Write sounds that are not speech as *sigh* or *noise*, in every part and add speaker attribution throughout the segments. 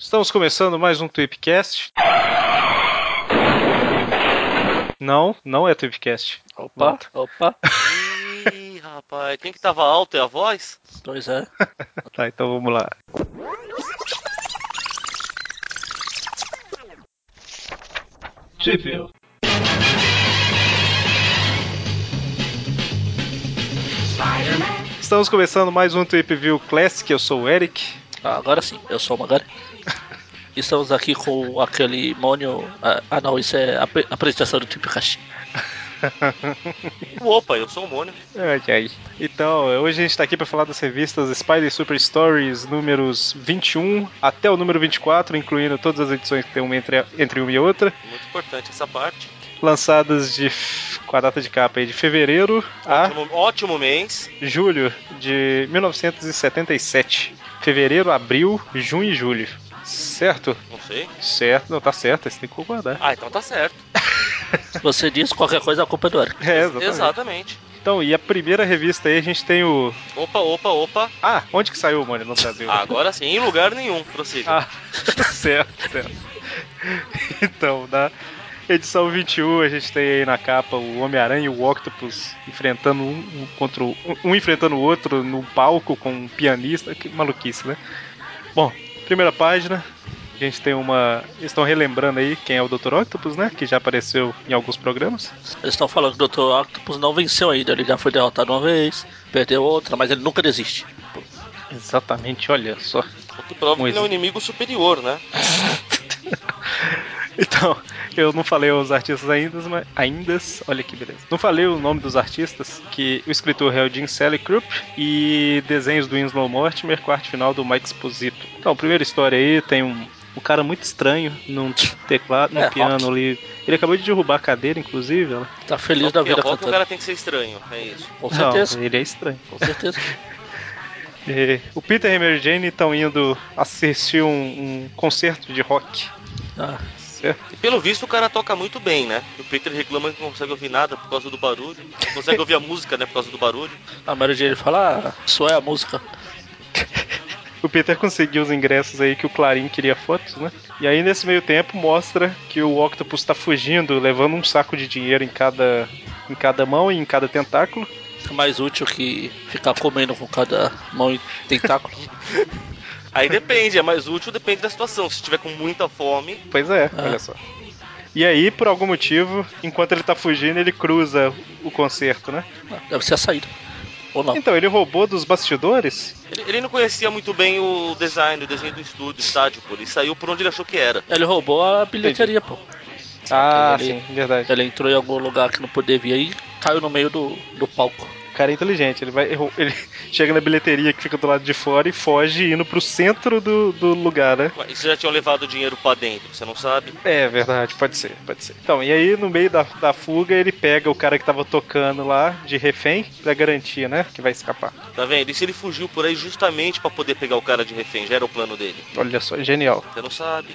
Speaker 1: Estamos começando mais um Tweepcast. Não, não é Tweepcast.
Speaker 2: Opa, opa.
Speaker 3: Ih, rapaz, quem que tava alto é a voz?
Speaker 2: Pois é.
Speaker 1: Tá, então vamos lá.
Speaker 4: Tipo,
Speaker 1: Estamos começando mais um Tweep View Classic. Eu sou o Eric.
Speaker 2: Ah, agora sim, eu sou o Magari. Estamos aqui com aquele mônio. Ah, ah, não, isso é a pre- apresentação do tipo Cash.
Speaker 3: Opa, eu sou o Mônio.
Speaker 1: Ai, ai. É Então, hoje a gente tá aqui pra falar das revistas Spider Super Stories números 21 até o número 24, incluindo todas as edições que tem uma entre, entre uma e outra,
Speaker 3: Muito importante essa parte.
Speaker 1: lançadas de f- com a data de capa aí de fevereiro a
Speaker 2: Ah.
Speaker 3: Ótimo, ótimo mês.
Speaker 1: julho de 1977. Fevereiro, abril, junho e julho. Certo?
Speaker 3: Não sei.
Speaker 1: Certo, não tá certo, você tem que concordar.
Speaker 3: Ah, então tá certo.
Speaker 2: Se você diz qualquer coisa, a culpa é do Eric.
Speaker 1: É, exatamente.
Speaker 3: Exatamente.
Speaker 1: Então, e a primeira revista aí a gente tem o.
Speaker 3: Opa, opa, opa.
Speaker 1: Ah, onde que saiu, mano, no Brasil?
Speaker 3: Agora sim, em lugar nenhum, prossiga.
Speaker 1: Ah, *laughs* certo, certo. Então, na edição 21, a gente tem aí na capa o Homem-Aranha e o Octopus enfrentando um, um contra o, um enfrentando o outro no palco com um pianista. Que maluquice, né? Bom, primeira página. A gente tem uma. Eles estão relembrando aí quem é o Dr. Octopus, né? Que já apareceu em alguns programas.
Speaker 2: Eles estão falando que o Dr. Octopus não venceu ainda. Ele já foi derrotado uma vez, perdeu outra, mas ele nunca desiste.
Speaker 1: Exatamente, olha só.
Speaker 2: Ah,
Speaker 3: O que prova que
Speaker 1: Muito.
Speaker 3: ele é um inimigo superior, né?
Speaker 1: Então, eu não falei os artistas ainda, mas. Ainda, olha que beleza. Não falei o nome dos artistas, que o escritor é o Jim Sally Krupp e desenhos do Winslow Mortimer, com a arte final do Mike Esposito. Então, primeira história aí, tem um, um cara muito estranho num teclado, num
Speaker 2: É,
Speaker 1: piano ali. Ele acabou de derrubar a cadeira, inclusive. Ela...
Speaker 2: Tá feliz da
Speaker 3: Então, Porque
Speaker 2: vida
Speaker 3: a volta o
Speaker 2: cantando.
Speaker 3: cara tem que ser estranho, é isso.
Speaker 2: Com
Speaker 1: Não,
Speaker 2: certeza,
Speaker 1: ele é estranho.
Speaker 2: com certeza.
Speaker 1: E o Peter e a Mary Jane estão indo assistir um, um concerto de rock.
Speaker 2: Ah,
Speaker 1: Certo?
Speaker 3: E pelo visto o cara toca muito bem, né? E o Peter reclama que não consegue ouvir nada por causa do barulho. Não consegue ouvir a *laughs* música, né? Por causa do barulho.
Speaker 2: a Mary Jane fala, ah, isso é a música.
Speaker 1: O Peter conseguiu os ingressos aí que o Clarim queria fotos, né? E aí nesse meio tempo mostra que o Octopus tá fugindo, levando um saco de dinheiro em cada em cada mão e em cada tentáculo.
Speaker 2: É mais útil que ficar comendo com cada mão e tentáculo.
Speaker 3: Aí depende, é mais útil, depende da situação. Se tiver com muita fome,
Speaker 1: Pois é,
Speaker 2: Ah.
Speaker 1: olha só. E aí, por algum motivo, enquanto ele tá fugindo, ele cruza o concerto, né?
Speaker 2: Ah, Deve ser a saída. Ou não.
Speaker 1: Então, ele roubou dos bastidores?
Speaker 3: Ele, ele não conhecia muito bem o design, o desenho do estúdio, o estádio, pô. Ele saiu por onde ele achou que era.
Speaker 2: Ele roubou a bilheteria, pô.
Speaker 1: Ah,
Speaker 2: Ele-
Speaker 1: sim, verdade.
Speaker 2: Ele entrou em algum lugar que não poderia e caiu no meio do, do palco.
Speaker 1: O cara é inteligente, ele vai ele *laughs* chega na bilheteria que fica do lado de fora e foge indo pro centro do, do lugar, né?
Speaker 3: Ué, E vocês já tinham levado o dinheiro pra dentro, você não sabe?
Speaker 1: É verdade, pode ser, pode ser. Então, e aí no meio da, da fuga ele pega o cara que tava tocando lá de refém pra garantir, né? Que vai escapar.
Speaker 3: Tá vendo? E se ele fugiu por aí justamente pra poder pegar o cara de refém? Já era o plano dele.
Speaker 1: Olha só, genial.
Speaker 3: Você não sabe.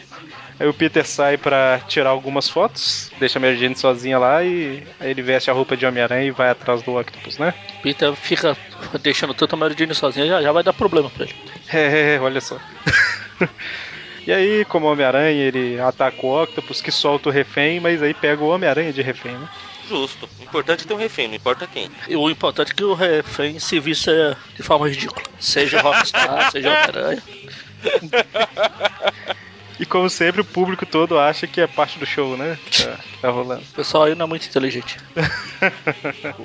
Speaker 1: Aí o Peter sai pra tirar algumas fotos, deixa a Mary Jane sozinha lá e aí ele veste a roupa de Homem-Aranha e vai atrás do Octopus, né?
Speaker 2: Peter fica deixando tanto a Mary Jane sozinha, já, já vai dar problema pra ele.
Speaker 1: É, olha só. E aí, como Homem-Aranha, ele ataca o Octopus, que solta o refém, mas aí pega o Homem-Aranha de refém, né?
Speaker 3: Justo. O importante é ter um refém, não importa quem.
Speaker 2: E o importante é que o refém se vista de forma ridícula. Seja o *laughs* Rockstar, seja o Homem-Aranha.
Speaker 1: E como sempre, o público todo acha que é parte do show, né? Que tá- que tá rolando.
Speaker 2: O pessoal aí não é muito inteligente.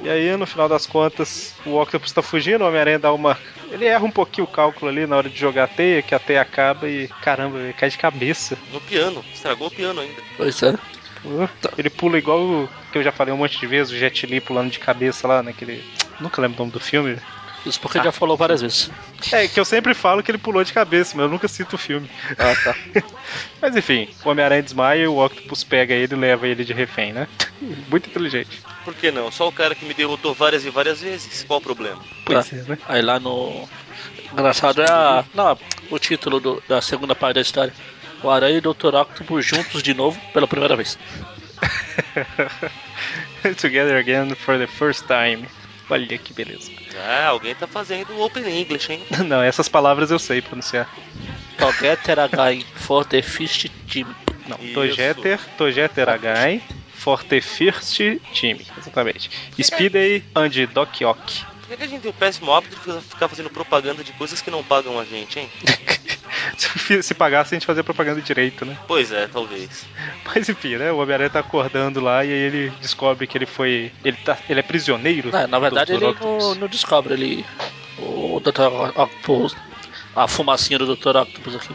Speaker 1: E aí, no final das contas, o Octopus tá fugindo, o Homem-Aranha dá uma. Ele erra um pouquinho o cálculo ali na hora de jogar a teia, que a teia acaba e. Caramba, ele cai de cabeça.
Speaker 3: No piano. Estragou o piano ainda.
Speaker 2: Pois é.
Speaker 1: Uh, Ele pula igual o. que eu já falei um monte de vezes, o Jet Li pulando de cabeça lá naquele. Nunca lembro o nome do filme.
Speaker 2: Isso porque ele já falou várias vezes.
Speaker 1: É, que eu sempre falo que ele pulou de cabeça, mas eu nunca cito o filme.
Speaker 2: Ah, tá.
Speaker 1: Mas enfim, o Homem-Aranha desmaia e o Octopus pega ele e leva ele de refém, né? *laughs* Muito inteligente.
Speaker 3: Por que não? Só o cara que me derrotou várias e várias vezes. Qual o problema?
Speaker 1: Pois é, né?
Speaker 2: Aí lá no. Engraçado é a. Não, o título do- da segunda parte da história. O Aranha e o Dr. Octopus juntos de novo pela primeira vez.
Speaker 1: *laughs* Together again for the first time. Olha que beleza. *laughs*
Speaker 3: Ah, alguém tá fazendo Open English, hein?
Speaker 1: Não, essas palavras eu sei pronunciar.
Speaker 2: Togetter Again for the Fist Team.
Speaker 1: Não,
Speaker 3: Isso.
Speaker 1: Togetter, Togetter Again, Forte First Time. Exatamente. Speedway and Dokiok.
Speaker 3: Por que que a gente tem o péssimo hábito de ficar fazendo propaganda de coisas que não pagam a gente, hein?
Speaker 1: *laughs* Se se pagasse, a gente fazia propaganda direito, né?
Speaker 3: Pois é, talvez.
Speaker 1: Mas enfim, né? O Homem-Aranha tá acordando lá e aí ele descobre que ele foi. Ele, tá, ele é prisioneiro.
Speaker 2: Na, na
Speaker 1: do
Speaker 2: verdade,
Speaker 1: Dr.
Speaker 2: ele é
Speaker 1: Octopus.
Speaker 2: não, não descobre ele. O Dr. Octopus. A fumacinha do Dr. Octopus aqui.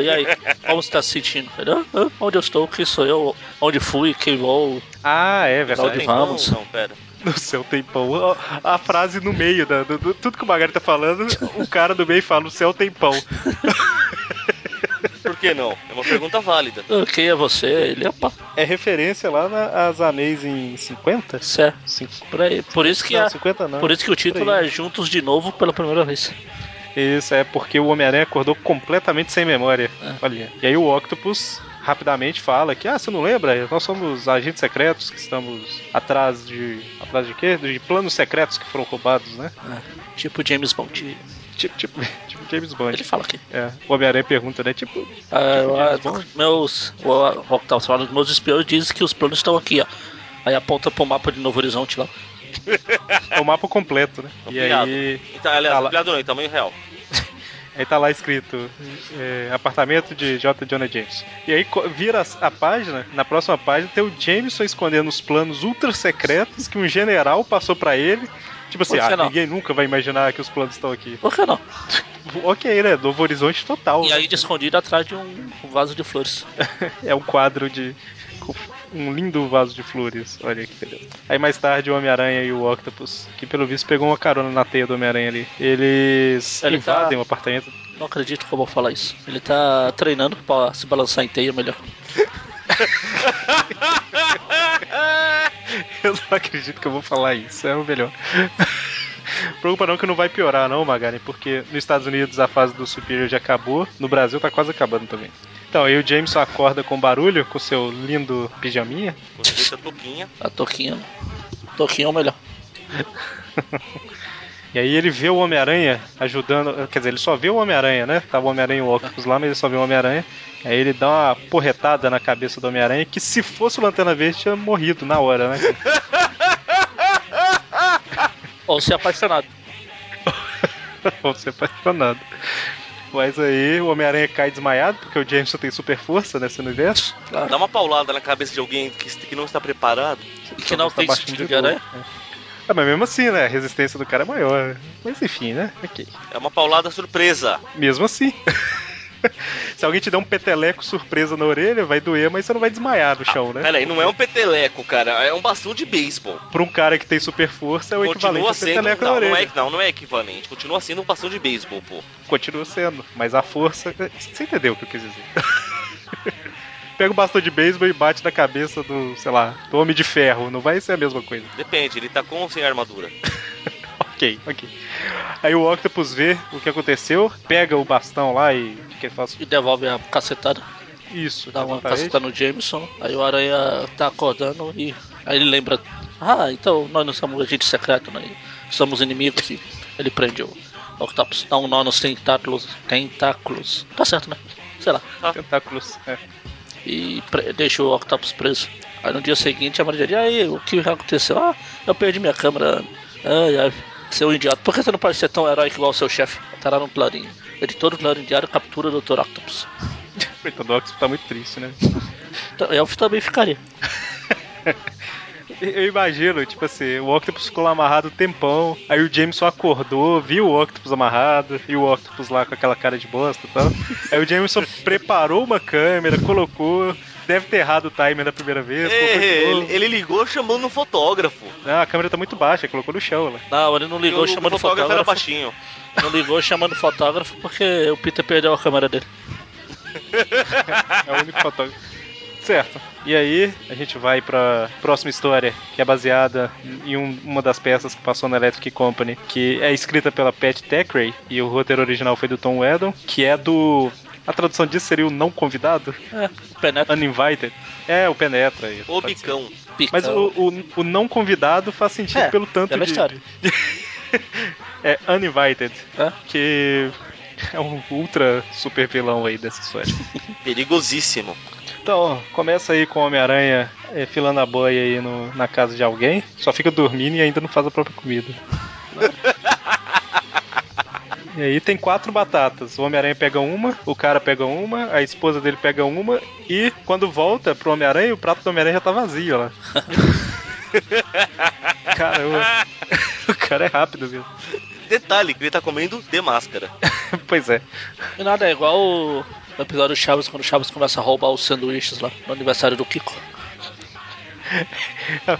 Speaker 1: *laughs*
Speaker 2: e aí? Como você tá se sentindo? Ele, "Ah, ah, onde eu estou? Quem sou eu? Onde fui? Quem vou?
Speaker 1: Ah, é
Speaker 3: Só
Speaker 1: verdade.
Speaker 2: Claudio-
Speaker 3: tem pão?
Speaker 2: vamos.
Speaker 3: então, Não, pera.
Speaker 1: No seu tempão. Ó, A frase no meio, da, do- do- tudo que o Magari tá falando, o cara do meio fala: no seu tempão.
Speaker 3: Por que não? É uma pergunta válida.
Speaker 2: "Ah, Quem é você? Ele, opa,
Speaker 1: É referência lá na- às Amazing 50?
Speaker 2: isso é.
Speaker 1: Cinco-
Speaker 2: Por, aí. por isso que é
Speaker 1: não,
Speaker 2: a-
Speaker 1: 50 não.
Speaker 2: Por isso que o título
Speaker 1: Por aí.
Speaker 2: é Juntos de Novo pela primeira vez.
Speaker 1: Isso é porque o Homem-Aranha acordou completamente sem memória.
Speaker 2: É.
Speaker 1: Olha. E aí o Octopus rapidamente fala que, ah, você não lembra? Nós somos agentes secretos que estamos atrás de. Atrás de quê? De planos secretos que foram roubados, né?
Speaker 2: Tipo James Bond.
Speaker 1: Tipo,
Speaker 2: *laughs*
Speaker 1: tipo, tipo James Bond.
Speaker 2: Ele fala aqui.
Speaker 1: É. O Homem-Aranha pergunta, né? Tipo,
Speaker 2: Ah, eu-
Speaker 1: James
Speaker 2: ah, meus. O Octavos fala, meus espiões dizem que os planos estão aqui, ó. Aí aponta pro mapa de Novo Horizonte lá.
Speaker 1: é o mapa completo, né?
Speaker 3: É um
Speaker 1: E aí.
Speaker 3: Então, aliás,
Speaker 1: Fala.
Speaker 3: ampliado não, em tamanho real.
Speaker 1: Aí tá lá escrito é, apartamento de J. Jonah Jameson. E aí co- vira as- a página, na próxima página tem o Jameson escondendo os planos ultra secretos que um general passou pra ele. Tipo assim,
Speaker 2: Ô,
Speaker 1: ah,
Speaker 2: general.
Speaker 1: ninguém nunca vai imaginar que os planos estão aqui.
Speaker 2: Por que não?
Speaker 1: ok, né? Novo Horizonte total.
Speaker 2: E
Speaker 1: né?
Speaker 2: aí de escondido atrás de um vaso de flores.
Speaker 1: É um quadro de. com Um lindo vaso de flores. Olha que beleza. Aí mais tarde o Homem-Aranha e o Octopus, que pelo visto pegou uma carona na teia do Homem-Aranha ali. Eles
Speaker 2: Ele tá-
Speaker 1: invadem o apartamento.
Speaker 2: Não acredito que eu vou falar isso. Ele tá treinando pra se balançar em teia melhor.
Speaker 1: *laughs* Eu não acredito que eu vou falar isso, é o melhor. *laughs* Preocupa não que não vai piorar não, Magari, porque nos Estados Unidos a fase do Superior já acabou, no Brasil tá quase acabando também. Então, aí o Jameson acorda com barulho, com seu lindo pijaminha.
Speaker 3: Você deixa a toquinha.
Speaker 2: A Toquinha. Toquinha é o melhor.
Speaker 1: E aí ele vê o Homem-Aranha ajudando. Quer dizer, ele só vê o Homem-Aranha, né? Tava o Homem-Aranha e o Octopus lá, mas ele só vê o Homem-Aranha. Aí ele dá uma porretada na cabeça do Homem-Aranha, que se fosse o Lanterna Verde tinha morrido na hora, né?
Speaker 2: Ou se apaixonado.
Speaker 1: *laughs* Vou ser apaixonado. Mas aí o Homem-Aranha cai desmaiado, porque o Jameson tem super força nesse universo.
Speaker 2: Claro.
Speaker 3: Dá uma paulada na cabeça de alguém que, que não está preparado.
Speaker 2: E que não
Speaker 1: Só
Speaker 2: tem
Speaker 1: tá
Speaker 3: tipo
Speaker 1: baixinho
Speaker 2: sentido
Speaker 1: de
Speaker 2: de
Speaker 1: novo.
Speaker 2: aranha.
Speaker 1: Ah, mas mesmo assim, né? A resistência do cara é maior. Mas enfim, né? Ok.
Speaker 3: É uma paulada surpresa.
Speaker 1: Mesmo assim. *laughs* Se alguém te der um peteleco surpresa na orelha, vai doer, mas você não vai desmaiar no chão, né?
Speaker 3: Pera aí, não é um peteleco, cara. É um bastão de beisebol.
Speaker 1: Pra um cara que tem super força, é o equivalente
Speaker 3: Continua
Speaker 1: a
Speaker 3: sendo. Não,
Speaker 1: peteleco na orelha.
Speaker 3: não, é, não, não é equivalente. Continua sendo um bastão de beisebol, pô.
Speaker 1: Continua sendo, mas a força. é, Você entendeu o que eu quis dizer? *laughs* Pega o bastão de beisebol e bate na cabeça do, sei lá, do homem de ferro. Não vai ser a mesma coisa.
Speaker 3: Depende, ele tá com ou sem armadura.
Speaker 1: *laughs* Ok, ok. Aí o Octopus vê o que aconteceu, pega o bastão lá e. O que, que ele faz?
Speaker 2: E devolve a cacetada.
Speaker 1: Isso,
Speaker 3: um
Speaker 2: Dá uma
Speaker 1: exatamente.
Speaker 2: cacetada no Jameson, aí o Aranha tá acordando e aí ele lembra. Ah, então nós não somos agente secreto, né? Somos inimigos e ele prende o Octopus, dá um nó nos tentáculos. Tentáculos. Tá certo, né? Sei lá.
Speaker 1: Tentáculos. É.
Speaker 2: E pre- deixa o Octopus preso. Aí no dia seguinte a Maria diz, "E aí, o que aconteceu? Ah, eu perdi minha câmera. Ai, ai, seu idiota, por que você não parece ser tão heróico igual o seu chefe? Estará no clarim. Editor do clarim diário captura o Dr. Octopus.
Speaker 1: Coitado do Octopus tá muito triste, né? *laughs*
Speaker 2: Então, Eu também ficaria.
Speaker 1: Eu imagino, tipo assim, o Octopus ficou lá amarrado um tempão, aí o Jameson acordou, viu o Octopus amarrado, e o Octopus lá com aquela cara de bosta e tal. aí o Jameson preparou uma câmera, colocou, deve ter errado o timer da primeira vez, colocou de
Speaker 3: É,
Speaker 1: novo.
Speaker 3: ele, ele ligou chamando um fotógrafo.
Speaker 1: Não, a câmera tá muito baixa, colocou no chão né? lá.
Speaker 2: Não, ele não ligou
Speaker 3: E
Speaker 2: chamando
Speaker 3: o um fotógrafo era
Speaker 2: fotógrafo.
Speaker 3: baixinho.
Speaker 2: Não ligou chamando fotógrafo porque o Peter perdeu a câmera dele.
Speaker 1: É o único fotógrafo. Certo. E aí, a gente vai pra próxima história, que é baseada em um- uma das peças que passou na Electric Company, que é escrita pela Pat Thackeray, e o roteiro original foi do Tom Weddon, que é do... A tradução disso seria o não convidado?
Speaker 2: É, o penetra
Speaker 1: Uninvited? É, o Penetra. aí,
Speaker 3: Ô,
Speaker 1: pode ser.
Speaker 3: bicão.
Speaker 2: pica.
Speaker 1: Mas o, o, o não convidado faz sentido
Speaker 2: É,
Speaker 1: pelo tanto
Speaker 2: pela
Speaker 1: de...
Speaker 2: história.
Speaker 1: é, uninvited.
Speaker 2: É.
Speaker 1: Que... é um ultra super vilão aí dessa história.
Speaker 3: Perigosíssimo.
Speaker 1: Então, ó, começa aí com o Homem-Aranha é, filando a boia aí no- na casa de alguém, só fica dormindo e ainda não faz a própria comida. E aí tem quatro batatas. O Homem-Aranha pega uma, o cara pega uma, a esposa dele pega uma, e quando volta pro Homem-Aranha, o prato do Homem-Aranha já tá vazio
Speaker 2: *laughs*
Speaker 1: lá. Caramba, *laughs* o cara é rápido mesmo.
Speaker 3: Detalhe, que ele tá comendo de
Speaker 1: *laughs*
Speaker 3: máscara.
Speaker 1: Pois é.
Speaker 2: E nada, é igual o no episódio do Chaves, quando o Chaves começa a roubar os sanduíches lá no aniversário do Kiko.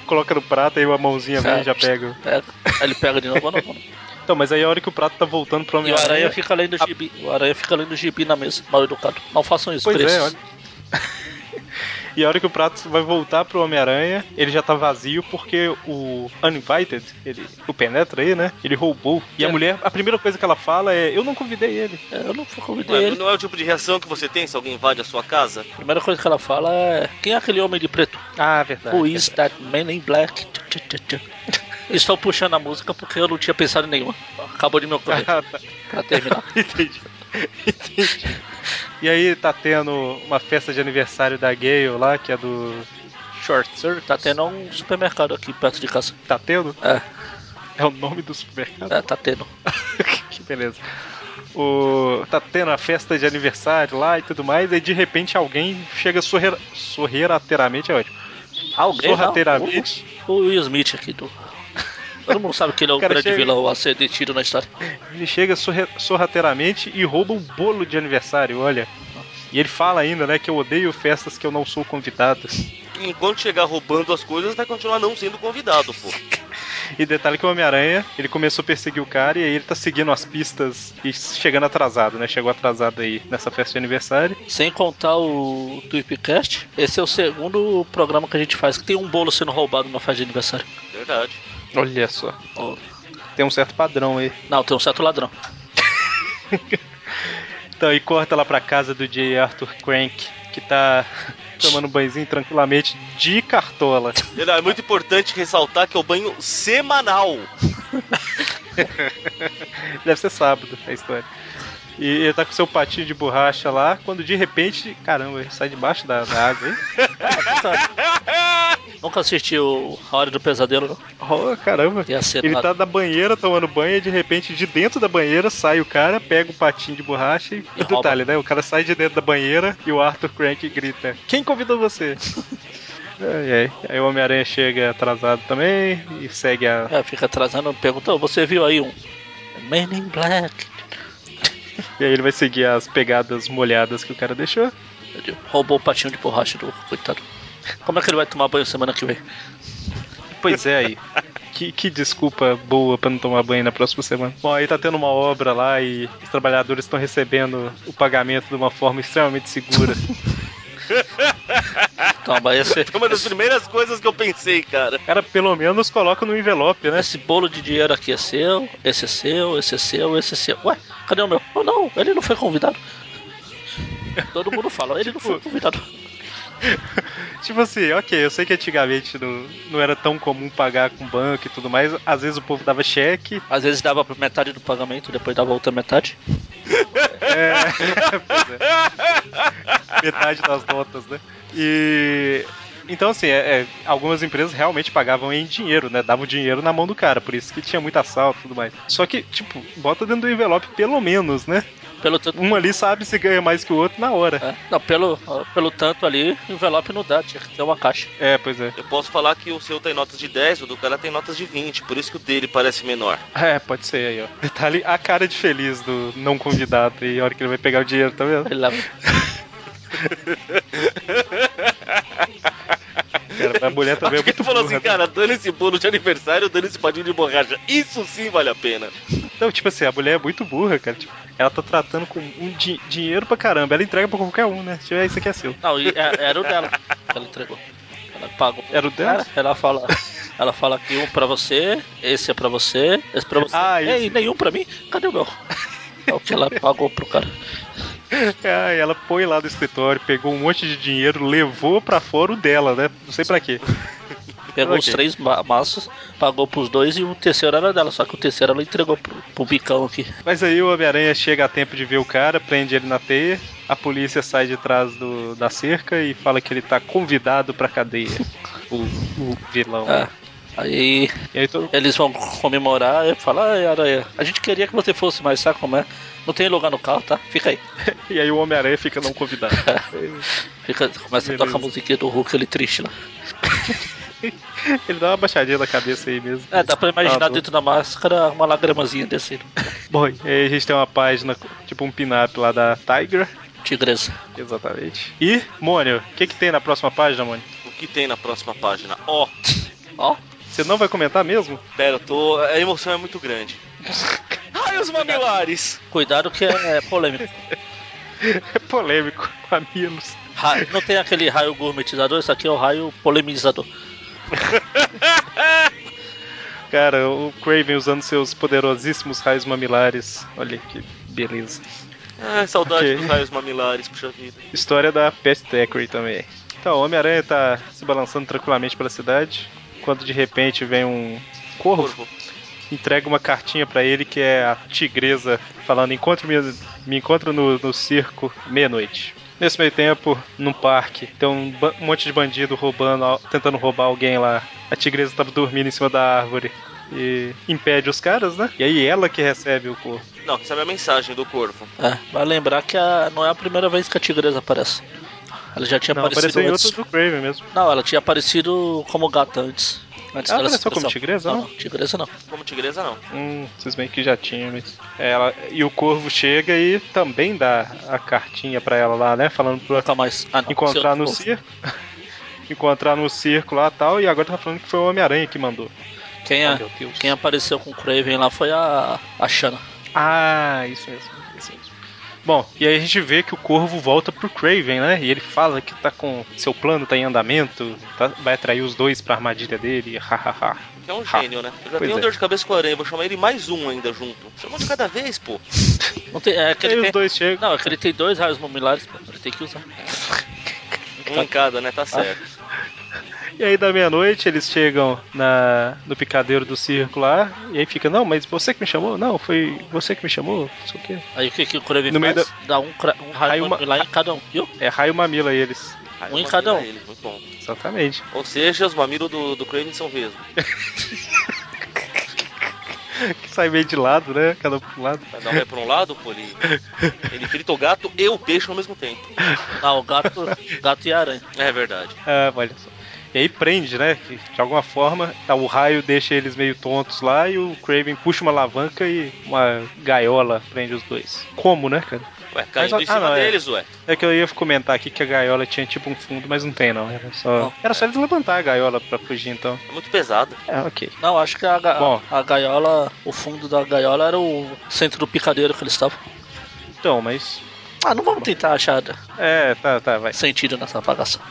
Speaker 1: Coloca no prato aí uma mãozinha vem e
Speaker 2: Sabe?
Speaker 1: já pega.
Speaker 2: Pega. É, Aí ele pega de novo, não, não. *laughs* E
Speaker 1: Então, mas aí a hora que o prato tá voltando pro
Speaker 2: o
Speaker 1: Homem-Aranha.
Speaker 2: aranha fica além do gibi. O aranha fica além do gibi na mesa, mal educado. Não façam isso,
Speaker 1: Pois é,
Speaker 2: preços.
Speaker 1: olha. *laughs* E a hora que o prato vai voltar pro Homem-Aranha, ele já tá vazio porque o Uninvited, ele, o Penetra aí, né? Ele roubou. E a
Speaker 2: É.
Speaker 1: mulher, a primeira coisa que ela fala é: Eu não convidei ele.
Speaker 2: É, Eu não fui convidei
Speaker 3: Ué,
Speaker 2: ele.
Speaker 3: não é o tipo de reação que você tem se alguém invade a sua casa?
Speaker 2: A primeira coisa que ela fala é: Quem é aquele homem de preto?
Speaker 1: Ah, verdade.
Speaker 2: Who is that man in black? *laughs* Tchu, tchu, tchu, tchu. Estou puxando a música porque eu não tinha pensado em nenhuma. Acabou de me ocorrer
Speaker 1: *laughs* Ah, tá.
Speaker 2: pra terminar.
Speaker 1: Entendi. Entendi. E aí tá tendo uma festa de aniversário da Gale lá, que é do.
Speaker 2: Short Sir, tá tendo um supermercado aqui perto de casa.
Speaker 1: Tá tendo?
Speaker 2: É,
Speaker 1: É o nome do supermercado?
Speaker 2: é tá tendo.
Speaker 1: *laughs* que beleza. O, tá tendo a festa de aniversário lá e tudo mais, e de repente alguém chega sorrer, sorrateiramente, é ótimo.
Speaker 2: Alguém lá?
Speaker 1: Sorrateiramente.
Speaker 2: O Will Smith aqui do. *laughs* Todo mundo sabe que ele é o
Speaker 1: O cara
Speaker 2: grande
Speaker 1: chega-
Speaker 2: vilão a ser detido na história.
Speaker 1: Ele chega sorre- sorrateiramente e rouba um bolo de aniversário, olha. E ele fala ainda, né, que eu odeio festas que eu não sou convidado.
Speaker 3: E enquanto chegar roubando as coisas, vai continuar não sendo convidado, pô.
Speaker 1: E detalhe que o Homem-Aranha, ele começou a perseguir o cara e aí ele tá seguindo as pistas e chegando atrasado, né? Chegou atrasado aí nessa festa de aniversário.
Speaker 2: Sem contar o Tweepcast, esse é o segundo programa que a gente faz que tem um bolo sendo roubado na festa de aniversário.
Speaker 3: Verdade.
Speaker 1: Olha só.
Speaker 2: Ó,
Speaker 1: Tem um certo padrão aí.
Speaker 2: Não, tem um certo ladrão.
Speaker 1: Então, e corta lá pra casa do J. Arthur Crank, que tá *laughs* tomando um banhozinho tranquilamente de cartola.
Speaker 3: É muito importante ressaltar que é o banho semanal.
Speaker 1: Deve ser sábado a história. E ele tá com seu patinho de borracha lá, quando de repente, caramba, ele sai debaixo da, da água, hein?
Speaker 2: Nunca assisti o A Hora do Pesadelo, não.
Speaker 1: Oh, caramba.
Speaker 2: Tem a cena
Speaker 1: Ele
Speaker 2: lá
Speaker 1: tá na banheira tomando banho e de repente de dentro da banheira sai o cara, pega o patinho de borracha e,
Speaker 2: E
Speaker 1: e detalhe, né? O cara sai de dentro da banheira e o Arthur Crank grita: Quem convidou você? ai, ai. Aí o Homem-Aranha chega atrasado também e segue a.
Speaker 2: É, fica atrasando, pergunta, "Ô, você viu aí um Man in Black?
Speaker 1: E aí ele vai seguir as pegadas molhadas que o cara deixou.
Speaker 2: Meu Deus, Roubou o patinho de borracha do coitado. Como é que ele vai tomar banho semana que vem?
Speaker 1: Pois é, aí. *laughs* Que, que desculpa boa pra não tomar banho na próxima semana. Bom, aí tá tendo uma obra lá e os trabalhadores estão recebendo o pagamento de uma forma extremamente segura.
Speaker 2: Toma, esse,
Speaker 3: Foi uma das
Speaker 2: esse,
Speaker 3: primeiras coisas que eu pensei, cara.
Speaker 1: O *laughs* cara pelo menos coloca no envelope, né?
Speaker 2: esse bolo de dinheiro aqui é seu, esse é seu, esse é seu, esse é seu. Ué, cadê o meu? Oh, não, ele não foi convidado. Todo mundo fala, ele não foi convidado.
Speaker 1: Tipo assim, ok, eu sei que antigamente não, não era tão comum pagar com banco e tudo mais. Às vezes o povo dava cheque.
Speaker 2: Às vezes dava metade do pagamento, depois dava outra metade.
Speaker 1: É, *laughs* pois é. Metade das notas, né? E. Então, assim, é- é, algumas empresas realmente pagavam em dinheiro, né? Davam dinheiro na mão do cara, por isso que tinha muito assalto e tudo mais. Só que, tipo, bota dentro do envelope pelo menos, né?
Speaker 2: Pelo tanto,
Speaker 1: Um ali sabe se ganha mais que o outro na hora.
Speaker 2: é, não, pelo, ó, pelo tanto ali, o envelope não dá, tinha que ter uma caixa.
Speaker 1: É, pois é.
Speaker 3: Eu posso falar que o seu tem notas de 10, o do cara tem notas de 20, por isso que o dele parece menor.
Speaker 1: É, pode ser aí, ó. Detalhe, a cara de feliz do não convidado e a hora que ele vai pegar o dinheiro, tá vendo?
Speaker 2: Ele leva.
Speaker 1: Cara, a mulher também é
Speaker 3: Porque
Speaker 1: muito
Speaker 3: ele falou
Speaker 1: burra,
Speaker 3: assim,
Speaker 1: né?
Speaker 3: cara, dando esse bolo de aniversário, dando esse padinho de borracha. Isso sim vale a pena.
Speaker 1: Não, tipo assim, a mulher é muito burra, cara. Tipo, ela tá tratando com um di- dinheiro pra caramba. Ela entrega pra qualquer um, né? Tipo, é, isso aqui é seu. *laughs*
Speaker 2: Não, e é- era o dela que ela entregou. Ela pagou.
Speaker 1: Era o dela?
Speaker 2: Cara, Ela fala, ela fala que um pra você, esse é pra você, esse pra você.
Speaker 1: Ah,
Speaker 2: Ei,
Speaker 1: esse.
Speaker 2: nenhum pra mim? Cadê o meu? É o que ela pagou pro cara.
Speaker 1: Aí Ah, ela foi lá do escritório, pegou um monte de dinheiro, levou pra fora o dela, né? Não sei pra quê.
Speaker 2: Pegou os
Speaker 1: Ok.
Speaker 2: três ma maços, pagou pros dois e o terceiro era dela. Só que o terceiro ela entregou pro, pro bicão aqui.
Speaker 1: Mas aí o Homem-Aranha chega a tempo de ver o cara, prende ele na teia, a polícia sai de trás do, da cerca e fala que ele tá convidado pra
Speaker 2: *laughs*
Speaker 1: cadeia. O, o vilão.
Speaker 2: É. Aí
Speaker 1: E aí todo
Speaker 2: eles vão comemorar e falar, ai aranha, a gente queria que você fosse, mas sabe como é? Não tem lugar no carro, tá? Fica aí.
Speaker 1: E aí o Homem-Aranha fica não
Speaker 2: *laughs*
Speaker 1: convidado.
Speaker 2: Fica, começa a
Speaker 1: Beleza.
Speaker 2: tocar a musiquinha do Hulk ele triste lá.
Speaker 1: Ele dá uma baixadinha na cabeça aí mesmo.
Speaker 2: É, dá pra imaginar
Speaker 1: Ah, tô.
Speaker 2: dentro da máscara uma lagramazinha descendo.
Speaker 1: Bom, e aí a gente tem uma página, tipo um pin-up lá da Tiger.
Speaker 2: Tigresa.
Speaker 1: Exatamente. E, Mônio, o que, que tem na próxima página, Mônio?
Speaker 3: O que tem na próxima página? Ó,
Speaker 2: Ó,
Speaker 1: Você não vai comentar mesmo? *laughs*
Speaker 3: pera, eu tô. A emoção é muito grande. Raios mamilares!
Speaker 2: cuidado que é, é polêmico.
Speaker 1: É polêmico, mamilos.
Speaker 2: Ra- Não tem aquele raio gourmetizador, isso aqui é o raio polemizador.
Speaker 1: Cara, o Craven usando seus poderosíssimos raios mamilares. Olha que beleza.
Speaker 3: Ah, saudade
Speaker 1: Ok.
Speaker 3: dos raios mamilares, puxa vida.
Speaker 1: História da Pest Decree também. Então, o Homem-Aranha tá se balançando tranquilamente pela cidade, quando de repente vem um corvo,
Speaker 3: Corvo.
Speaker 1: entrega uma cartinha pra ele que é a tigresa, falando: encontro me, me encontro no, no circo meia-noite. Nesse meio tempo, num parque, tem um, ba- um monte de bandido roubando, al- tentando roubar alguém lá. A tigresa tava dormindo em cima da árvore e impede os caras, né? E aí ela que recebe o corvo.
Speaker 3: Não, recebe a mensagem do corvo.
Speaker 2: É, vai lembrar que a- não é a primeira vez que a tigresa aparece. Ela já tinha
Speaker 1: Não,
Speaker 2: aparecido
Speaker 1: apareceu em
Speaker 2: antes.
Speaker 1: outro do Craven mesmo.
Speaker 2: Não, ela tinha aparecido como gata antes. antes
Speaker 1: Ela
Speaker 2: dela se
Speaker 1: apareceu como
Speaker 2: expressar.
Speaker 1: tigresa,
Speaker 2: Não,
Speaker 1: não?
Speaker 2: não, tigresa não.
Speaker 3: Como tigresa, não.
Speaker 1: Hum, vocês bem que já tinha, mas. Ela, e o corvo chega e também dá a cartinha pra ela lá, né? Falando pra
Speaker 2: Nunca mais. Ah, não.
Speaker 1: encontrar
Speaker 2: Seu-
Speaker 1: no circo. *laughs* encontrar no circo lá tal. E agora tá falando que foi o Homem-Aranha que mandou.
Speaker 2: Quem, é-
Speaker 1: Ah, meu Deus.
Speaker 2: quem apareceu com o Craven lá foi a, a Shana.
Speaker 1: Ah, isso mesmo, isso mesmo. Bom, e aí a gente vê que o corvo volta pro Craven, né? E ele fala que tá com. Seu plano tá em andamento, tá- vai atrair os dois pra armadilha dele, *laughs* hahaha.
Speaker 3: É um gênio, né? Eu já
Speaker 1: Pois
Speaker 3: tenho
Speaker 1: é.
Speaker 3: dor de cabeça com o aranha, vou chamar ele mais um ainda junto. Chama um de cada vez, pô.
Speaker 2: Não tem, é
Speaker 1: E
Speaker 2: que
Speaker 1: aí
Speaker 2: ele
Speaker 1: os
Speaker 2: tem,
Speaker 1: dois chegam.
Speaker 2: não, é que ele tem dois raios mamilares, pô, ele tem que usar.
Speaker 3: Um em cada, né? Tá certo.
Speaker 1: E aí da meia-noite eles chegam na no picadeiro do circo lá, e aí fica, não, mas você que me chamou? Não, foi você que me chamou, não sei o quê.
Speaker 2: Aí o que, que o Craven
Speaker 1: No meio
Speaker 2: faz? Dá um, cra- um raio
Speaker 1: Raio ma-
Speaker 2: mamilar em cada um, viu?
Speaker 1: É raio mamila eles.
Speaker 3: Ai,
Speaker 2: Um em
Speaker 3: eu
Speaker 2: cada
Speaker 3: mandei
Speaker 2: um.
Speaker 3: ele, muito bom.
Speaker 1: Exatamente.
Speaker 3: Ou seja, os mamilos do, do Craven são mesmo.
Speaker 1: Que *laughs* sai meio de lado, né? Cada um pro lado.
Speaker 3: Cada um vai pra um lado, pô. Ele, ele frita o gato e o peixe ao mesmo tempo.
Speaker 2: Não, Ah, o
Speaker 1: *laughs*
Speaker 2: gato, gato e a aranha.
Speaker 3: É verdade.
Speaker 1: Ah, olha só. E aí prende, né? Que, de alguma forma, tá, o raio deixa eles meio tontos lá e o Craven puxa uma alavanca e uma gaiola prende os dois. Como, né, cara?
Speaker 3: Ué, caindo
Speaker 1: Mas,
Speaker 3: em
Speaker 1: ah,
Speaker 3: cima
Speaker 1: não, é.
Speaker 3: deles, ué.
Speaker 1: É que eu ia comentar aqui que a gaiola tinha tipo um fundo, mas não tem não. Era só,
Speaker 2: Não.
Speaker 1: era só eles levantar a gaiola pra fugir, então.
Speaker 3: É muito pesado.
Speaker 1: É, ok.
Speaker 2: Não, acho que a, ga-
Speaker 1: Bom.
Speaker 2: a gaiola, o fundo da gaiola era o centro do picadeiro que eles estavam.
Speaker 1: Então, mas
Speaker 2: Ah, não vamos tentar achar
Speaker 1: É, tá, tá, vai.
Speaker 2: sentido nessa apagação.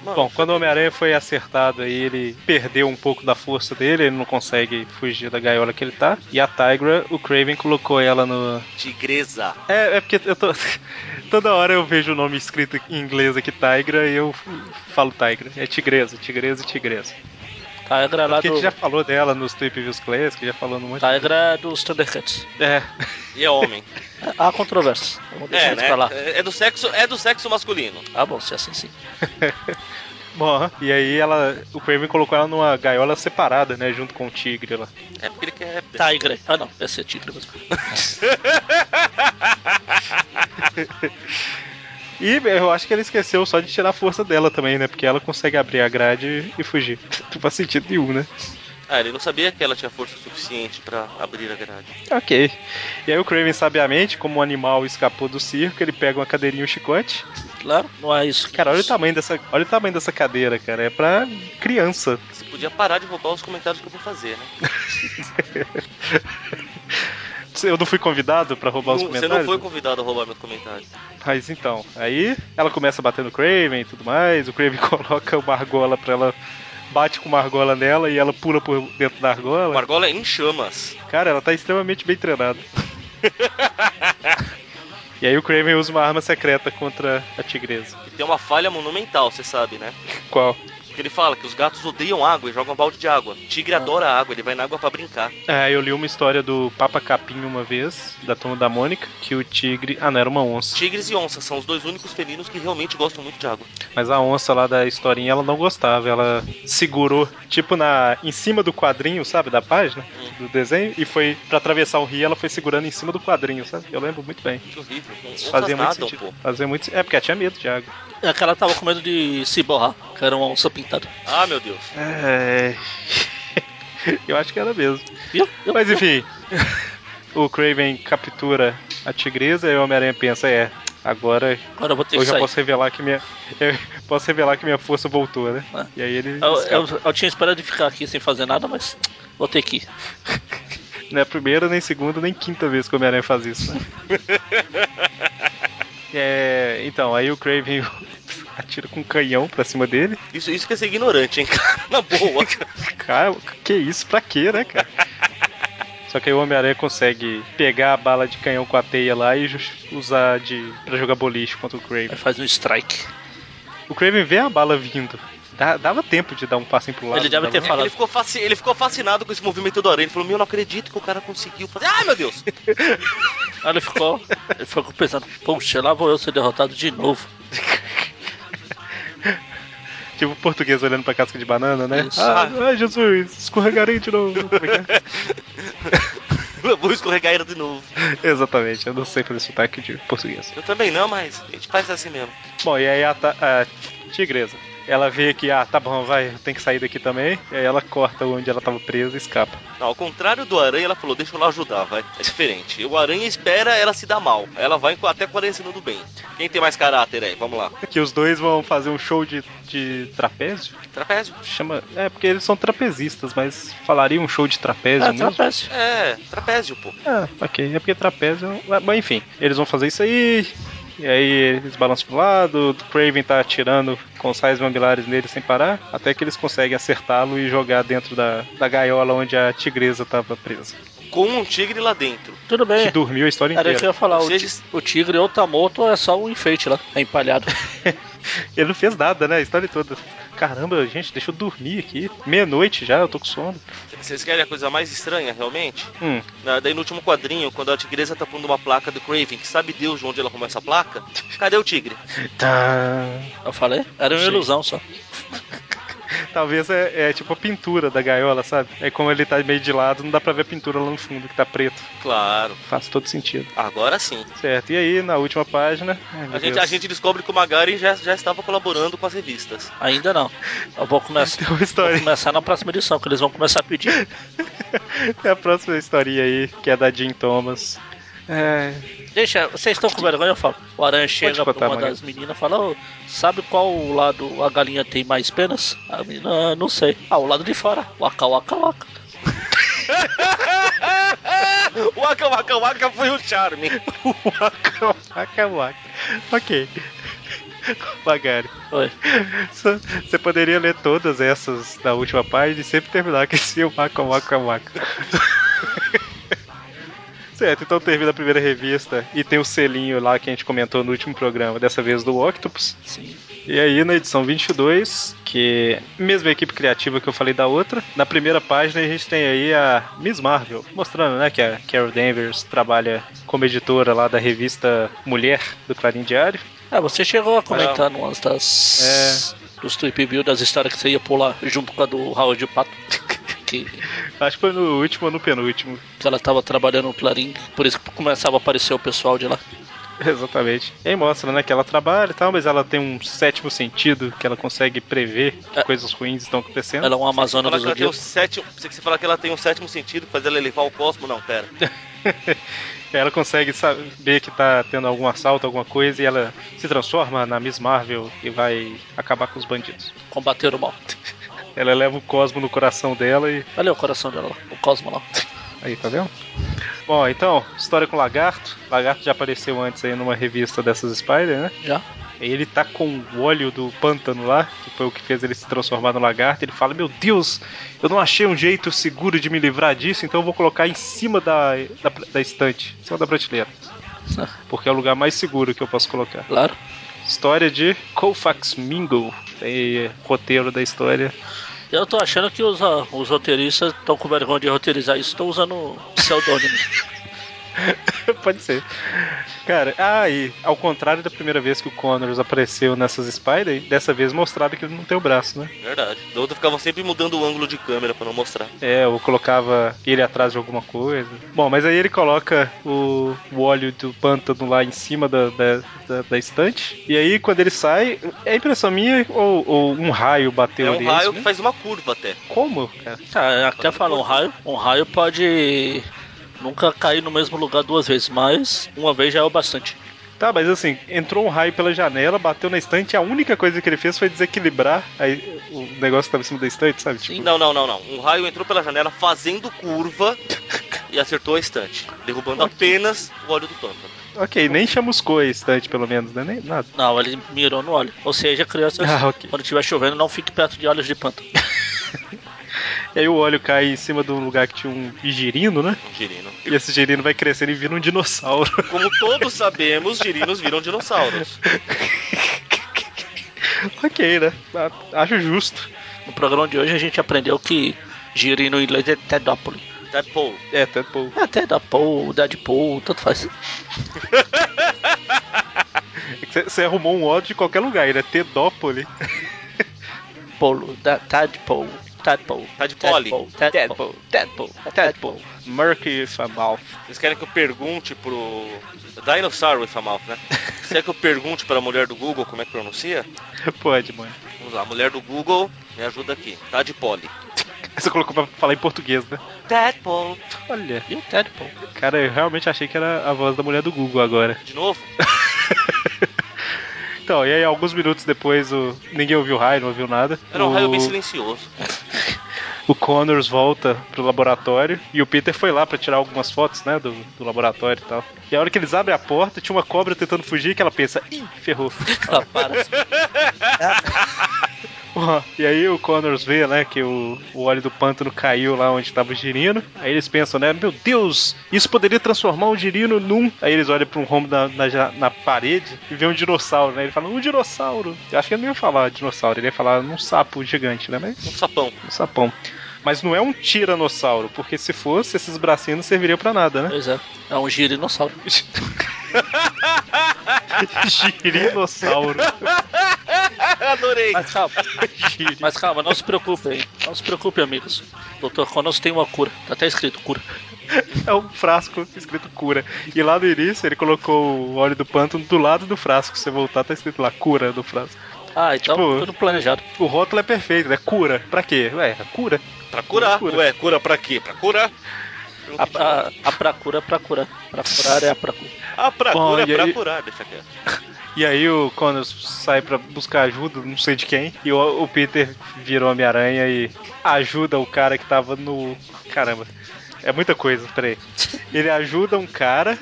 Speaker 3: Mano,
Speaker 1: Bom, quando o Homem-Aranha foi acertado aí, ele perdeu um pouco da força dele, ele não consegue fugir da gaiola que ele tá. E a Tigra, o Craven colocou ela no.
Speaker 3: tigresa.
Speaker 1: É, é porque eu tô. *laughs* Toda hora eu vejo o nome escrito em inglês aqui, Tigra, e eu falo Tigra. É tigresa, tigresa, tigresa.
Speaker 2: Tá, é lá
Speaker 1: Porque a
Speaker 2: do.
Speaker 1: gente já falou dela nos Trip Views Classic, já falou no monte.
Speaker 2: tá, é dos Thundercats.
Speaker 1: de- É,
Speaker 3: E é homem.
Speaker 2: Há controvérsias. Vamos deixar
Speaker 3: é,
Speaker 2: isso
Speaker 3: né?
Speaker 2: pra lá.
Speaker 3: É é do sexo, é do sexo masculino.
Speaker 2: Ah, bom, se é assim sim.
Speaker 1: *laughs* bom, e aí ela. O Craven colocou ela numa gaiola separada, né? Junto com o tigre lá.
Speaker 3: É porque ele quer.
Speaker 2: Tigre. Ah, não, esse é tigre mesmo.
Speaker 1: E bem, eu acho que ele esqueceu só de tirar a força dela também, né? Porque ela consegue abrir a grade e fugir. *laughs* Não faz sentido nenhum, né?
Speaker 3: Ah, ele não sabia que ela tinha força suficiente pra abrir a grade.
Speaker 1: Ok. E aí o Craven, sabiamente, como o animal escapou do circo, ele pega uma cadeirinha e um chicote.
Speaker 2: Claro, não é isso. que-
Speaker 1: Cara, olha o tamanho dessa, olha o tamanho dessa cadeira, cara. É pra criança.
Speaker 3: Você podia parar de roubar os comentários que eu vou fazer, né?
Speaker 1: Eu não fui convidado pra roubar os
Speaker 3: Não- você
Speaker 1: comentários?
Speaker 3: não foi convidado a roubar meus comentários.
Speaker 1: Mas então, aí ela começa a bater no Craven e tudo mais, o Craven *laughs* coloca uma argola pra ela, bate com uma argola nela e ela pula por dentro da argola.
Speaker 3: Margola é em chamas.
Speaker 1: Cara, ela tá extremamente bem
Speaker 3: *laughs*
Speaker 1: treinada. e aí o Kraven usa uma arma secreta contra a tigresa.
Speaker 3: E tem uma falha monumental, você sabe, né?
Speaker 1: Qual?
Speaker 3: Porque ele fala que os gatos odeiam água e jogam balde de água. Tigre adora água, ele vai na água pra brincar.
Speaker 1: É, eu li uma história do Papa Capim uma vez, da turma da Mônica, que o tigre. Ah, não, era uma onça.
Speaker 3: Tigres e onças são os dois únicos felinos que realmente gostam muito de água.
Speaker 1: Mas a onça lá da historinha ela não gostava. Ela segurou, tipo, na em cima do quadrinho, sabe? Da página
Speaker 2: Hum.
Speaker 1: do desenho. E foi pra atravessar o rio, ela foi segurando em cima do quadrinho, sabe? Eu lembro muito bem.
Speaker 3: Que horrível. Onças
Speaker 1: Fazia muito
Speaker 3: nadam,
Speaker 1: sentido.
Speaker 3: pô.
Speaker 1: Fazia muito É porque ela tinha medo de água.
Speaker 2: É que ela tava com medo de se borrar, que era uma onça pintada.
Speaker 3: Ah, meu Deus.
Speaker 1: É. *laughs* eu acho que era mesmo.
Speaker 2: Viu? Eu-
Speaker 1: Mas enfim, *laughs* o Craven captura a tigresa e o Homem-Aranha pensa, é, agora
Speaker 2: Agora eu vou ter
Speaker 1: eu
Speaker 2: que
Speaker 1: já
Speaker 2: sair.
Speaker 1: posso revelar que minha. *laughs* Eu posso revelar que minha força voltou, né?
Speaker 2: É.
Speaker 1: E aí ele.
Speaker 2: Eu,
Speaker 1: escapa.
Speaker 2: eu- eu tinha esperado de ficar aqui sem fazer nada, mas vou ter que ir.
Speaker 1: Não é a primeira, nem segunda, nem quinta vez que o Homem-Aranha faz isso, né? *laughs* É, então, aí o Craven *laughs* atira com um canhão pra cima dele.
Speaker 3: Isso, isso que é ser ignorante, hein, *laughs* cara? Na boa.
Speaker 1: Cara, que isso? Pra quê, né, cara? Só que aí o Homem-Aranha consegue pegar a bala de canhão com a teia lá e ju- usar de pra jogar boliche contra o Craven.
Speaker 2: Aí faz um strike.
Speaker 1: O Craven vê a bala vindo. Dá- dava tempo de dar um passinho pro lado.
Speaker 2: Ele deve
Speaker 1: dava-
Speaker 2: ter falado.
Speaker 3: Ele ficou, faci- ele ficou fascinado com esse movimento do aranha. Ele falou: Meu, não acredito que o cara conseguiu fazer. Ai, meu Deus! *laughs*
Speaker 2: Aí ele
Speaker 1: *laughs*
Speaker 2: ficou, ele ficou pensando, poxa, lá vou eu ser derrotado de novo.
Speaker 1: Tipo o português olhando pra casca de banana, né?
Speaker 2: Isso.
Speaker 1: Ah, ai, Jesus, escorregarei de *laughs* novo. Como é que
Speaker 3: Eu vou escorregar ele de novo.
Speaker 1: é? Exatamente, eu não sei fazer sotaque de português.
Speaker 3: Eu também não, mas a gente faz assim mesmo.
Speaker 1: Bom, e aí a, ta- a tigresa. Ela vê que, ah, tá bom, vai, eu tenho que sair daqui também. E aí ela corta onde ela tava presa e escapa.
Speaker 3: Não, ao contrário do aranha, ela falou: Deixa eu lá ajudar, vai. É diferente. O aranha espera ela se dar mal. Ela vai com- até com o aranha se dando bem. Quem tem mais caráter aí? Vamos lá.
Speaker 1: Que os dois vão fazer um show de, de trapézio?
Speaker 3: Trapézio.
Speaker 1: Chama. É, porque eles são trapezistas, mas falaria um show de trapézio
Speaker 2: É,
Speaker 1: mesmo?
Speaker 2: trapézio.
Speaker 3: É, trapézio, pô.
Speaker 1: Ah, ok. É porque trapézio. é- Mas enfim, eles vão fazer isso aí. E aí eles balançam pro lado, o Craven tá atirando com sais mamilares nele sem parar, até que eles conseguem acertá-lo e jogar dentro da, da gaiola onde a tigresa tava presa.
Speaker 3: Com um tigre lá dentro.
Speaker 2: Tudo
Speaker 1: Que
Speaker 2: bem.
Speaker 1: dormiu a história
Speaker 2: Era o que eu
Speaker 1: inteira.
Speaker 2: ia falar, o,
Speaker 3: Vocês-
Speaker 2: ti- o tigre ou tá morto ou é só um enfeite lá,
Speaker 1: *laughs*
Speaker 2: é empalhado.
Speaker 1: Ele não fez nada, né? A história toda. Caramba, gente, deixa eu dormir aqui. Meia-noite já, eu tô com sono.
Speaker 3: Vocês querem a coisa mais estranha, realmente?
Speaker 1: Hum.
Speaker 3: Na- Daí no último quadrinho, quando a tigresa tá pondo uma placa do Craven, que sabe Deus de onde ela arrumou essa placa, cadê o tigre?
Speaker 1: Tá.
Speaker 2: Eu falei? Era uma
Speaker 1: Sim.
Speaker 2: ilusão só.
Speaker 1: Talvez é, é tipo a pintura da gaiola, sabe? É como ele tá meio de lado, não dá pra ver a pintura lá no fundo que tá preto.
Speaker 3: Claro,
Speaker 1: Faz todo sentido.
Speaker 3: agora sim.
Speaker 1: Certo, e aí na última página. Ai, meu
Speaker 3: A gente,
Speaker 1: Deus.
Speaker 3: a gente descobre que o Magari já, já estava colaborando com as *laughs* revistas.
Speaker 2: Ainda não. Eu vou começar.
Speaker 1: Tem uma
Speaker 2: Vou
Speaker 1: história.
Speaker 2: começar na próxima edição, que eles vão começar a pedir.
Speaker 1: *laughs* Tem a próxima historinha aí, que é da Jim Thomas. *laughs* É,
Speaker 2: Deixa, vocês estão com vergonha, eu falo. O aranha chega
Speaker 1: contar,
Speaker 2: pra uma
Speaker 1: Maria.
Speaker 2: das meninas e fala, "Ô, sabe qual lado a galinha tem mais penas? A menina, "Ah, não sei. Ah, o lado de fora. Waka, waka, waka.
Speaker 3: Waka Waka Waka foi o charme.
Speaker 1: Waka Waka Waka. Ok. *laughs* Magari,
Speaker 2: Oi.
Speaker 1: só- você poderia ler todas essas da última página e sempre terminar com esse *laughs* Waka Waka Waka. *laughs* Certo, então termina a primeira revista e tem o selinho lá que a gente comentou no último programa, dessa vez do Octopus.
Speaker 2: Sim.
Speaker 1: E aí, na edição 22, que mesma equipe criativa que eu falei da outra, na primeira página a gente tem aí a Miss Marvel, mostrando, né, que a Carol Danvers trabalha como editora lá da revista Mulher do Clarim Diário.
Speaker 2: Ah, você chegou a comentar numa das... Dos tweet view das histórias que você ia pular junto com a do Howard Pato. *laughs* Que
Speaker 1: Acho que foi no último ou no penúltimo. *laughs*
Speaker 2: ela tava trabalhando no Clarim, por isso que começava a aparecer o pessoal de lá.
Speaker 1: Exatamente. E aí mostra, né, que ela trabalha e tal, mas ela tem um sétimo sentido, que ela consegue prever que
Speaker 2: É.
Speaker 1: coisas ruins estão acontecendo.
Speaker 2: Ela é uma Amazona
Speaker 3: Fala
Speaker 2: do
Speaker 3: que ela tem um
Speaker 2: Zodíaco.
Speaker 3: sétimo, você que você fala que ela tem um sétimo sentido que faz ela elevar o cosmo, não, pera.
Speaker 1: *laughs* Ela consegue saber que tá tendo algum assalto, alguma coisa, e ela se transforma na Miss Marvel e vai acabar com os bandidos.
Speaker 2: Combater o mal.
Speaker 1: Ela leva o cosmo no coração dela e.
Speaker 2: Olha o coração dela lá, o Cosmo lá.
Speaker 1: Aí, tá vendo? Bom, então, história com o Lagarto. O Lagarto já apareceu antes aí numa revista dessas Spider, né?
Speaker 2: Já? *laughs*
Speaker 1: Ele tá com o óleo do pântano lá, que foi o que fez ele se transformar no lagarto. Ele fala: Meu Deus, eu não achei um jeito seguro de me livrar disso, então eu vou colocar em cima da, da, da estante, em cima da prateleira. Porque é o lugar mais seguro que eu posso colocar.
Speaker 2: Claro.
Speaker 1: História de Colfax Mingle. Tem roteiro da história.
Speaker 2: Eu tô achando que os, ah, os roteiristas estão com vergonha de roteirizar isso, estão usando pseudônimo.
Speaker 1: *laughs* Pode ser. Cara, aí, ao contrário da primeira vez que o Connors apareceu nessas Spider, dessa vez mostraram que ele não tem o braço, né?
Speaker 3: Verdade. Da outra ficava sempre mudando o ângulo de câmera pra não mostrar. um
Speaker 1: É, ou colocava ele atrás de alguma coisa. Bom, mas aí ele coloca o, o óleo do pântano lá em cima da, da, da- da estante. E aí, quando ele sai, é impressão minha ou, ou um raio bateu
Speaker 3: É um
Speaker 1: ali?
Speaker 3: raio É, que
Speaker 1: né?
Speaker 3: faz uma curva até.
Speaker 1: Como, cara?
Speaker 2: Ah, até falou, um raio, um raio pode nunca cair no mesmo lugar duas vezes, mas uma vez já é o bastante.
Speaker 1: Tá, mas assim, entrou um raio pela janela, bateu na estante, a única coisa que ele fez foi desequilibrar aí, o negócio que tava em cima da estante, sabe? Tipo,
Speaker 3: Não, não, não, não. Um raio entrou pela janela fazendo curva e acertou a estante, derrubando apenas o óleo do pântano.
Speaker 1: ok, nem chamuscou a estante, pelo menos, né? Nem, nada.
Speaker 2: Não, ele mirou no óleo. Ou seja, crianças,
Speaker 1: Ah, ok.
Speaker 2: quando estiver chovendo, não fique perto de olhos de pântano.
Speaker 1: E aí o óleo cai em cima de um lugar que tinha um girino, né?
Speaker 3: Um girino.
Speaker 1: E esse girino vai crescendo e vira um dinossauro. *laughs*
Speaker 3: Como todos sabemos, girinos viram dinossauros.
Speaker 1: ok, né? A- Acho justo.
Speaker 2: No programa de hoje a gente aprendeu que girino em inglês é Tedopoli.
Speaker 3: Deadpool.
Speaker 1: É, Tadpole.
Speaker 2: É Tedopol, Deadpool, tanto faz.
Speaker 1: Você arrumou um ódio de qualquer lugar, ele é Tedópole.
Speaker 2: Polo, da- Tadpole, Tadpole.
Speaker 3: Tadpole.
Speaker 2: Tadpole, Tadpole, Tadpole.
Speaker 1: Murky *laughs* Famal.
Speaker 3: Vocês querem que eu pergunte pro. Dinosaur with a mouth, né? Vocês querem que eu pergunte pra mulher do Google como é que pronuncia?
Speaker 1: Pode, mano.
Speaker 3: Vamos lá, mulher do Google, me ajuda aqui. Tá de pole.
Speaker 1: Você colocou pra falar em português, né?
Speaker 3: Deadpool.
Speaker 1: Olha,
Speaker 2: E o Tadpole?
Speaker 1: cara, eu realmente achei que era a voz da mulher do Google agora.
Speaker 3: De novo?
Speaker 1: *laughs* Então, e aí alguns minutos depois, o... ninguém ouviu o raio, não ouviu nada.
Speaker 3: Era um
Speaker 1: o...
Speaker 3: raio bem silencioso.
Speaker 1: O Connors volta pro laboratório e o Peter foi lá pra tirar algumas fotos, né, do, do laboratório e tal. E a hora que eles abrem a porta, tinha uma cobra tentando fugir que ela pensa, ih, ferrou.
Speaker 2: Ah, para.
Speaker 1: Ó, e aí o Connors vê, né, que o, o óleo do pântano caiu lá onde tava o girino. Aí eles pensam, né, meu Deus, isso poderia transformar o girino num... Aí eles olham pra um rombo na, na, ja- na parede e vê um dinossauro, né. Ele fala, um dinossauro. Eu acho que ele não ia falar dinossauro, ele ia falar um sapo gigante, né, mas
Speaker 2: *laughs*
Speaker 3: Um sapão.
Speaker 1: um sapão. Mas não é um tiranossauro, porque se fosse, esses bracinhos não serviriam pra nada, né? *laughs*
Speaker 2: Pois é, é um girinossauro.
Speaker 1: Girinossauro.
Speaker 3: Adorei.
Speaker 2: Mas calma,
Speaker 1: Giri-
Speaker 2: mas calma, não se preocupem, não se preocupem, amigos. Dr. Conos tem uma cura, tá até escrito cura.
Speaker 1: *laughs* É um frasco escrito cura. E lá no início ele colocou o óleo do pântano do lado do frasco. Se você voltar, tá escrito lá, cura do frasco.
Speaker 2: Ah, então
Speaker 1: Tipo-
Speaker 2: tudo planejado.
Speaker 1: O rótulo é perfeito, né? Cura. Pra quê? Ué, é cura.
Speaker 3: Pra curar.
Speaker 1: Cura.
Speaker 3: Ué, cura pra quê? Pra curar?
Speaker 2: A, a, a pra cura, pra curar. Pra curar é a pra cura.
Speaker 3: Ah, pra
Speaker 1: Bom,
Speaker 3: cura é
Speaker 1: e
Speaker 3: pra
Speaker 1: aí-
Speaker 3: curar, deixa quieto.
Speaker 1: E aí o Connors sai pra buscar ajuda, não sei de quem. E o, o Peter virou Homem-Aranha e ajuda o cara que tava no. Caramba. É muita coisa, peraí. Ele ajuda um cara,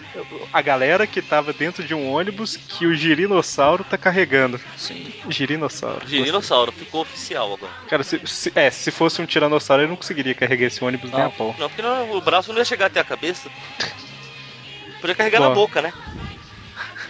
Speaker 1: a galera que tava dentro de um ônibus que o girinossauro tá carregando.
Speaker 2: Sim.
Speaker 1: Girinossauro.
Speaker 3: Girinossauro, ficou oficial agora.
Speaker 1: Cara, se, se- é, se fosse um tiranossauro, ele não conseguiria carregar esse ônibus nem
Speaker 2: Não.
Speaker 1: a pau.
Speaker 3: Não, porque não- o braço não ia chegar até a cabeça. Podia carregar
Speaker 1: Bom.
Speaker 3: na boca, né?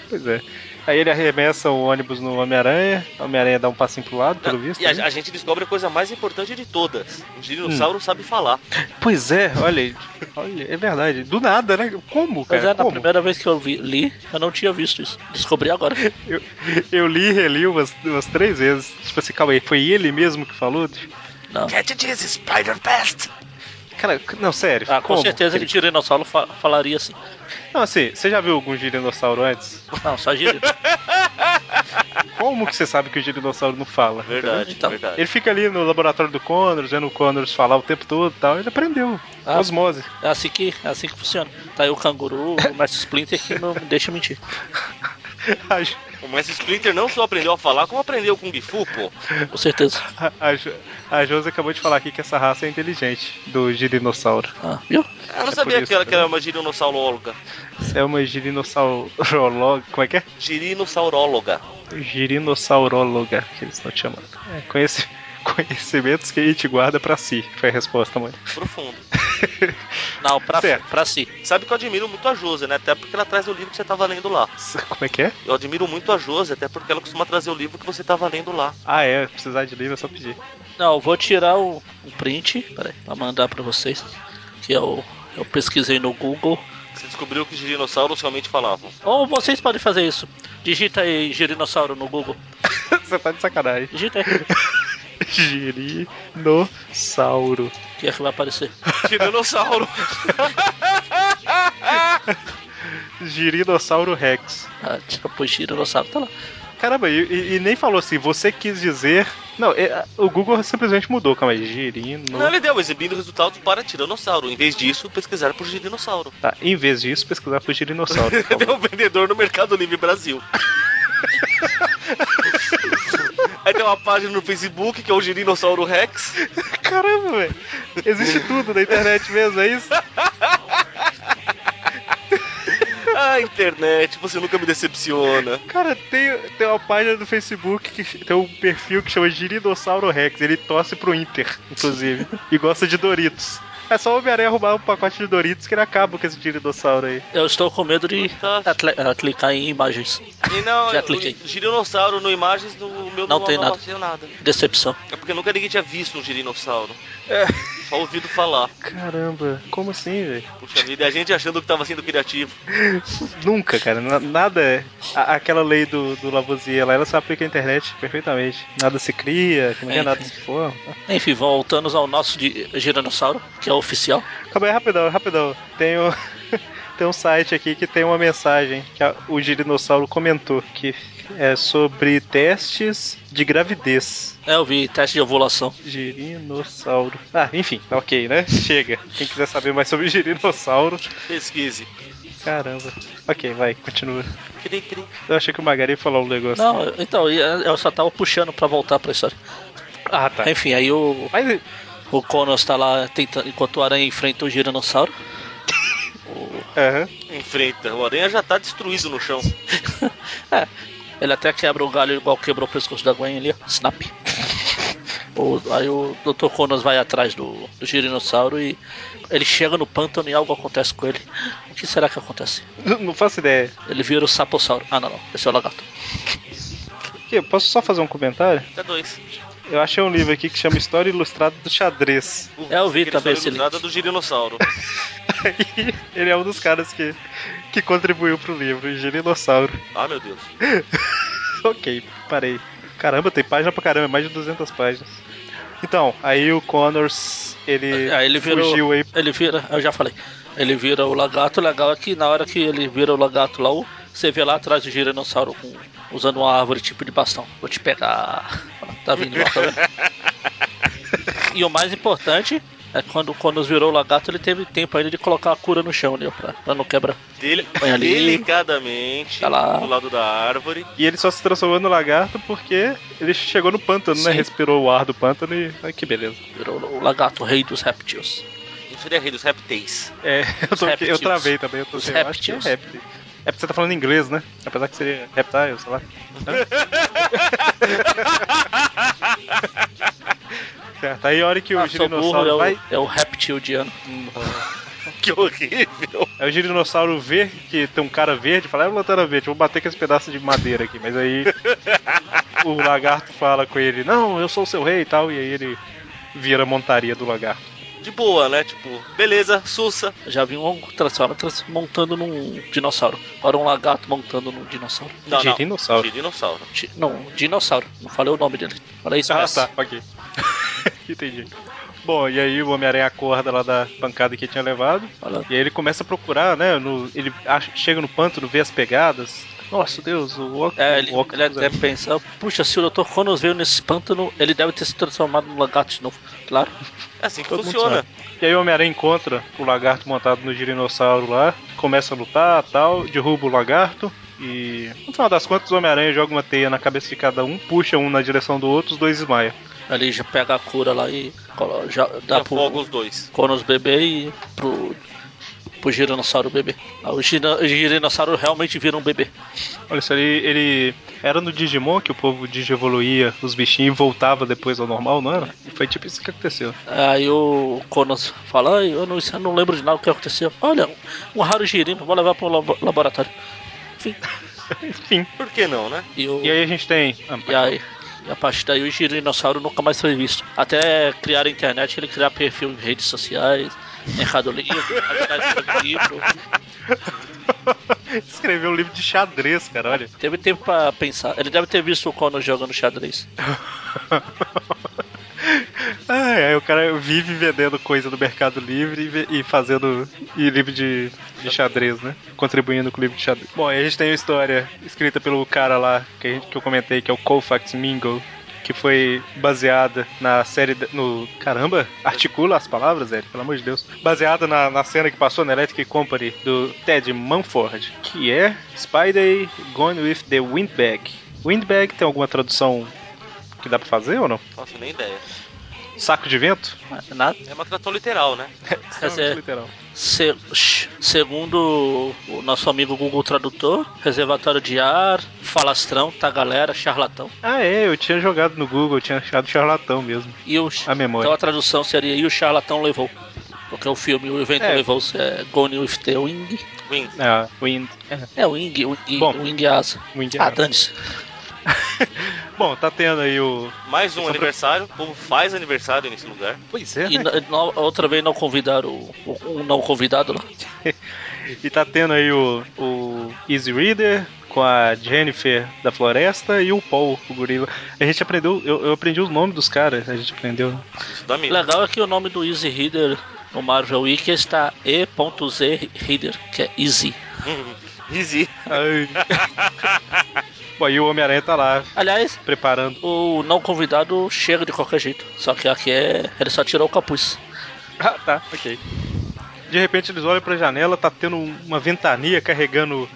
Speaker 1: Pois é. Aí ele arremessa o ônibus no Homem-Aranha, o Homem-Aranha dá um passinho pro lado, pelo visto.
Speaker 3: e a,
Speaker 1: né?
Speaker 3: a gente descobre a coisa mais importante de todas. O
Speaker 1: Hum.
Speaker 3: dinossauro sabe falar.
Speaker 1: Pois é, olha aí. Olha, é verdade. Do nada, né? Como,
Speaker 2: Mas
Speaker 1: cara?
Speaker 2: é, na
Speaker 1: Como?
Speaker 2: primeira vez que eu vi, li, eu não tinha visto isso. Descobri agora.
Speaker 1: Eu, eu li e reli umas, umas três vezes. Tipo assim, calma aí, foi ele mesmo que falou?
Speaker 2: Não.
Speaker 3: Cat diz Spider-Pest!
Speaker 1: Cara, não, sério.
Speaker 2: Ah, com
Speaker 1: como?
Speaker 2: certeza que Tiranossauro fa falaria assim.
Speaker 1: Não, assim, você já viu algum girinossauro antes?
Speaker 2: Não, só girino.
Speaker 1: Como que você sabe que o girinossauro não fala?
Speaker 3: Verdade,
Speaker 2: Então,
Speaker 3: verdade.
Speaker 1: Ele fica ali no laboratório do Connors, vendo o Connors falar o tempo todo e tal. Ele aprendeu.
Speaker 2: Ah.
Speaker 1: Osmose.
Speaker 2: É assim que, é assim que funciona. Tá aí o canguru, o Mestre Splinter que não me deixa mentir.
Speaker 1: *laughs* Aj-
Speaker 3: O Mestre Splinter não só aprendeu a falar, como aprendeu o Kung Fu, pô.
Speaker 2: Com certeza.
Speaker 1: A, a, Jo- a Josi acabou de falar aqui que essa raça é inteligente do girinossauro.
Speaker 2: Ah, viu?
Speaker 3: Eu não
Speaker 1: É
Speaker 3: sabia
Speaker 1: por isso,
Speaker 3: que, ela,
Speaker 1: né?
Speaker 3: que era uma girinossauróloga.
Speaker 1: É uma girinosauróloga. Como é que é?
Speaker 3: Girinossauróloga.
Speaker 1: Girinossauróloga, que eles estão te chamando. É, conheci- Conhecimentos que a gente guarda pra si. Foi a resposta, mãe.
Speaker 3: Profundo.
Speaker 2: Não, pra,
Speaker 1: Certo.
Speaker 2: pra si.
Speaker 3: Sabe que eu admiro muito a Josi, né? Até porque ela traz o livro que você tava lendo lá.
Speaker 1: Como é que é?
Speaker 3: Eu admiro muito a Josi, até porque ela costuma trazer o livro que você tava lendo lá.
Speaker 1: Ah, é. Precisar de livro é só pedir. *laughs*
Speaker 2: Não, eu vou tirar o, um print, peraí, pra mandar pra vocês. Que eu, eu pesquisei no Google.
Speaker 3: Você descobriu que os dinossauros realmente falavam.
Speaker 2: Ou vocês podem fazer isso. Digita aí girinossauro no Google.
Speaker 1: Você tá de sacanagem.
Speaker 2: Digita aí.
Speaker 1: Girinossauro.
Speaker 2: O que é que vai aparecer?
Speaker 3: *laughs* Tiranossauro!
Speaker 1: Girinossauro Rex.
Speaker 2: Ah, tira pro girinossauro, tá lá.
Speaker 1: Caramba, e, e- e nem falou assim, você quis dizer. Não, é, o Google simplesmente mudou, calma aí. Girino.
Speaker 3: Não, ele deu, exibindo resultados para Tiranossauro. Em vez disso, pesquisaram por Tiranossauro.
Speaker 1: Tá, em vez disso, pesquisar por girinossauro. por favor.
Speaker 3: Deu um vendedor no Mercado Livre Brasil. *laughs* Aí tem uma página no Facebook que é o Girinossauro Rex.
Speaker 1: *laughs* Caramba, velho. Existe tudo na internet mesmo, é isso?
Speaker 3: Ah, internet, você nunca me decepciona.
Speaker 1: Cara, tem, tem uma página do Facebook que tem um perfil que chama Girinossauro Rex. Ele torce pro Inter, *laughs* inclusive. e gosta de Doritos. É só o Homem-Aranha arrumar um pacote de Doritos que ele acaba com esse Girinossauro aí.
Speaker 2: Eu estou com medo de atle- ah, clicar em imagens.
Speaker 3: E não,
Speaker 2: Já
Speaker 3: o
Speaker 2: cliquei.
Speaker 3: Girinossauro no imagens no meu
Speaker 2: Não tem nada.
Speaker 3: apareceu nada.
Speaker 2: Decepção.
Speaker 3: É porque nunca ninguém tinha visto um Girinossauro.
Speaker 1: É.
Speaker 3: Só ouvido falar.
Speaker 1: Caramba, como assim, velho?
Speaker 3: Puxa vida, e a gente achando que tava sendo criativo.
Speaker 1: Nunca, cara. na- Nada é. a- aquela lei do, do Lavoisier lá, ela se aplica à internet perfeitamente. Nada se cria, como é que é, nada se forma.
Speaker 2: Enfim, voltando ao nosso de giranossauro, que é oficial.
Speaker 1: Calma aí, rapidão, rapidão. Tem, o- *laughs* tem um site aqui que tem uma mensagem que a- o Girinossauro comentou, que é sobre testes de gravidez.
Speaker 2: É, eu vi teste de ovulação.
Speaker 1: Girinossauro. Ah, enfim, tá ok, né? *laughs* Chega. Quem quiser saber mais sobre Girinossauro,
Speaker 3: Pesquise.
Speaker 1: caramba. Ok, vai, continua.
Speaker 3: Cri, cri.
Speaker 1: Eu achei que o Magari ia falar um negócio.
Speaker 2: Não, eu- então, e, eh, eu só tava puxando pra voltar pra história.
Speaker 1: Ah, tá.
Speaker 2: Enfim, aí o,
Speaker 1: Mas
Speaker 2: o Conos tá lá tentando, enquanto o aranha enfrenta o giranossauro.
Speaker 1: Aham.
Speaker 3: Enfrenta. O aranha já tá destruído no chão.
Speaker 2: *laughs* É, ele até quebra o galho igual quebrou o pescoço da Gwen ali, ó. Snap. *laughs* O- aí o Dr. Conas vai atrás do, do girinossauro e ele chega no pântano e algo acontece com ele. O que será que acontece?
Speaker 1: N- Não faço ideia.
Speaker 2: Ele vira o sapossauro. Ah, não, não. Esse é o lagarto.
Speaker 1: Aqui, eu posso só fazer um comentário?
Speaker 3: Tá dois.
Speaker 1: Eu achei um livro aqui que chama História Ilustrada do Xadrez.
Speaker 3: O,
Speaker 2: É, eu vi
Speaker 3: aquele
Speaker 2: também
Speaker 3: história
Speaker 2: esse link.
Speaker 3: ilustrada do Girinossauro.
Speaker 1: Aí, *laughs* ele é um dos caras que, que contribuiu pro livro, Girinossauro.
Speaker 3: Ah, meu Deus.
Speaker 1: *laughs* ok, parei. Caramba, tem página pra caramba, mais de 200 páginas. Então, aí o Connors, ele,
Speaker 2: Ah, Aí ele virou.
Speaker 1: fugiu aí.
Speaker 2: Ele vira, eu já falei. Ele vira o lagarto. O legal é que na hora que ele vira o lagarto lá, o- você vê lá atrás o giranossauro com- usando uma árvore tipo de bastão. Vou te pegar. *laughs* Tá vindo lá, tá
Speaker 1: *laughs*
Speaker 2: vendo? e o mais importante é quando quando os virou o lagarto, ele teve tempo ainda de colocar a cura no chão ali, ó, pra, pra não quebrar.
Speaker 3: Dele,
Speaker 2: Põe ali.
Speaker 3: delicadamente,
Speaker 2: Tá lá.
Speaker 3: do lado da árvore.
Speaker 1: E ele só se transformou no lagarto porque ele chegou no pântano, né?
Speaker 2: Sim.
Speaker 1: Respirou o ar do pântano e. Ai, que beleza.
Speaker 2: Virou o lagarto, o rei dos reptiles.
Speaker 3: Não seria rei dos répteis. *laughs*
Speaker 1: É, *laughs* eu, tô aqui- eu
Speaker 2: reptiles.
Speaker 1: travei também, eu tô
Speaker 2: Os
Speaker 1: assim, eu acho que é
Speaker 2: reptiles.
Speaker 1: réptil. É porque você tá falando inglês, né? Apesar que seria reptile,
Speaker 2: *laughs*
Speaker 1: sei lá. certo, Tá, aí a hora que o
Speaker 2: Ah, seu burro é
Speaker 1: girinossauro
Speaker 2: o,
Speaker 1: vai.
Speaker 2: é o reptiliano.
Speaker 3: Que horrível.
Speaker 1: Aí É o girinossauro vê que tem um cara verde, fala, é o lanterna verde, vou bater com esse pedaço de madeira aqui. Mas aí o lagarto fala com ele, não, eu sou o seu rei e tal, e aí ele vira a montaria do lagarto.
Speaker 3: De boa, né? Tipo, beleza, sussa.
Speaker 2: Já vi um Transformer trans- montando num dinossauro. Agora um lagarto montando num dinossauro.
Speaker 3: Não, não.
Speaker 1: Girinossauro.
Speaker 3: Girinossauro.
Speaker 2: Di- Não, dinossauro. Não falei o nome dele. Falei isso
Speaker 1: Ah,
Speaker 2: mesmo.
Speaker 1: tá, ok. *laughs* Entendi. Bom, e aí o Homem-Aranha acorda lá da pancada que tinha levado.
Speaker 2: Olha,
Speaker 1: E aí ele começa a procurar, né? no- ele acha- chega no pântano, vê as pegadas. Nossa, Deus, o Octopus...
Speaker 2: É, ele,
Speaker 1: o Octopus
Speaker 2: ele até pensa, puxa, se o Dr. Cronos veio nesse pântano, ele deve ter se transformado num lagarto de novo. Claro.
Speaker 3: É assim que
Speaker 1: Todo mundo
Speaker 3: funciona.
Speaker 1: E aí o Homem-Aranha encontra o lagarto montado no girinossauro lá, começa a lutar tal, derruba o lagarto. E no final das contas, o Homem-Aranha joga uma teia na cabeça de cada um, puxa um na direção do outro, os dois desmaiam.
Speaker 2: Ele já pega a cura lá e colo- já
Speaker 3: Já
Speaker 2: dá pro
Speaker 3: afoga os dois.
Speaker 2: Cronos beber e pro pro Giranossauro bebê. Aí o gira- o Giranossauro realmente vira um bebê.
Speaker 1: Olha isso ali, ele. Era no Digimon que o povo digievoluía os bichinhos e voltava depois ao normal, não era? E foi tipo isso que aconteceu. *laughs*
Speaker 2: Aí o Conan fala, "Ai, eu não, isso eu não lembro de nada o que aconteceu. Olha, um raro girino, vou levar pro labo- laboratório. Enfim.
Speaker 1: Enfim.
Speaker 3: Por que não, né?
Speaker 2: E, o,
Speaker 1: E aí a gente tem. Ah,
Speaker 2: e aí- e a partir daí o girinossauro nunca mais foi visto. Até criar a internet, ele criar perfil em redes sociais, Mercado Livre, atrás do livro.
Speaker 1: *laughs* Escreveu um livro de xadrez, cara, olha.
Speaker 2: Teve tempo pra pensar. Ele deve ter visto o Conan jogando xadrez.
Speaker 1: ah, é, o cara vive vendendo coisa do Mercado Livre e ve- e, fazendo e livro de, de xadrez, né? Contribuindo com o livro de xadrez. Bom, aí a gente tem a história escrita pelo cara lá que, a gente- que eu comentei, que é o Colfax Mingle. Que foi baseada na série. da- no Caramba! Articula as palavras, Eric, pelo amor de Deus. Baseada na, na cena que passou na Electric Company do Ted Manford, que é Spider Gone with the Windbag. Windbag tem alguma tradução que dá pra fazer ou não?
Speaker 3: Nossa, nem ideia.
Speaker 1: Saco de vento?
Speaker 2: Mas Nada.
Speaker 3: É uma tradução literal, né?
Speaker 2: Quer dizer,
Speaker 1: literal.
Speaker 2: Se- sh- segundo o nosso amigo Google Tradutor, reservatório de ar, falastrão, tá galera, charlatão.
Speaker 1: Ah, é, eu tinha jogado no Google, eu tinha achado charlatão mesmo.
Speaker 2: E o,
Speaker 1: A memória.
Speaker 2: Então a tradução seria E o charlatão levou. Porque o filme, o evento
Speaker 1: É.
Speaker 2: levou é Gone with the Wing.
Speaker 3: Wing.
Speaker 1: Ah, Wind. É,
Speaker 2: É, Wing, Wing,
Speaker 1: Bom.
Speaker 2: Wing Asa.
Speaker 1: Wind
Speaker 2: Ah,
Speaker 1: Asa.
Speaker 2: dane-se.
Speaker 1: *laughs* Bom, tá tendo aí o.
Speaker 3: Mais um
Speaker 1: Só pra-
Speaker 3: aniversário. O povo faz aniversário nesse lugar.
Speaker 1: Pois é,
Speaker 2: E
Speaker 1: né?
Speaker 2: na- na- outra vez não convidaram o, o- um não convidado lá.
Speaker 1: E tá tendo aí o, o Easy Reader com a Jennifer da Floresta e o Paul, o gorila. A gente aprendeu, eu, eu aprendi os nomes dos caras, a gente aprendeu.
Speaker 3: Isso dá
Speaker 2: O
Speaker 3: medo.
Speaker 2: legal é que o nome do Easy Reader no Marvel Wiki está E.Z Reader, que é Easy.
Speaker 3: Hum, Easy.
Speaker 1: *laughs* Ai. Bom, e o Homem-Aranha tá lá,
Speaker 2: Aliás,
Speaker 1: preparando.
Speaker 2: o não convidado chega de qualquer jeito. Só que aqui é. Ele só tirou o capuz.
Speaker 1: Ah, tá, ok. De repente eles olham pra janela, tá tendo uma ventania carregando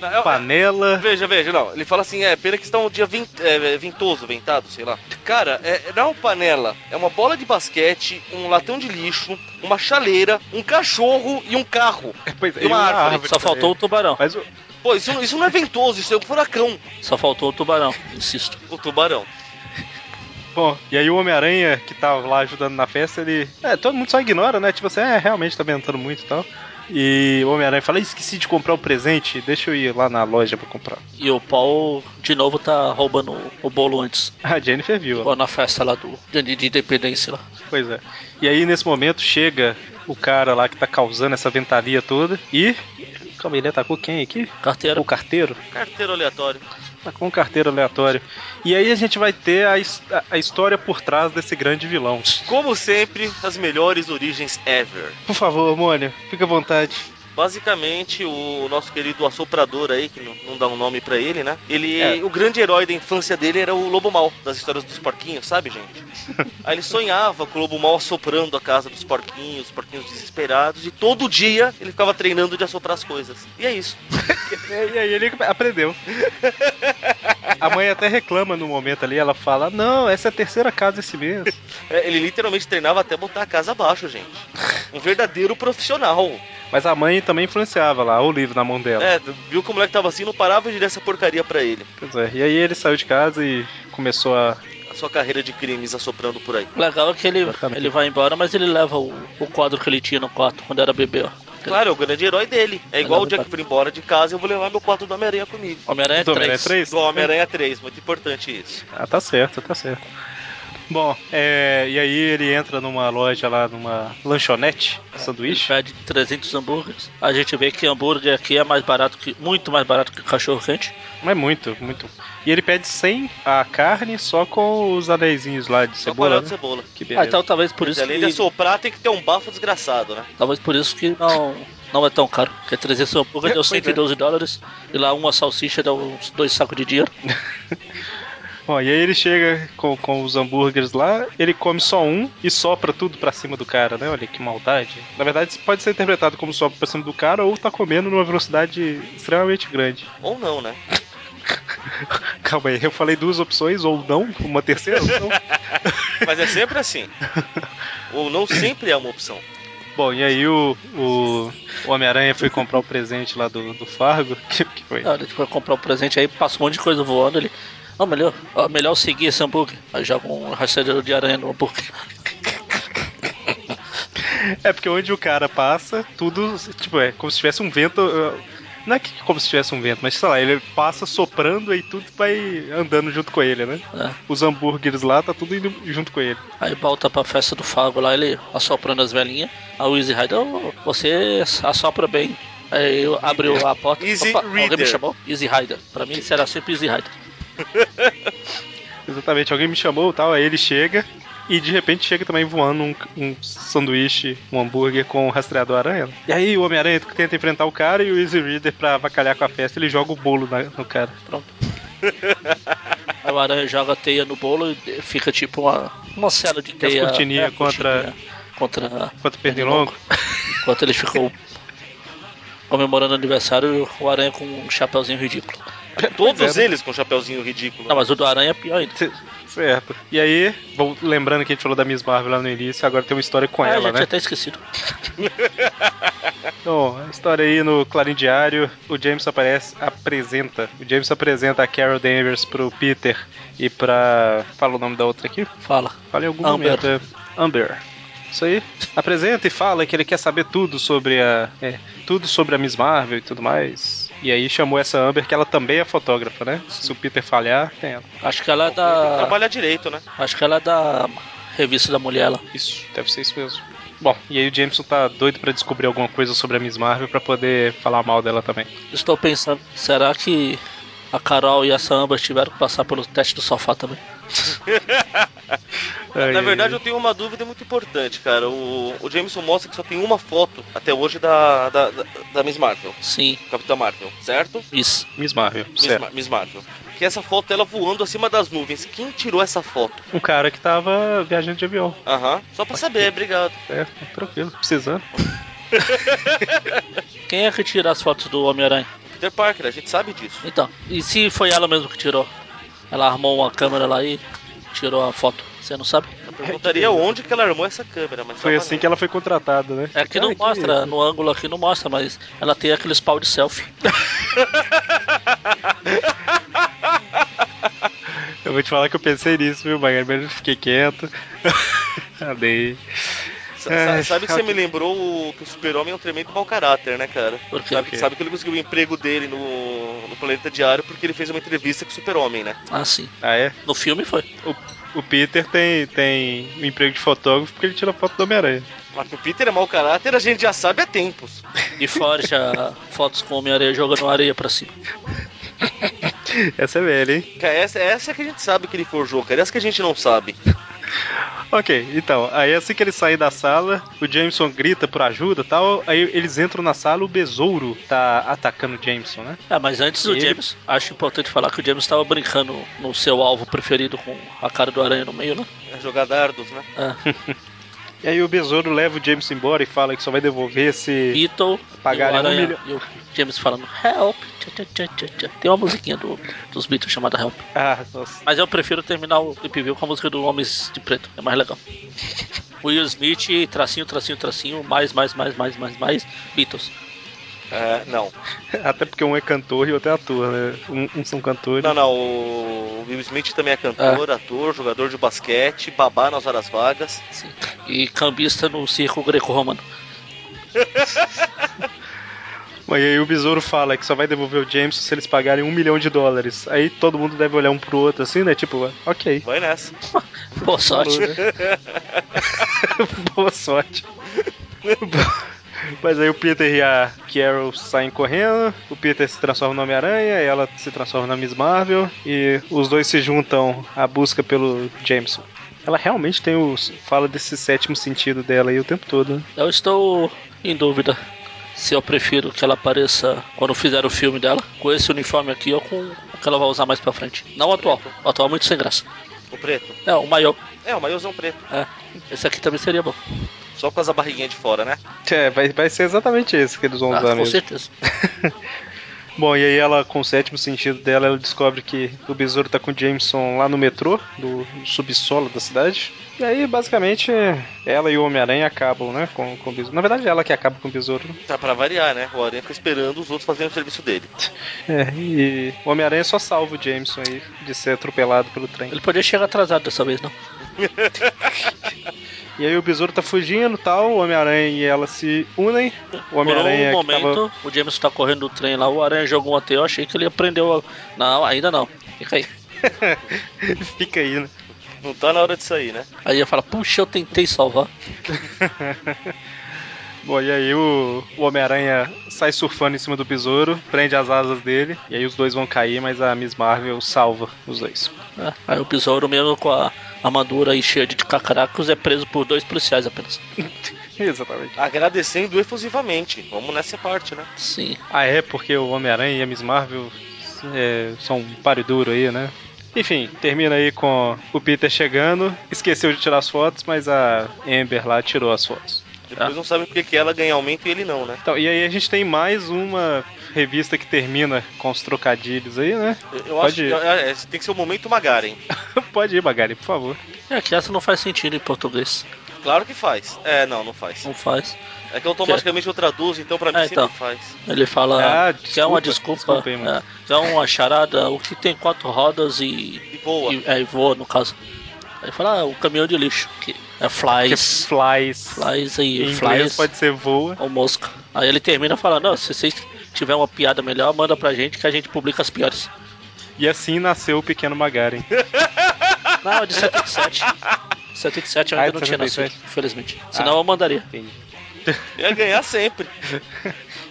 Speaker 3: Não, é-
Speaker 1: panela.
Speaker 3: Veja, veja, não. Ele fala assim, é, pena que está um dia vin- é, ventoso, ventado, sei lá. Cara, é, não é uma panela, é uma bola de basquete, um latão de lixo, uma chaleira, um cachorro e um carro.
Speaker 1: Pois é,
Speaker 3: E uma
Speaker 1: e
Speaker 3: árvore,
Speaker 2: Só faltou o tubarão.
Speaker 1: Mas o-
Speaker 3: Pô, isso, isso não é ventoso, isso é um furacão.
Speaker 2: Só faltou o tubarão, insisto.
Speaker 3: O tubarão.
Speaker 1: Bom, e aí o Homem-Aranha, que tava lá ajudando na festa, ele. É, todo mundo só ignora, né? Tipo assim, é, realmente tá ventando muito e tal. E o Homem-Aranha fala: "Ah, esqueci de comprar o presente, deixa eu ir lá na loja pra comprar. *laughs*
Speaker 2: E o Paul de novo tá roubando o bolo antes.
Speaker 1: A Jennifer viu, ó.
Speaker 2: Igual na festa lá do de, de independência lá.
Speaker 1: pois é. E aí nesse momento chega o cara lá que tá causando essa ventania toda e. Calma, ele atacou quem aqui?
Speaker 2: Carteira.
Speaker 1: O carteiro?
Speaker 3: Carteiro aleatório.
Speaker 1: Tá com um carteiro aleatório. E aí a gente vai ter a, his- a- a história por trás desse grande vilão.
Speaker 3: Como sempre, as melhores origens ever.
Speaker 1: Por favor, Mônio, fica à vontade.
Speaker 3: Basicamente, o nosso querido assoprador aí, que não, não dá um nome pra ele, né? Ele,
Speaker 1: É.
Speaker 3: o grande herói da infância dele era o Lobo Mal, das histórias dos porquinhos, sabe, gente? aí ele sonhava com o Lobo Mal assoprando a casa dos porquinhos, os porquinhos desesperados, e todo dia ele ficava treinando de assoprar as coisas. E é isso.
Speaker 1: E aí ele aprendeu. A mãe até reclama no momento ali, ela fala: Não, essa é a terceira casa esse mês.
Speaker 3: É, ele literalmente treinava até botar a casa abaixo, gente. Um verdadeiro profissional.
Speaker 1: Mas a mãe também influenciava lá, o livro na mão dela.
Speaker 3: É, viu que o moleque tava assim, não parava de dar essa porcaria pra ele.
Speaker 1: Pois é, E aí ele saiu de casa e começou a.
Speaker 3: A sua carreira de crimes assoprando por aí.
Speaker 2: O legal é que ele,
Speaker 1: Exatamente.
Speaker 2: ele vai embora, mas ele leva o, o quadro que ele tinha no quarto quando era bebê, ó.
Speaker 3: Claro, é o grande herói dele. É igual
Speaker 2: lá
Speaker 3: o dia
Speaker 2: vai-
Speaker 3: que eu for embora de casa, eu vou levar meu quarto do Homem-Aranha comigo.
Speaker 2: Homem-Aranha
Speaker 1: Do Homem-Aranha
Speaker 2: 3.
Speaker 1: né? três?
Speaker 3: É Do né? Homem-Aranha 3, muito importante isso.
Speaker 1: Ah, tá certo, tá certo. Bom, é, e aí ele entra numa loja lá, numa lanchonete,
Speaker 2: Ele
Speaker 1: sanduíche.
Speaker 2: pede 300 hambúrgueres. A gente vê que hambúrguer aqui é mais barato que muito mais barato que cachorro quente. Ah,
Speaker 3: É.
Speaker 1: Mas muito, muito. E ele pede sem a carne, só com os anezinhos lá de
Speaker 3: Só
Speaker 1: cebola.
Speaker 3: cebola, de
Speaker 1: Né?
Speaker 3: cebola.
Speaker 1: Que
Speaker 2: Ah,
Speaker 1: beleza.
Speaker 2: então talvez por
Speaker 3: Mas
Speaker 2: isso
Speaker 3: além de
Speaker 2: que,
Speaker 3: assoprar, tem que ter um bafo desgraçado, né?
Speaker 2: talvez por isso que não não é tão caro. Porque 300 hambúrgueres deu
Speaker 1: Pois é.
Speaker 2: 112 dólares e lá uma salsicha dá uns dois sacos de dinheiro.
Speaker 1: Bom, e aí ele chega com, com os hambúrgueres lá, ele come só um e sopra tudo pra cima do cara, né? Olha que maldade. Na verdade, isso pode ser interpretado como sopra pra cima do cara ou tá comendo numa velocidade extremamente grande. *laughs*
Speaker 3: Ou não, né?
Speaker 1: Calma aí, eu falei duas opções, ou não, uma terceira opção.
Speaker 3: Mas é sempre assim. Ou não sempre é uma opção.
Speaker 1: *laughs* Bom, e aí o, o, o Homem-Aranha foi comprar o presente lá do, do Fargo. *laughs* Que, que foi?
Speaker 2: Não, ele foi comprar um presente aí, passa um monte de coisa voando ele. Ah, melhor, ah, melhor seguir esse hambúrguer. Aí joga um rastreador de aranha no hambúrguer.
Speaker 1: É porque onde o cara passa, tudo, tipo, é como se tivesse um vento. uh, Não é que como se tivesse um vento, mas sei lá, ele passa soprando e tudo vai andando junto com ele, né?
Speaker 2: É.
Speaker 1: Os hambúrgueres lá, tá tudo indo junto com ele.
Speaker 2: Aí volta pra festa do Fago lá, ele assoprando as velhinhas. A Wizzy Rider, "Ô, você assopra bem. Aí eu abri a porta.
Speaker 3: Easy
Speaker 2: alguém me
Speaker 3: Rider.
Speaker 2: chamou? Easy Rider. Pra mim será sempre Easy Rider.
Speaker 1: Exatamente, alguém me chamou e tal, aí ele chega e de repente chega também voando um, um sanduíche, um hambúrguer com um rastreador aranha. E aí o Homem-Aranha tenta enfrentar o cara e o Easy Reader, pra avacalhar com a festa, ele joga o bolo na- no cara.
Speaker 2: Pronto. Aí o aranha joga a teia no bolo e fica tipo uma, uma cela de
Speaker 1: Aquelas
Speaker 2: teia.
Speaker 1: cortininha
Speaker 2: é, cortininha contra.
Speaker 1: Enquanto pernilongo.
Speaker 2: Enquanto ele ficou comemorando o aniversário, o aranha com um chapeuzinho ridículo.
Speaker 3: Todos
Speaker 1: é, né?
Speaker 3: eles com um chapeuzinho ridículo.
Speaker 2: Não, mas o do aranha é pior ainda.
Speaker 1: C- Certo. E aí, vou- lembrando que a gente falou da Miss Marvel lá no início, agora tem uma história com
Speaker 2: Ah,
Speaker 1: ela,
Speaker 2: a gente
Speaker 1: né?
Speaker 2: até esquecido.
Speaker 1: Então, a história aí no Clarim Diário, o James aparece, apresenta. O James apresenta a Carol Danvers pro Peter e pra. Fala o nome da outra aqui?
Speaker 2: Fala.
Speaker 1: Fala em algum
Speaker 2: Amber.
Speaker 1: momento. é. Amber. Isso aí. Apresenta e fala que ele quer saber tudo sobre a. é, tudo sobre a Miss Marvel e tudo mais. E aí chamou essa Amber, que ela também é fotógrafa, né? Se o Peter falhar, tem ela.
Speaker 2: Acho que ela é
Speaker 3: Tem que
Speaker 2: da.
Speaker 3: trabalhar direito, né?
Speaker 2: Acho que ela é da revista da mulher lá.
Speaker 1: Isso, deve ser isso mesmo. Bom, e aí o Jameson tá doido pra descobrir alguma coisa sobre a Miss Marvel pra poder falar mal dela também.
Speaker 2: Estou pensando, será que a Carol e a Samba tiveram que passar pelo teste do sofá também?
Speaker 1: Ai,
Speaker 3: Na
Speaker 1: ai, ai.
Speaker 3: verdade, eu tenho uma dúvida muito importante, cara. O, o Jameson mostra que só tem uma foto até hoje da, da, da, da Miss Marvel,
Speaker 2: Sim,
Speaker 3: Capitã Marvel, certo?
Speaker 2: isso.
Speaker 1: Miss Marvel,
Speaker 3: Miss,
Speaker 1: certo.
Speaker 3: Ma- Miss Marvel. Que essa foto ela voando acima das nuvens. Quem tirou essa foto?
Speaker 1: Um cara que tava viajando de avião,
Speaker 3: Aham. Só pra saber, obrigado.
Speaker 1: certo? Tranquilo, precisando.
Speaker 2: Quem é que tira as fotos do Homem-Aranha?
Speaker 3: Peter Parker, a gente sabe disso.
Speaker 2: Então, e se foi ela mesmo que tirou? Ela armou uma câmera lá e tirou a foto. Você não sabe?
Speaker 1: *laughs*
Speaker 3: Eu perguntaria onde que ela armou essa câmera, mas
Speaker 1: Foi
Speaker 3: tava
Speaker 1: assim
Speaker 3: nela.
Speaker 1: que ela foi contratada, né?
Speaker 2: É que não
Speaker 1: Cara,
Speaker 2: mostra, no ângulo aqui não mostra, mas ela tem aqueles pau de selfie.
Speaker 1: Eu vou te falar que eu pensei nisso, viu, Magari? Mas eu fiquei *laughs* quieto. Adei.
Speaker 3: Sa-
Speaker 1: É,
Speaker 3: sa- sabe que
Speaker 1: ok.
Speaker 3: você me lembrou o- que o super-homem é um tremendo mau caráter, né, cara?
Speaker 2: Por quê?
Speaker 3: Sabe, sabe que ele conseguiu o emprego dele no, no Planeta Diário porque ele fez uma entrevista com o super-homem, né?
Speaker 2: Ah, sim.
Speaker 1: Ah, é?
Speaker 2: No filme foi.
Speaker 1: O, o Peter tem, tem um emprego de fotógrafo porque ele tira foto do Homem-Aranha.
Speaker 3: Mas que o Peter é mau caráter, a gente já sabe há tempos.
Speaker 2: E forja *laughs* fotos com o Homem-Aranha jogando areia pra cima.
Speaker 1: Essa é velha, hein?
Speaker 3: Cara, Essa, essa é que a gente sabe que ele forjou, cara. Essa que a gente não sabe.
Speaker 1: Ok, então, aí assim que ele sair da sala, o Jameson grita por ajuda e tal, aí eles entram na sala, o besouro tá atacando o Jameson, né?
Speaker 2: Ah, mas antes o
Speaker 1: Ele-
Speaker 2: James, acho importante falar que o James estava brincando no seu alvo preferido com a cara do aranha no meio, né?
Speaker 3: É jogar dardos, né?
Speaker 2: *laughs* É.
Speaker 1: E aí o besouro leva o Jameson embora e fala que só vai devolver se
Speaker 2: Beatle
Speaker 1: Pagaram
Speaker 2: e o
Speaker 1: um
Speaker 2: aranha.
Speaker 1: milhão.
Speaker 2: E o James falando help. tchá, tchá, tchá, tchá, tchá. Tem uma musiquinha do, dos Beatles chamada help.
Speaker 1: Ah, nossa.
Speaker 2: Mas eu prefiro terminar o clipe view com a música do Homens de Preto, é mais legal. Will Smith, tracinho, tracinho, tracinho, mais, mais, mais, mais, mais, mais, Beatles.
Speaker 3: É, não.
Speaker 1: Até porque um é cantor e outro é ator, né? Um, um são cantores.
Speaker 3: Não, não. O Will Smith também é cantor, ator, jogador de basquete, babá nas horas vagas.
Speaker 2: Sim. E cambista no circo greco-romano.
Speaker 1: Mas aí o besouro fala que só vai devolver o Jameson se eles pagarem um milhão de dólares. Aí todo mundo deve olhar um pro outro assim, né? Tipo, ok. *laughs*
Speaker 3: Vai nessa.
Speaker 2: Boa
Speaker 1: né?
Speaker 2: sorte.
Speaker 1: Boa sorte. Mas aí o Peter e a Carol saem correndo, o Peter se transforma no Homem-Aranha, ela se transforma na Miss Marvel e os dois se juntam à busca pelo Jameson. Ela realmente tem o fala desse sétimo sentido dela aí o tempo todo, né?
Speaker 2: Eu estou em dúvida se eu prefiro que ela apareça quando fizer o filme dela, com esse uniforme aqui ou com o que ela vai usar mais pra frente. Não o atual, o atual é muito sem graça.
Speaker 3: O preto.
Speaker 2: É, o maior.
Speaker 3: É, o maiôzão preto.
Speaker 2: É. Esse aqui também seria bom.
Speaker 3: Só com as barriguinhas de fora, né?
Speaker 1: É, vai, vai ser exatamente esse que eles vão
Speaker 2: Ah,
Speaker 1: usar
Speaker 2: com
Speaker 1: mesmo.
Speaker 2: certeza.
Speaker 1: Bom, e aí ela, com o sétimo sentido dela, ela descobre que o besouro tá com o Jameson lá no metrô, do subsolo da cidade. E aí, basicamente, ela e o Homem-Aranha acabam, né, com, com o besouro. Na verdade, ela que acaba com o besouro.
Speaker 3: Tá pra variar, né? O Aranha fica esperando os outros fazerem o serviço dele.
Speaker 1: É, e o Homem-Aranha só salva o Jameson aí de ser atropelado pelo trem.
Speaker 2: Ele podia chegar atrasado dessa vez, não.
Speaker 1: E aí o besouro tá fugindo e tal, o Homem-Aranha e ela se unem. O Homem-Aranha
Speaker 2: Por um
Speaker 1: que tava-
Speaker 2: momento, o Jameson tá correndo do trem lá, o Aranha jogou um AT, eu achei que ele aprendeu. A... Não, ainda não. Fica aí.
Speaker 1: *laughs* Fica aí, né?
Speaker 3: Não tá na hora de sair, né?
Speaker 2: Aí ele fala, puxa, eu tentei salvar.
Speaker 1: Bom, e aí o, o Homem-Aranha sai surfando em cima do besouro, prende as asas dele, e aí os dois vão cair, mas a Miss Marvel salva os dois.
Speaker 2: É, Aí o besouro mesmo com a armadura aí cheia de cacaracos é preso por dois policiais apenas.
Speaker 1: Exatamente.
Speaker 3: Agradecendo efusivamente. Vamos nessa parte, né?
Speaker 2: Sim.
Speaker 1: Ah, é, porque o Homem-Aranha e a Miss Marvel é, são um páreo duro aí, né? Enfim, termina aí com o Peter chegando, esqueceu de tirar as fotos, mas a Amber lá tirou as fotos.
Speaker 3: Depois não sabem porque que é ela ganha aumento e ele não, né?
Speaker 1: Então, e aí a gente tem mais uma revista que termina com os trocadilhos aí, né? *laughs*
Speaker 3: Eu, eu
Speaker 1: Pode
Speaker 3: acho
Speaker 1: ir.
Speaker 3: que é, é, tem que ser o momento Magaren.
Speaker 1: Pode ir, Magari, por favor.
Speaker 2: É que essa não faz sentido em português.
Speaker 3: Claro que faz. É, não, não faz.
Speaker 2: Não faz.
Speaker 3: É que automaticamente eu traduzo, então pra mim
Speaker 2: Ah,
Speaker 3: sempre
Speaker 2: então.
Speaker 3: faz.
Speaker 2: Ele
Speaker 1: Ah,
Speaker 2: fala que é uma
Speaker 1: desculpa,
Speaker 2: desculpa,
Speaker 1: desculpa aí, mano.
Speaker 2: é, que é uma charada, o que tem quatro rodas e,
Speaker 3: E boa.
Speaker 2: e, é, e voa, no caso. Aí fala, ah, o caminhão de lixo, que é
Speaker 1: Que é
Speaker 2: flies,
Speaker 1: flies.
Speaker 2: flies
Speaker 1: é Em
Speaker 2: aí,
Speaker 1: inglês
Speaker 2: flies
Speaker 1: pode ser voa.
Speaker 2: ou mosca. Aí ele termina falando, "Não, se vocês tiver uma piada melhor, manda pra gente que a gente publica as piores.
Speaker 1: E assim nasceu o pequeno Magaren.
Speaker 2: Não, é
Speaker 1: *laughs*
Speaker 2: de 77. 77 eu
Speaker 1: Ah,
Speaker 2: ainda
Speaker 1: de
Speaker 2: não tinha
Speaker 1: 77.
Speaker 2: nascido, infelizmente.
Speaker 1: Ah.
Speaker 2: Senão eu mandaria.
Speaker 3: Ia ganhar sempre.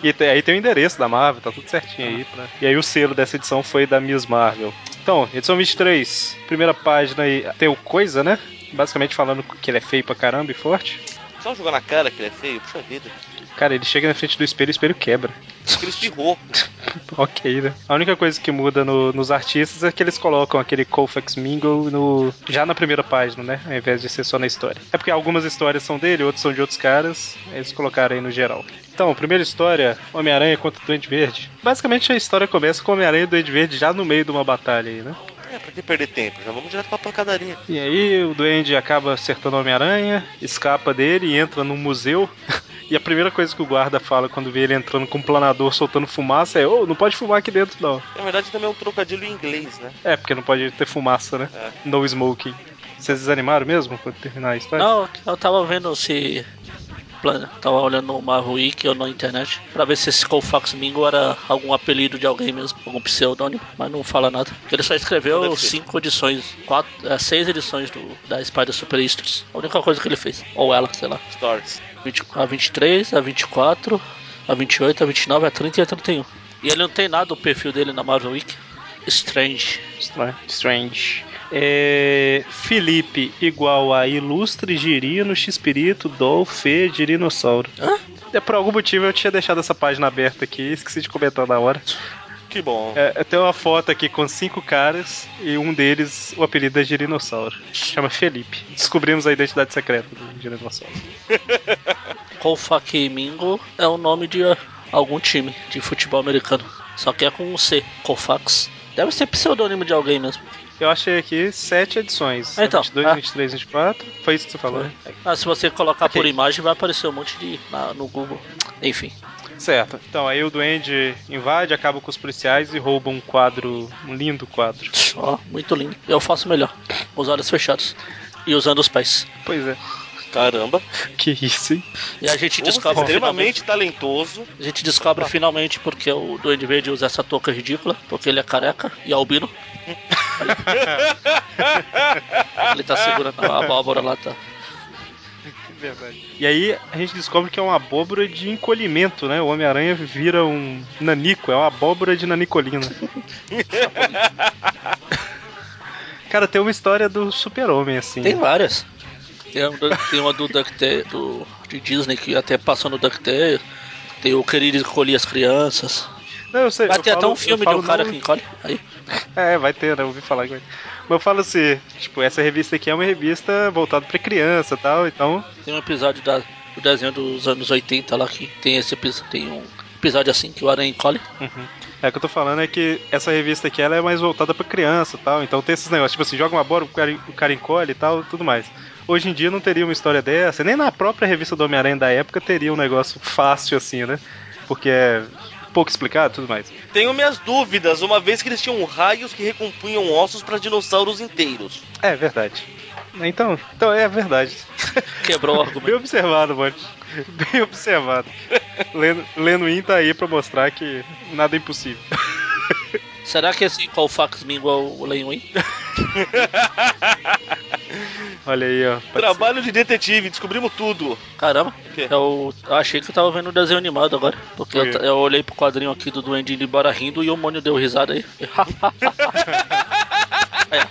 Speaker 1: E te- aí tem o endereço da Marvel, tá tudo certinho aí. pra- E aí o selo dessa edição foi da Miss Marvel. Então, edição 23, primeira página aí, tem o Coisa, né? Basicamente falando que ele é feio pra caramba e forte.
Speaker 3: Só jogar na cara que ele é feio, puxa vida.
Speaker 1: Cara, ele chega na frente do espelho e o espelho quebra.
Speaker 3: Porque ele espirrou.
Speaker 1: *laughs* Ok, né? A única coisa que muda no- nos artistas é que eles colocam aquele Colfax Mingle no, já na primeira página, né? Ao invés de ser só na história. É porque algumas histórias são dele, outras são de outros caras. Eles colocaram aí no geral. Então, primeira história: Homem-Aranha contra o Duende Verde. Basicamente a história começa com o Homem-Aranha e o Duende Verde já no meio de uma batalha aí, né?
Speaker 3: É, pra que perder tempo? Já vamos direto pra pancadaria.
Speaker 1: E aí o Duende acaba acertando o Homem-Aranha, escapa dele e entra num museu. *laughs* E a primeira coisa que o guarda fala quando vê ele entrando com um planador soltando fumaça é: Ô, não pode fumar aqui dentro não.
Speaker 3: Na verdade também é um trocadilho em inglês, né?
Speaker 1: É, porque não pode ter fumaça, né?
Speaker 2: É.
Speaker 1: No smoking. Vocês desanimaram mesmo quando terminar a história?
Speaker 2: Não, eu tava vendo se. plan- Tava olhando no Marvel Wiki ou na internet pra ver se esse Colfax Mingo era algum apelido de alguém mesmo, algum pseudônimo, mas não fala nada. Ele só
Speaker 3: Não
Speaker 2: escreveu
Speaker 3: deve ser.
Speaker 2: cinco edições, quatro, é, seis edições do, da Spider Super Histories. A única coisa que ele fez, ou ela, sei lá.
Speaker 3: Stories.
Speaker 2: 20 a 23, a 24, a 28, a 29, a 30 e a 31. E ele não tem nada o perfil dele na Marvel Wiki. Strange.
Speaker 1: Stra- Strange. É, Felipe igual a Ilustre Girino, Xpirito, Dolphe, Girinossauro.
Speaker 2: Hã?
Speaker 1: É, por algum motivo eu tinha deixado essa página aberta aqui, esqueci de comentar na hora.
Speaker 3: Que bom.
Speaker 1: É, tem uma foto aqui com cinco caras e um deles, o apelido é Girinossauro. Chama Felipe. Descobrimos a identidade secreta do Girinossauro.
Speaker 2: Colfax Mingo é o nome de ah, algum time de futebol americano. Só que é com um C, Colfax. Deve ser pseudônimo de alguém mesmo.
Speaker 1: Eu achei aqui sete edições. É
Speaker 2: Ah, então.
Speaker 1: 22,
Speaker 2: Ah.
Speaker 1: 23, 24. Foi isso que você falou? né?
Speaker 2: Ah, se você colocar
Speaker 1: Ok.
Speaker 2: por imagem, vai aparecer um monte de. na- no Google. Enfim.
Speaker 1: Certo. Então aí o duende invade, acaba com os policiais e rouba um quadro, um lindo quadro.
Speaker 2: Ó, muito lindo. Eu faço melhor. Com os olhos fechados. E usando os pés.
Speaker 1: Pois é.
Speaker 3: Caramba.
Speaker 1: Que isso, hein?
Speaker 2: E a gente
Speaker 3: Você
Speaker 2: descobre finalmente.
Speaker 3: extremamente talentoso.
Speaker 2: A gente descobre finalmente porque o Duende Verde usa essa touca ridícula, porque ele é careca e albino. ele tá segurando a abóbora lá, tá?
Speaker 1: Verdade. E aí a gente descobre que é uma abóbora de encolhimento, né? O Homem-Aranha vira um nanico, é uma abóbora de
Speaker 2: *laughs*
Speaker 1: nanicolina. Cara, tem uma história do super-homem, assim.
Speaker 2: Tem várias. Tem, a do- tem uma do DuckTales, do de Disney que até passou no DuckTales. Tem o Querido Encolher as Crianças.
Speaker 1: Não, eu sei,
Speaker 2: Vai
Speaker 1: eu
Speaker 2: ter até
Speaker 1: falo-
Speaker 2: um filme
Speaker 1: eu
Speaker 2: de
Speaker 1: falo
Speaker 2: um cara
Speaker 1: não-
Speaker 2: que encolhe. Aí.
Speaker 1: É, vai ter, né? Eu ouvi falar que vai ter. Mas eu falo assim, tipo, essa revista aqui é uma revista voltada pra criança e tal, então
Speaker 2: Tem um episódio da, do desenho dos anos 80 lá que tem esse episódio. Tem um episódio assim que o aranha encolhe.
Speaker 1: É o que eu tô falando é que essa revista aqui ela é mais voltada pra criança e tal. Então tem esses negócios, tipo assim, joga uma bola, o cara, o cara encolhe e tal, tudo mais. Hoje em dia não teria uma história dessa, nem na própria revista do Homem-Aranha da época teria um negócio *laughs* fácil assim, né? Porque é pouco explicado e tudo mais.
Speaker 3: Tenho minhas dúvidas, uma vez que eles tinham raios que recompunham ossos para dinossauros inteiros.
Speaker 1: É verdade. Então, então é verdade.
Speaker 2: Quebrou o
Speaker 1: Bem
Speaker 2: argumento.
Speaker 1: observado, mano. *laughs* Bem observado. Leno, Lenoin tá aí pra mostrar que nada é impossível.
Speaker 2: Será que esse Colfax mingua o Leon aí?
Speaker 1: Olha aí, ó.
Speaker 3: Trabalho de detetive, descobrimos tudo.
Speaker 2: Caramba, É
Speaker 3: quê?
Speaker 2: eu achei que eu tava vendo o desenho animado agora. Porque eu,
Speaker 1: Por quê?
Speaker 2: eu olhei pro quadrinho aqui do Duende indo embora rindo e o Mônio deu risada aí. *laughs* É.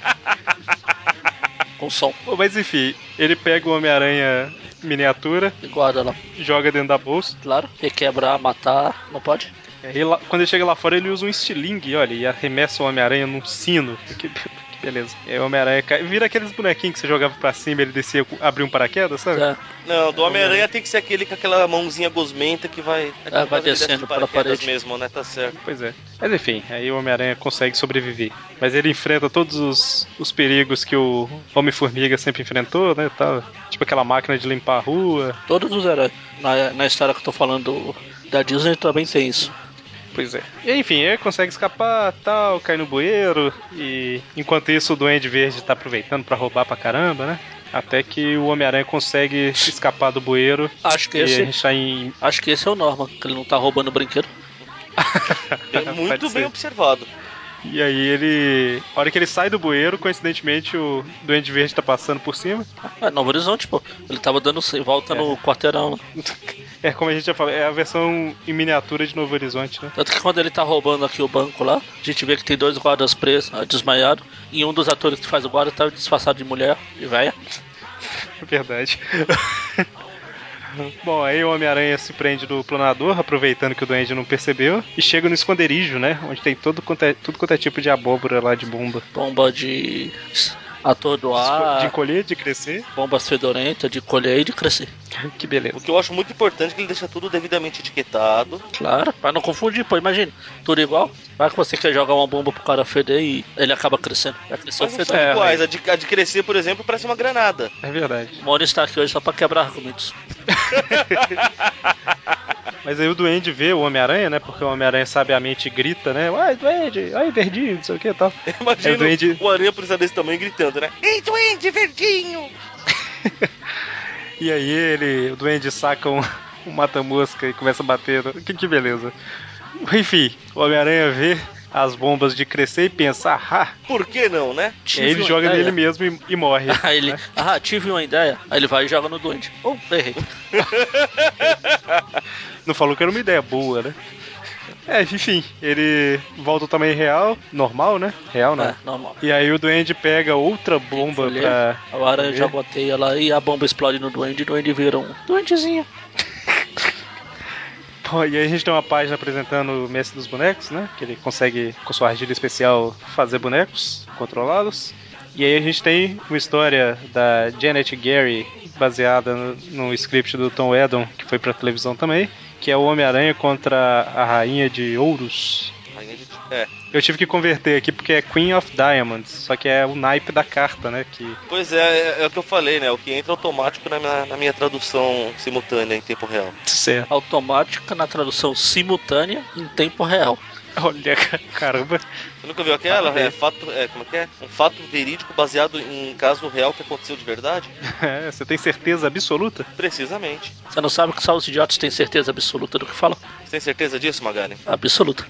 Speaker 2: Com som
Speaker 1: Bom, mas enfim, ele pega o Homem-Aranha miniatura,
Speaker 2: e guarda lá.
Speaker 1: joga dentro da bolsa.
Speaker 2: Claro, requebrar, matar, não pode?
Speaker 1: Aí, lá- quando ele chega lá fora, ele usa um estilingue, olha, e arremessa o Homem-Aranha num sino. *laughs* Que, be- que beleza. E aí o Homem-Aranha cai. Vira aqueles bonequinhos que você jogava pra cima, ele descia, com- abria um paraquedas, sabe?
Speaker 2: É,
Speaker 3: Não, do Homem-Aranha tem que ser aquele com aquela mãozinha gosmenta que vai. é
Speaker 2: Ah, vai
Speaker 3: que desce
Speaker 2: descendo
Speaker 3: de
Speaker 2: pela
Speaker 3: paraquedas
Speaker 2: parede.
Speaker 3: mesmo, né?
Speaker 2: *laughs*
Speaker 3: Tá certo.
Speaker 1: Pois é. Mas enfim, aí o Homem-Aranha consegue sobreviver. Mas ele enfrenta todos os, os perigos que o Homem-Formiga sempre enfrentou, né? Tal. Tipo aquela máquina de limpar a rua.
Speaker 2: todos os heróis. Na, na história que eu tô falando da Disney também tem isso.
Speaker 1: Pois é. E enfim, ele consegue escapar, tal, cai no bueiro. E enquanto isso, o Duende Verde tá aproveitando pra roubar pra caramba, né? Até que o Homem-Aranha consegue escapar do bueiro.
Speaker 2: Acho que
Speaker 1: E a
Speaker 2: esse,
Speaker 1: gente tá em.
Speaker 2: acho que esse é o Norman, que ele não tá roubando o brinquedo.
Speaker 3: Bem-
Speaker 1: *laughs*
Speaker 3: é muito
Speaker 1: Pode
Speaker 3: bem
Speaker 1: ser.
Speaker 3: observado.
Speaker 1: E aí ele. A hora que ele sai do bueiro, coincidentemente o Duende Verde tá passando por cima.
Speaker 2: É Novo Horizonte, pô. Ele tava dando volta no quarteirão. né?
Speaker 1: É como a gente já falou, é a versão em miniatura de Novo Horizonte, né?
Speaker 2: Tanto que quando ele tá roubando aqui o banco lá, a gente vê que tem dois guardas presos, ah, desmaiados, e um dos atores que faz o guarda tá disfarçado de mulher, de velha.
Speaker 1: Verdade. *laughs* Bom, aí o Homem-Aranha se prende do planador, aproveitando que o Duende não percebeu, e chega no esconderijo, né? Onde tem todo quanto é, tudo quanto é tipo de abóbora lá de bomba.
Speaker 2: Bomba de
Speaker 1: De Ah.
Speaker 2: atordoar,
Speaker 1: encolher, de crescer.
Speaker 2: bombas fedorentas, de colher e de crescer.
Speaker 1: *laughs* Que
Speaker 3: O
Speaker 1: beleza.
Speaker 3: que eu acho muito importante é que ele deixa tudo devidamente etiquetado.
Speaker 2: Claro, pra não confundir, pô, imagina, tudo igual. Vai que você quer jogar uma bomba pro cara feder e ele acaba crescendo. Vai crescer o
Speaker 3: Mas não
Speaker 2: fedor.
Speaker 3: são
Speaker 1: é,
Speaker 3: iguais. A de, a de crescer, por exemplo, parece uma granada. *laughs*
Speaker 1: É verdade.
Speaker 2: O Maurício está aqui hoje só pra quebrar argumentos.
Speaker 1: Mas aí o Duende vê o Homem-Aranha, né? Porque o Homem-Aranha sabiamente grita, né? Ai, Duende, ai, verdinho, não sei o que e tal.
Speaker 3: Imagina
Speaker 1: É, o duende-
Speaker 3: o aranha precisar desse tamanho gritando, né? Ei, duende, verdinho!
Speaker 1: E aí ele, o duende saca um, *laughs* um mata-mosca e começa a bater. no- Que, que beleza. Enfim, o Homem-Aranha vê as bombas de crescer e pensa, ah,
Speaker 3: Por que não, né?
Speaker 1: e aí É, ele
Speaker 2: uma
Speaker 1: joga
Speaker 2: ideia.
Speaker 1: nele mesmo né? e, e morre.
Speaker 2: É, *laughs* Aí ele, ah, tive uma ideia. Aí ele vai e joga no doente. Oh, errei.
Speaker 1: Não falou que era uma ideia boa, né? É, enfim, ele volta ao tamanho real, normal, né? Real, né?
Speaker 2: É, normal.
Speaker 1: E aí o duende pega outra bomba
Speaker 2: Folha.
Speaker 1: pra.
Speaker 2: A aranha
Speaker 1: ver.
Speaker 2: joga a teia lá e a bomba explode no duende. O duende vira um duendezinho.
Speaker 1: Bom, e aí a gente tem uma página apresentando o mestre dos bonecos, né? Que ele consegue, com sua argila especial, fazer bonecos, controlá-los. E aí a gente tem uma história da Janet Gary, baseada no, no script do Tom Edon, que foi pra televisão também, que é o Homem-Aranha contra a Rainha de Ouros.
Speaker 3: Aí a gente... É,
Speaker 1: Eu tive que converter aqui porque é Queen of Diamonds, só que é o naipe da carta, né? Que
Speaker 3: pois é, é, é o que eu falei, né? O que entra automático na minha, na minha tradução simultânea em tempo real.
Speaker 1: certo.
Speaker 2: Automática na tradução simultânea em tempo real.
Speaker 1: *laughs* Olha, caramba. *laughs*
Speaker 3: Você nunca viu aquela?
Speaker 1: Fato
Speaker 3: é, fato, é, como é que é? Um fato verídico baseado em um caso real que aconteceu de verdade?
Speaker 1: É, você tem certeza absoluta?
Speaker 3: Precisamente.
Speaker 2: Você não sabe que só os idiotas têm certeza absoluta do que falam?
Speaker 3: Você tem certeza disso, Magari?
Speaker 2: Absoluta.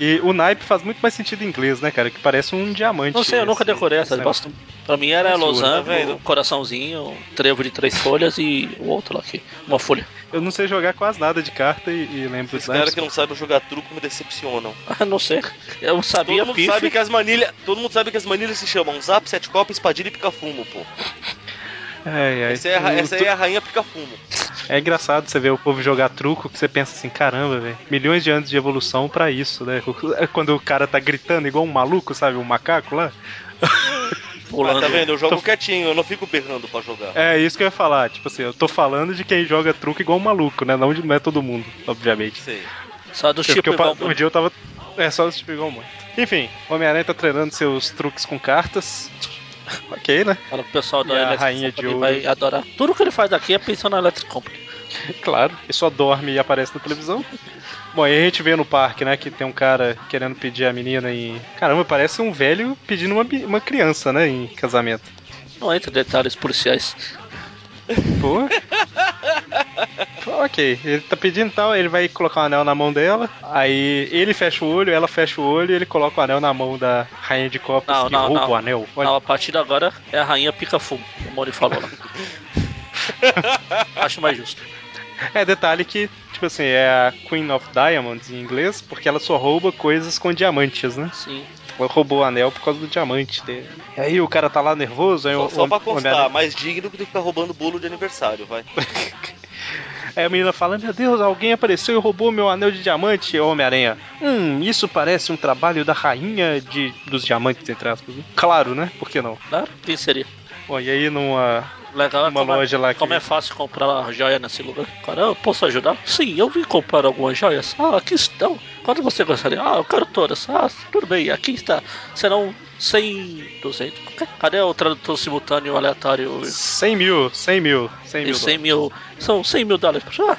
Speaker 1: E o naipe faz muito mais sentido em inglês, né, cara? Que parece um diamante.
Speaker 2: Não sei, eu nunca
Speaker 1: esse-
Speaker 2: decorei
Speaker 1: esse
Speaker 2: essas
Speaker 1: negócio.
Speaker 2: bosta. Pra mim era
Speaker 1: Tá sua,
Speaker 2: losango,
Speaker 3: tá vendo?
Speaker 2: coraçãozinho, um trevo de três folhas e o outro lá aqui, uma folha. *laughs*
Speaker 1: Eu não sei jogar quase nada de carta e, e lembro
Speaker 3: Esses
Speaker 1: disso.
Speaker 3: caras que não sabem jogar truco me decepcionam.
Speaker 2: Ah, não sei. Eu
Speaker 3: Todo
Speaker 2: sabia
Speaker 3: mundo
Speaker 2: pife.
Speaker 3: sabe que as manilhas. Todo mundo sabe que as manilhas se chamam Zap, Sete Copas, Espadilha e Picafumo, pô.
Speaker 1: Ai, ai.
Speaker 3: Essa, é a, ra-
Speaker 1: Eu-
Speaker 3: essa aí é a rainha Picafumo.
Speaker 1: É engraçado você ver o povo jogar truco, que você pensa assim, caramba, velho, milhões de anos de evolução pra *laughs* isso, né? Quando o cara tá gritando igual um maluco, sabe? Um macaco lá.
Speaker 3: Mas
Speaker 2: pulando.
Speaker 3: tá vendo? Eu jogo
Speaker 1: Tô-
Speaker 3: quietinho, eu não fico berrando pra jogar.
Speaker 1: É isso que eu ia falar, tipo assim, eu tô falando de quem joga truque igual um maluco, né? Não, de- não é todo mundo, obviamente.
Speaker 3: Sei.
Speaker 2: Só do
Speaker 1: Porque
Speaker 2: tipo
Speaker 1: eu, pa-
Speaker 2: igual.
Speaker 1: um dia eu tava. É só os tipo igual muito. Enfim, Homem-Aranha tá treinando seus truques com cartas. *laughs* Ok, né?
Speaker 2: Fala pro pessoal da
Speaker 1: E a
Speaker 2: Electric
Speaker 1: rainha de
Speaker 2: Company
Speaker 1: ouro.
Speaker 2: vai adorar. Tudo que ele faz daqui é pensando na Electric Company.
Speaker 1: Claro. E só dorme e aparece na televisão. Bom, aí a gente vê no parque, né, que tem um cara querendo pedir a menina em. Caramba, parece um velho pedindo uma, bi- uma criança, né, em casamento.
Speaker 2: Não entra em detalhes policiais.
Speaker 1: Pô. *laughs* ok, ele tá pedindo e tal, ele vai colocar o anel na mão dela, aí ele fecha o olho, ela fecha o olho e ele coloca o anel na mão da rainha de copas
Speaker 2: Não,
Speaker 1: que
Speaker 2: não,
Speaker 1: rouba
Speaker 2: não.
Speaker 1: o anel. Olha,
Speaker 2: Não, a partir de agora é a rainha pica fumo, como o Mori
Speaker 1: *laughs*
Speaker 2: falou lá. Acho mais justo.
Speaker 1: É, detalhe que, tipo assim, é a Queen of Diamonds em inglês, porque ela só rouba coisas com diamantes, né?
Speaker 2: Sim.
Speaker 1: Ela roubou o anel por causa do diamante dele. E aí o cara tá lá nervoso, aí
Speaker 3: Só,
Speaker 1: o,
Speaker 3: só pra
Speaker 1: o- o Homem-Aranha-
Speaker 3: constar, mais digno do que ficar roubando bolo de
Speaker 1: *laughs*
Speaker 3: aniversário, vai.
Speaker 1: Aí a menina fala: Meu Deus, alguém apareceu e roubou meu anel de diamante, ô Homem-Aranha. Hum, isso parece um trabalho da rainha de, dos diamantes, entre aspas. Claro, né? Por que não?
Speaker 2: Claro, quem seria?
Speaker 1: Bom, e aí numa.
Speaker 2: Legal é
Speaker 1: Uma
Speaker 2: como é-
Speaker 1: loja lá que-
Speaker 2: Como é fácil comprar joia nesse lugar. Cara, eu posso ajudar? Sim, eu vim comprar algumas joias. Ah, aqui estão. Quanto você gostaria? Ah, eu quero todas. Ah, tudo bem, aqui está. Serão 100, 200. Cadê o tradutor simultâneo aleatório?
Speaker 1: 100 mil, 100 mil, 100
Speaker 2: E
Speaker 1: mil.
Speaker 2: 100 mil. São 100 mil dólares. Ah,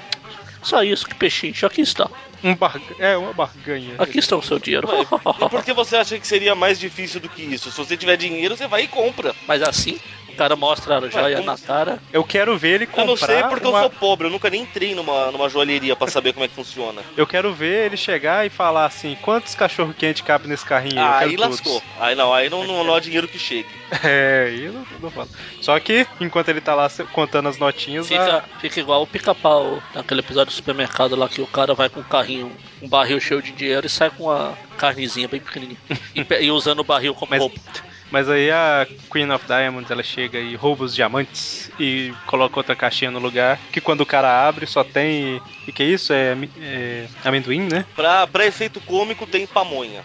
Speaker 2: só isso, que peixinho. Aqui está.
Speaker 1: Um bar... É, uma barganha.
Speaker 2: Aqui está o seu dinheiro. *laughs*
Speaker 3: Ué, E por que você acha que seria mais difícil do que isso? Se você tiver dinheiro, você vai e compra.
Speaker 2: Mas assim, o cara mostra a joia
Speaker 3: como
Speaker 2: na
Speaker 3: se-
Speaker 2: cara.
Speaker 1: Eu quero ver ele comprar.
Speaker 3: Eu não sei porque
Speaker 1: uma-
Speaker 3: eu sou pobre, eu nunca nem entrei numa, numa joalheria pra saber como é
Speaker 1: *laughs*
Speaker 3: que funciona.
Speaker 1: Eu quero ver ele chegar e falar assim: quantos cachorro quente cabe nesse carrinho? Eu quero
Speaker 3: Ah, aí
Speaker 1: todos. *laughs*
Speaker 3: lascou. Aí não, aí não, não, não há dinheiro que chegue.
Speaker 1: É, aí não, não fala. Só que, enquanto ele tá lá se- contando as notinhas,
Speaker 2: Fica,
Speaker 1: a-
Speaker 2: fica igual o pica-pau naquele episódio do supermercado lá que o cara vai com um carrinho, um barril cheio de dinheiro e sai com uma carnezinha bem pequenininha. e, pe- e usando o barril como
Speaker 1: Mas-
Speaker 2: roupa.
Speaker 1: mas aí a Queen of Diamonds ela chega e rouba os diamantes e coloca outra caixinha no lugar. Que quando o cara abre só tem. E que isso? É, ami- é amendoim, né? *laughs*
Speaker 3: Pra, pra efeito cômico, tem pamonha.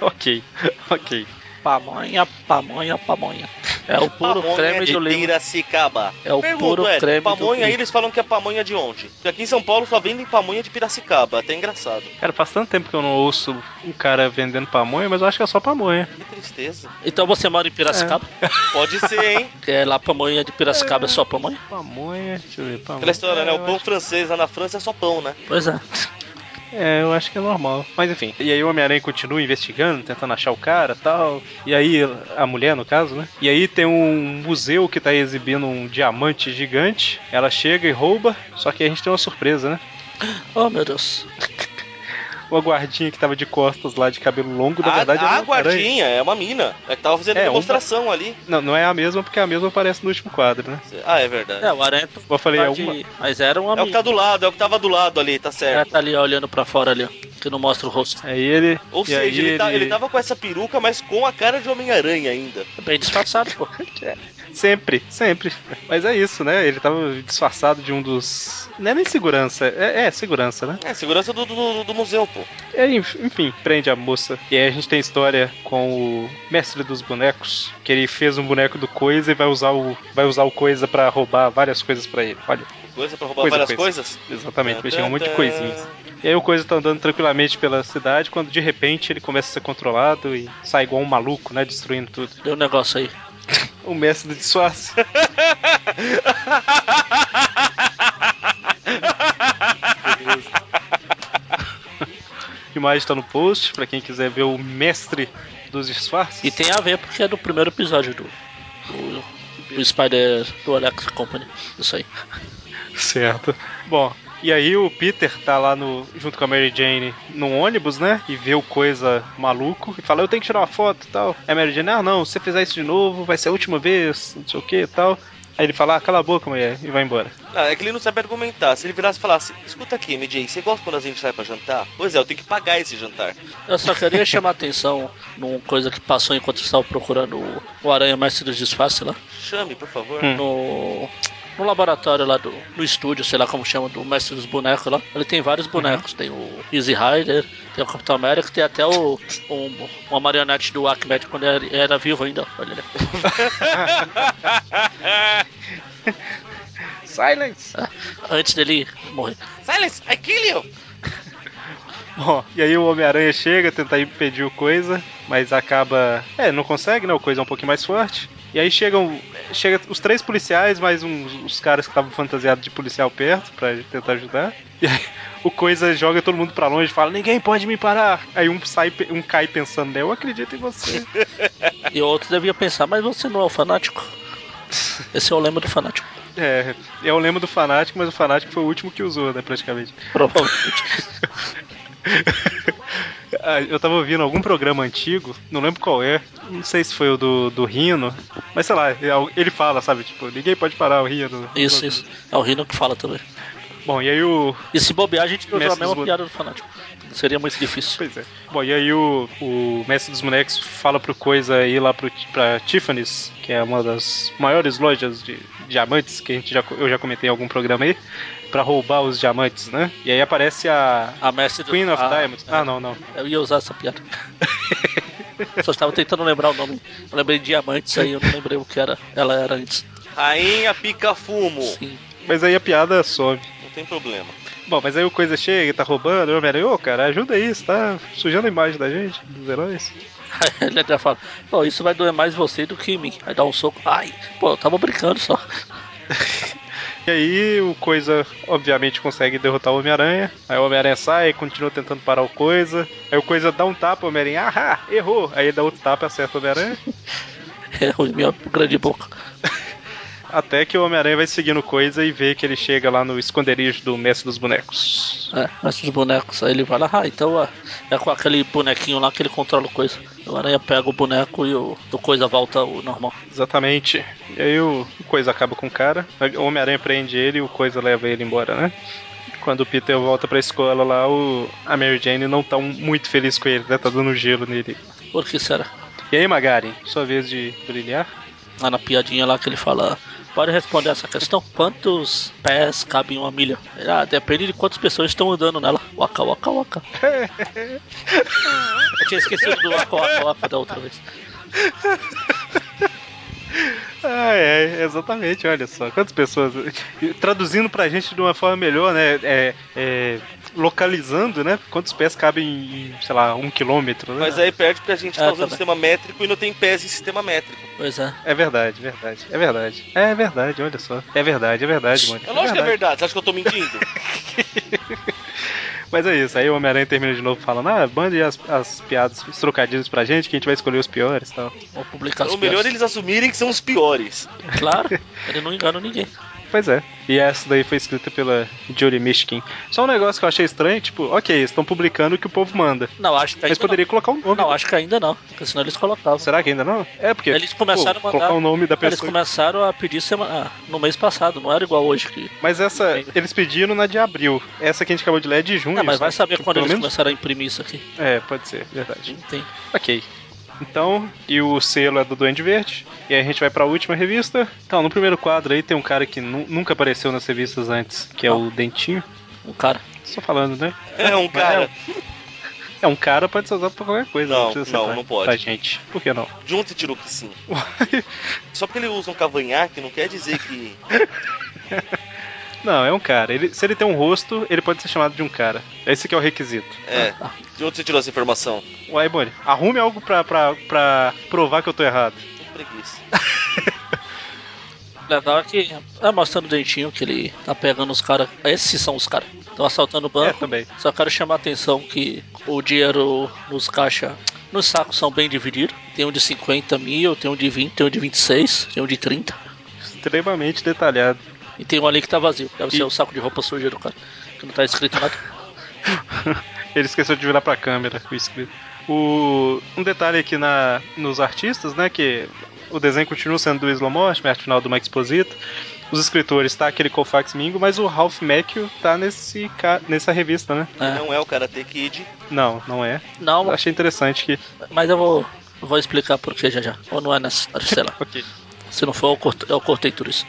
Speaker 1: ok, *laughs* ok.
Speaker 2: Pamonha, pamonha, pamonha. É o puro
Speaker 3: pamonha
Speaker 2: creme
Speaker 3: de
Speaker 2: do limão.
Speaker 3: Piracicaba.
Speaker 2: É o puro
Speaker 3: Ed,
Speaker 2: creme do
Speaker 3: pamonha, aí
Speaker 2: crime.
Speaker 3: eles falam que é pamonha de onde? Porque aqui em São Paulo só vendem pamonha de Piracicaba, até engraçado.
Speaker 1: Cara, faz tanto tempo que eu não ouço um cara vendendo pamonha, mas eu acho que é só pamonha.
Speaker 3: Que tristeza.
Speaker 2: Então você mora em Piracicaba?
Speaker 3: Pode
Speaker 1: *laughs*
Speaker 3: ser, hein?
Speaker 2: Que é lá pamonha de Piracicaba é só pamonha?
Speaker 1: Pamonha, deixa eu ver, pamonha.
Speaker 3: Aquela história, né?
Speaker 1: É,
Speaker 3: O
Speaker 1: eu
Speaker 3: pão francês lá na França é só pão, né?
Speaker 2: Pois é.
Speaker 1: É, eu acho que é normal. Mas enfim. E aí o Homem-Aranha continua investigando, tentando achar o cara tal. E aí, a mulher no caso, né? E aí tem um museu que tá exibindo um diamante gigante. Ela chega e rouba. Só que a gente tem uma surpresa, né?
Speaker 2: Oh meu Deus.
Speaker 1: Uma guardinha que tava de costas lá, de cabelo longo, na verdade
Speaker 3: a,
Speaker 1: era
Speaker 3: a
Speaker 1: um Homem-Aranha.
Speaker 3: guardinha é uma mina. É que tava fazendo
Speaker 1: É, uma-
Speaker 3: demonstração ali.
Speaker 1: Não, não é a mesma, porque a mesma aparece no último quadro, né?
Speaker 3: Ah, é verdade.
Speaker 2: É, o aranha
Speaker 1: Como Eu falei, é
Speaker 2: de-
Speaker 1: uma.
Speaker 2: Mas era um uma
Speaker 3: É o que tá do lado, é o que tava do lado ali, tá
Speaker 2: Ela
Speaker 3: certo.
Speaker 2: tá ali ó, olhando pra fora ali, ó, que não mostra o rosto.
Speaker 1: Aí ele.
Speaker 3: Ou
Speaker 1: É, e
Speaker 3: seja,
Speaker 1: aí
Speaker 3: ele, tá- ele tava com essa peruca, mas com a cara de Homem-Aranha ainda.
Speaker 2: É Bem disfarçado, pô.
Speaker 1: Sempre, sempre. Mas é isso, né? Ele tava disfarçado de um dos. Não é nem segurança, é- é segurança, né?
Speaker 3: É, segurança do, do, do museu, pô.
Speaker 1: E aí, É, enfim, prende a moça. E aí a gente tem história com o mestre dos bonecos, que ele fez um boneco do coisa e vai usar o vai usar o coisa pra roubar várias coisas pra ele. Olha,
Speaker 3: Coisa pra roubar
Speaker 1: Coisa,
Speaker 3: várias
Speaker 1: coisa.
Speaker 3: coisas. É, Tá,
Speaker 1: exatamente, vai chegar um monte de
Speaker 3: Tantã.
Speaker 1: coisinhas. E aí o coisa tá andando tranquilamente pela cidade quando de repente ele começa a ser controlado e sai igual um maluco, né, destruindo tudo.
Speaker 2: Deu um negócio aí.
Speaker 1: O mestre do disfarce. Beleza. *laughs* Imagem tá no post, pra quem quiser ver o mestre dos disfarces.
Speaker 2: E tem a ver porque é do primeiro episódio do, do, do Spider do Alex Company. Isso aí.
Speaker 1: Certo. Bom, e aí o Peter tá lá no junto com a Mary Jane num ônibus, né? E vê o coisa maluco e fala: Eu tenho que tirar uma foto e tal. Aí a Mary Jane: Ah, não, se você fizer isso de novo, vai ser a última vez, não sei o que e tal. Aí ele fala: ah, Cala a boca, mulher, e vai embora.
Speaker 3: Ah, é que ele não sabe argumentar. Se ele virasse e falasse, escuta aqui, MJ, você gosta quando a gente sai pra jantar? Pois é, eu tenho que pagar esse jantar.
Speaker 2: Eu só queria chamar a atenção numa coisa que passou enquanto eu estava procurando o, o Aranha Mestre dos Disfarces lá.
Speaker 3: Chame, por favor.
Speaker 1: Hum.
Speaker 2: No. no laboratório lá do no estúdio, sei lá como chama, do mestre dos bonecos lá. Ele tem vários bonecos. Tem o Easy Rider, tem o Capitão América, tem até o um- uma marionete do Ahmed quando era, era vivo ainda. Olha né? ali.
Speaker 1: Silence!
Speaker 2: Antes dele morrer.
Speaker 3: Silence, I kill you!
Speaker 1: Bom, e aí o Homem-Aranha chega, tenta impedir o Coisa, mas acaba. É, não consegue, né? O Coisa é um pouquinho mais forte. E aí chegam. Chega os três policiais, mais uns, os caras que estavam fantasiados de policial perto pra tentar ajudar. E aí o Coisa joga todo mundo pra longe e fala, ninguém pode me parar. Aí um sai, pe- um cai pensando, né? Eu acredito em você.
Speaker 2: E o outro devia pensar, mas você não é o fanático? Esse é o lema do fanático.
Speaker 1: é, eu lembro do fanático, mas o fanático foi o último que usou, né, praticamente.
Speaker 2: Provavelmente.
Speaker 1: Ah, Eu tava ouvindo algum programa antigo, não lembro qual é, não sei se foi o do, do Rino, mas sei lá, é ele fala, sabe, tipo, ninguém pode parar o Rino.
Speaker 2: Isso, isso. É o Rino que fala também.
Speaker 1: Bom, e aí o.
Speaker 2: E se bobear, a gente usa a
Speaker 1: Mestre
Speaker 2: mesma
Speaker 1: dos
Speaker 2: piada do fanático. Seria muito difícil.
Speaker 1: Pois é. Bom, e aí o, o mestre dos bonecos fala pro Coisa ir lá pro, pra Tiffany's, que é uma das maiores lojas de diamantes que a gente já, co- eu já comentei em algum programa aí, pra roubar os diamantes, né? E aí aparece a.
Speaker 2: A mestre do...
Speaker 1: Queen of
Speaker 2: a-
Speaker 1: Diamonds. Ah, não, não.
Speaker 2: Eu ia usar essa piada. Só estava tentando lembrar o nome. Eu lembrei de diamantes aí, eu não lembrei o que era. Ela era antes.
Speaker 3: Rainha pica fumo.
Speaker 2: Sim. *laughs*
Speaker 1: Mas aí a piada some.
Speaker 3: Não tem problema.
Speaker 1: Bom, mas aí o Coisa chega e tá roubando, o Homem-Aranha, ô cara, ajuda aí, você tá sujando a imagem da gente, dos heróis.
Speaker 2: Aí ele até fala, pô, isso vai doer mais você do que em mim. Aí dá um soco. Ai, pô, eu tava brincando só. *laughs*
Speaker 1: E aí o Coisa, obviamente, consegue derrotar o Homem-Aranha. Aí o Homem-Aranha sai, continua tentando parar o Coisa. Aí o Coisa dá um tapa, o Homem-Aranha, ahá, errou. Aí ele dá outro tapa e acerta o Homem-Aranha.
Speaker 2: É ruim, minha grande boca.
Speaker 1: até que o Homem-Aranha vai seguindo o Coisa e vê que ele chega lá no esconderijo do Mestre dos Bonecos.
Speaker 2: É, mas os bonecos. Aí ele fala, ah, então é, é com aquele bonequinho lá que ele controla o coisa. O aranha pega o boneco e o, o coisa volta ao normal.
Speaker 1: Exatamente. E aí o o Coisa acaba com o cara. O Homem-Aranha prende ele e o Coisa leva ele embora, né? Quando o Peter volta pra escola lá, o... a Mary Jane não tá muito feliz com ele, né? Tá dando gelo nele.
Speaker 2: Por que será?
Speaker 1: E aí, Magari, sua vez de brilhar?
Speaker 2: Lá na piadinha lá que ele fala. Pode responder essa questão? Quantos pés cabem em uma milha? Ele, Ah, depende de quantas pessoas estão andando nela. Waka,
Speaker 1: *laughs*
Speaker 2: waka, waka. Eu tinha esquecido do waka, waka, waka da outra vez.
Speaker 1: Ah, é, exatamente, olha só. Quantas pessoas. Traduzindo pra gente de uma forma melhor, né? É. é, Localizando, né? Quantos pés cabem em, sei lá, um quilômetro, né?
Speaker 3: Mas aí perde porque a gente
Speaker 2: Ah,
Speaker 3: tá
Speaker 2: tá
Speaker 3: usando
Speaker 2: bem.
Speaker 3: sistema métrico e não tem pés em sistema métrico.
Speaker 2: Pois é.
Speaker 1: É verdade, verdade. É verdade. É verdade, olha só. É verdade, é verdade, Mônica.
Speaker 3: É lógico que é verdade, Tá você acha que eu tô *laughs* mentindo?
Speaker 1: Mas é isso, aí o Homem-Aranha termina de novo falando: ah, mande as, as piadas, os trocadilhos pra gente, que a gente vai escolher os piores e tal.
Speaker 2: Vou
Speaker 1: Um
Speaker 2: publicar as
Speaker 3: o melhor é
Speaker 2: piadas.
Speaker 3: eles assumirem que são os piores.
Speaker 2: Claro, ele não engana ninguém.
Speaker 1: Pois é. E essa daí foi escrita pela Julie Mishkin. Só um negócio que eu achei estranho: tipo, ok, eles estão publicando o que o povo manda.
Speaker 2: Não, acho que ainda
Speaker 1: Mas poderia colocar um
Speaker 2: não.
Speaker 1: nome.
Speaker 2: Não, acho que ainda não. Porque senão eles colocavam.
Speaker 1: Será que ainda não? É porque.
Speaker 2: Eles começaram
Speaker 1: pô,
Speaker 2: a mandar-
Speaker 1: Colocar o nome da
Speaker 2: Eles
Speaker 1: pessoa.
Speaker 2: começaram a pedir semana... ah, no mês passado, não era igual hoje que.
Speaker 1: Mas essa. Eles pediram na de abril. Essa que a gente acabou de ler é de junho.
Speaker 2: Não, Ah, mas
Speaker 1: isso,
Speaker 2: vai
Speaker 1: né?
Speaker 2: saber
Speaker 1: Tipo,
Speaker 2: quando
Speaker 1: pelo
Speaker 2: eles
Speaker 1: menos-
Speaker 2: começaram a imprimir isso aqui.
Speaker 1: É, pode ser, verdade.
Speaker 2: Não tem.
Speaker 1: Ok. Então, e o selo é do Duende Verde. E aí a gente vai pra última revista. Então, no primeiro quadro aí tem um cara que nu- nunca apareceu nas revistas antes, que é o Dentinho.
Speaker 2: Um cara.
Speaker 1: Só falando, né?
Speaker 3: É um cara.
Speaker 1: É um cara, pode ser usado pra qualquer coisa.
Speaker 3: Não,
Speaker 1: precisa ser
Speaker 3: não,
Speaker 1: pra-
Speaker 3: não pode.
Speaker 1: Pra gente. Por que não? *laughs*
Speaker 3: Junto e tirou que sim. Só porque ele usa um cavanhaque não quer dizer que.
Speaker 1: não, é um cara. Ele- se ele tem um rosto, ele pode ser chamado de um cara. Esse que é o requisito.
Speaker 3: É. De onde você tirou essa informação?
Speaker 1: Uai, Bonnie, arrume algo pra, pra, pra provar que eu tô errado.
Speaker 3: Que preguiça.
Speaker 2: O Legal é que é mostrando o dentinho que ele tá pegando os caras. Esses são os caras. Estão assaltando o
Speaker 1: É,
Speaker 2: banco.
Speaker 1: também.
Speaker 2: Só quero chamar a atenção que o dinheiro nos caixa, nos sacos são bem divididos. Tem um de 50 mil, tem um de 20, tem um de 26, tem um de 30.
Speaker 1: Extremamente detalhado.
Speaker 2: E tem um ali que tá vazio. Deve
Speaker 1: E-
Speaker 2: ser o saco de roupa suja do cara. Que não tá escrito nada.
Speaker 1: *laughs* Ele esqueceu de virar pra câmera o escrito. O... Um detalhe aqui na... nos artistas, né? Que o desenho continua sendo do Isla Mortimer, arte final do Mike Exposito. Os escritores tá aquele Colfax Mingo, mas o Ralph Macchio tá nesse ca... nessa revista, né?
Speaker 2: É.
Speaker 3: Não é o Karate Kid.
Speaker 1: Não, não é.
Speaker 2: Não,
Speaker 1: Eu achei interessante que.
Speaker 2: mas eu vou, vou explicar por que já já. Ou não é nessa, sei lá.
Speaker 1: Ok.
Speaker 2: Se não for, eu, corto- eu cortei tudo isso.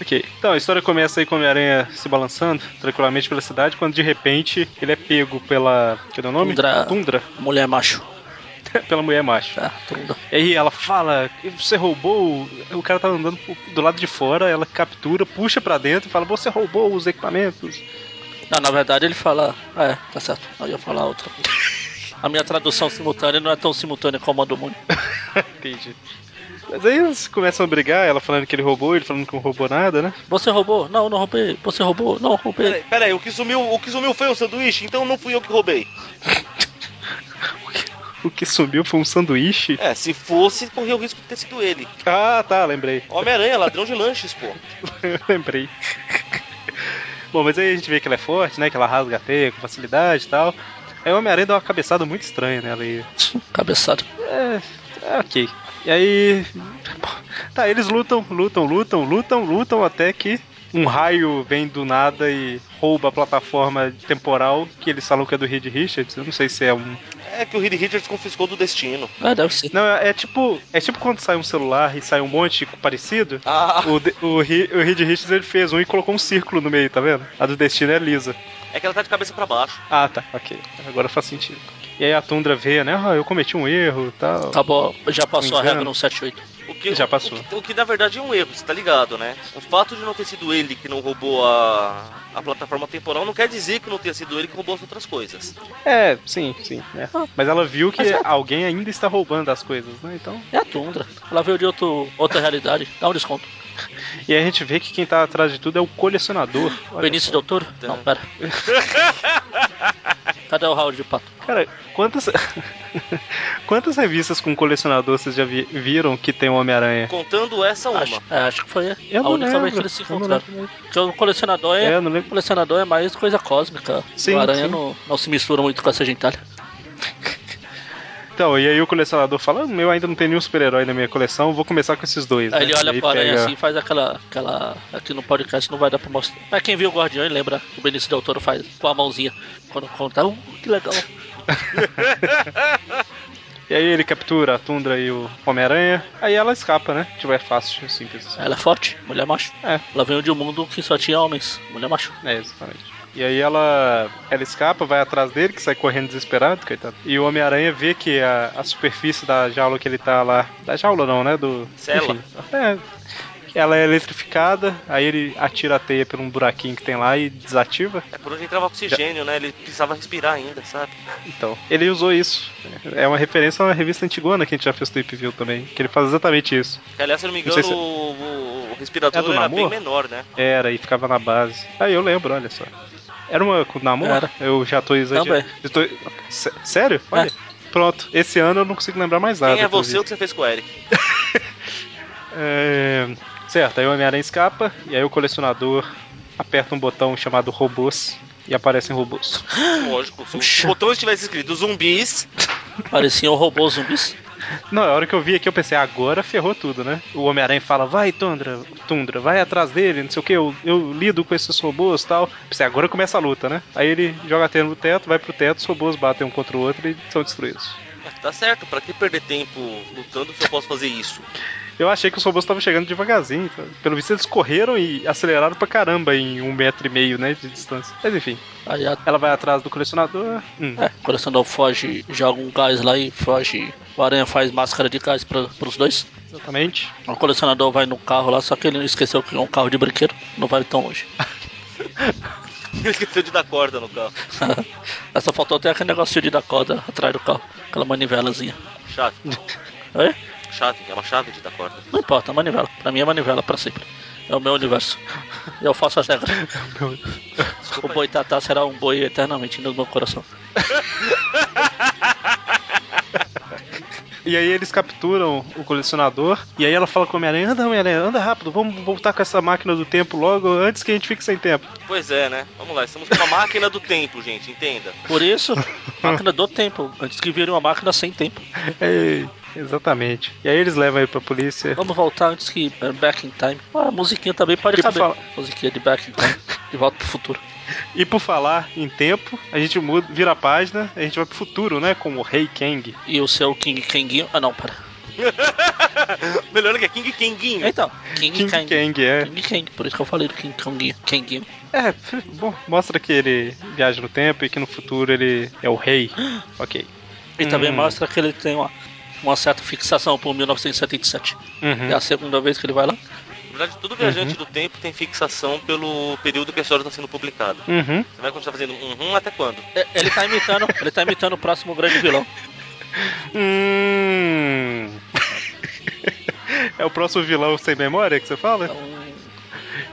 Speaker 1: Ok. Então, a história começa aí com o Homem-Aranha se balançando tranquilamente pela cidade, quando de repente ele é pego pela. Que é o nome?
Speaker 2: Tundra.
Speaker 1: Tundra. *laughs*
Speaker 2: Mulher macho.
Speaker 1: pela mulher macho.
Speaker 2: Tá, tunda.
Speaker 1: E aí ela fala, você roubou. O cara tá andando pro- do lado de fora, ela captura, puxa pra dentro e fala, você roubou os equipamentos.
Speaker 2: Não, na verdade ele fala. Ah, é, tá certo. Eu ia falar outra. A minha tradução simultânea não é tão simultânea como a do mundo.
Speaker 1: Entendi. Mas aí eles começam a brigar, ela falando que ele roubou, ele falando que não roubou nada, né?
Speaker 2: Você roubou? Não, não roubei. Você roubou? Não, roubei.
Speaker 3: Peraí, peraí, o que sumiu, o que sumiu foi o sanduíche, então não fui eu que roubei.
Speaker 1: O que sumiu foi um sanduíche.
Speaker 3: É, se fosse, corria o risco de ter sido ele.
Speaker 1: Ah, tá, lembrei. *laughs*
Speaker 3: Homem-Aranha, ladrão de lanches, pô.
Speaker 1: Eu lembrei. Bom, mas aí a gente vê que ela é forte, né? Que ela rasga a teia com facilidade e tal. Aí o Homem-Aranha dá uma cabeçada muito estranha nela aí.
Speaker 2: Cabeçada.
Speaker 1: É, é ok. E aí. Tá, eles lutam, lutam, lutam, lutam, lutam até que um raio vem do nada e rouba a plataforma temporal que eles falam que é do Reed Richards. Eu não sei se é um.
Speaker 3: É que o Reed Richards confiscou do destino.
Speaker 2: É, deve ser.
Speaker 1: Não, é, é tipo. É tipo quando sai um celular e sai um monte parecido.
Speaker 3: Ah,
Speaker 1: O, de- o, Ri- o Reed Richards ele fez um e colocou um círculo no meio, tá vendo? A do destino é lisa.
Speaker 3: é que ela tá de cabeça pra baixo.
Speaker 1: Ah, tá, ok. Agora faz sentido. E aí a Tundra vê, né? Ah, eu cometi um erro e tal.
Speaker 2: Acabou, Tá já passou a
Speaker 1: Engano.
Speaker 2: regra no 78.
Speaker 3: O que,
Speaker 1: Já
Speaker 3: o-
Speaker 1: passou.
Speaker 3: O que, o que, na verdade é um erro, você tá ligado, né? O fato de não ter sido ele que não roubou a, a plataforma temporal não quer dizer que não tenha sido ele que roubou as outras coisas.
Speaker 1: É, sim, sim. né? Mas ela viu que
Speaker 2: Mas é-
Speaker 1: alguém ainda está roubando as coisas, né? Então.
Speaker 2: É a tundra. Ela veio de outro, outra realidade. Dá um desconto.
Speaker 1: E aí a gente vê que quem tá atrás de tudo é o colecionador. Olha
Speaker 2: Benício
Speaker 1: só.
Speaker 2: Del Toro? Não,
Speaker 1: *laughs*
Speaker 2: pera. Cadê o Howard de Pato?
Speaker 1: Cara, quantas. *laughs* quantas revistas com colecionador vocês já vi- viram que tem o Homem-Aranha?
Speaker 3: Contando essa uma.
Speaker 2: Acho, é, acho que foi
Speaker 1: Eu
Speaker 2: a
Speaker 1: não
Speaker 2: única é
Speaker 1: lembro.
Speaker 2: vez que eles se
Speaker 1: eu não
Speaker 2: encontraram.
Speaker 1: lembro.
Speaker 2: Porque o colecionador é,
Speaker 1: É, eu não lembro.
Speaker 2: colecionador é mais coisa cósmica.
Speaker 1: Sim,
Speaker 2: o aranha
Speaker 1: sim.
Speaker 2: Não, não se mistura muito com essa gentalha.
Speaker 1: Então, e aí o colecionador fala: "Ah, eu ainda não tenho nenhum super-herói na minha coleção, vou começar com esses dois.
Speaker 2: Aí
Speaker 1: né?
Speaker 2: ele olha
Speaker 1: aí
Speaker 2: pro aranha
Speaker 1: pega-
Speaker 2: assim e faz aquela, aquela. Aqui no podcast não vai dar pra mostrar. Mas quem viu o Guardião lembra que o Benício Del Toro faz com a mãozinha. Quando conta, uh, que legal.
Speaker 1: E aí ele captura a Tundra e o Homem-Aranha. Aí ela escapa, né? Tipo, é fácil, simples assim.
Speaker 2: Ela é forte, mulher macho.
Speaker 1: É.
Speaker 2: Ela veio de um mundo que só tinha homens, mulher macho.
Speaker 1: É, exatamente. E aí ela, ela escapa, vai atrás dele, que sai correndo desesperado, coitado. E o Homem-Aranha vê que a, a superfície da jaula que ele tá lá. Da jaula não, né? Do.
Speaker 3: Cela.
Speaker 1: Enfim, é. Ela é eletrificada, aí ele atira a teia por um buraquinho que tem lá e desativa.
Speaker 3: É por onde entrava oxigênio, né? Ele precisava respirar ainda, sabe?
Speaker 1: Então, ele usou isso. É uma referência a uma revista antigona que a gente já fez Trip View também, que ele faz exatamente isso.
Speaker 3: Que, aliás, se eu não me
Speaker 1: Não
Speaker 3: engano,
Speaker 1: sei se-
Speaker 3: o, o
Speaker 1: É
Speaker 3: respirador
Speaker 1: do
Speaker 3: era
Speaker 1: Namor?
Speaker 3: bem menor, né?
Speaker 1: Era, e ficava na base. Aí eu lembro, olha só. Era uma com namoro?
Speaker 2: Era.
Speaker 1: Eu já tô exagerando.
Speaker 2: Também.
Speaker 1: Eu tô- Sé- Sério? Olha. Pronto, esse ano eu não consigo lembrar mais nada.
Speaker 3: É. Quem é você
Speaker 1: inclusive.
Speaker 3: o que você fez com o Eric?
Speaker 1: É, Certo, aí o Homem-Aranha escapa, e aí o colecionador aperta um botão chamado robôs, e aparecem robôs.
Speaker 3: Lógico, se
Speaker 2: Puxa.
Speaker 3: o botão estivesse escrito zumbis,
Speaker 2: Pareciam robôs um zumbis.
Speaker 1: Não, a hora que eu vi aqui eu pensei, agora ferrou tudo, né? O Homem-Aranha fala, vai Tundra, Tundra, vai atrás dele, não sei o que, eu, eu lido com esses robôs e tal. Pensei, agora começa a luta, né? Aí ele joga a teia no teto, vai pro teto, os robôs batem um contra o outro e são destruídos.
Speaker 3: tá certo, pra que perder tempo lutando se eu posso fazer isso? *laughs*
Speaker 1: Eu achei que os robôs estavam chegando devagarzinho. tá? Pelo visto, eles correram e aceleraram pra caramba em um metro e meio, né, de distância. Mas enfim,
Speaker 2: Aí a
Speaker 1: ela vai atrás do colecionador. Hum.
Speaker 2: É, o colecionador foge, joga um gás lá e foge. O aranha faz máscara de gás pra, pros dois.
Speaker 1: Exatamente.
Speaker 2: O colecionador vai no carro lá, só que ele esqueceu que é um carro de brinquedo, não vai
Speaker 1: *laughs*
Speaker 2: tão longe.
Speaker 3: Ele esqueceu de dar corda no carro.
Speaker 2: Essa faltou até aquele negocinho de dar corda atrás do carro, aquela manivelazinha.
Speaker 3: Chave.
Speaker 2: É?
Speaker 3: Chave, é uma chave de dar corda.
Speaker 2: Não importa, manivela. Pra mim é manivela pra sempre. É o meu universo. Eu faço as regras. O boi tatá será um boi eternamente no meu coração.
Speaker 1: E aí eles capturam o colecionador. E aí ela fala com o Homem-Aranha: anda, Homem-Aranha, anda rápido, vamos voltar com essa máquina do tempo logo antes que a gente fique sem tempo. *laughs*
Speaker 3: Pois é, né? Vamos lá, estamos com uma máquina do tempo, gente, entenda.
Speaker 1: *laughs*
Speaker 2: Por isso, máquina do tempo. Antes que vire uma máquina sem tempo.
Speaker 1: Ei, É, exatamente. E aí eles levam ele pra polícia.
Speaker 2: Vamos voltar antes que é, Back in Time. Ah, a musiquinha também pode
Speaker 1: Tipo,
Speaker 2: caber.
Speaker 1: fala-
Speaker 2: Musiquinha de Back in Time. De volta pro futuro.
Speaker 1: E por falar em tempo, a gente muda, vira a página, a gente vai pro futuro, né? Com o Rei Kang.
Speaker 2: E o seu King Kenguinho. Ah, não, para.
Speaker 3: Melhor que é King Kenguinho.
Speaker 2: Então, King
Speaker 1: King
Speaker 2: Kang.
Speaker 1: Kang, é.
Speaker 2: King Kang, por isso que eu falei do King Kang. Kang.
Speaker 1: É, f- bom, mostra que ele viaja no tempo e que no futuro ele é o rei. Ok.
Speaker 2: E também
Speaker 1: Hum.
Speaker 2: mostra que ele tem uma, uma certa fixação por 1977.
Speaker 1: Uhum.
Speaker 2: É a segunda vez que ele vai lá.
Speaker 3: Na verdade, todo viajante
Speaker 2: Uhum.
Speaker 3: do tempo tem fixação pelo período que a história está sendo publicada.
Speaker 1: Uhum.
Speaker 3: Você vai continuar fazendo uhum até quando?
Speaker 2: É, Ele
Speaker 1: *laughs*
Speaker 2: tá imitando, ele tá imitando o próximo grande vilão.
Speaker 1: Hum. *laughs* é o próximo vilão sem memória que você fala?
Speaker 2: Então,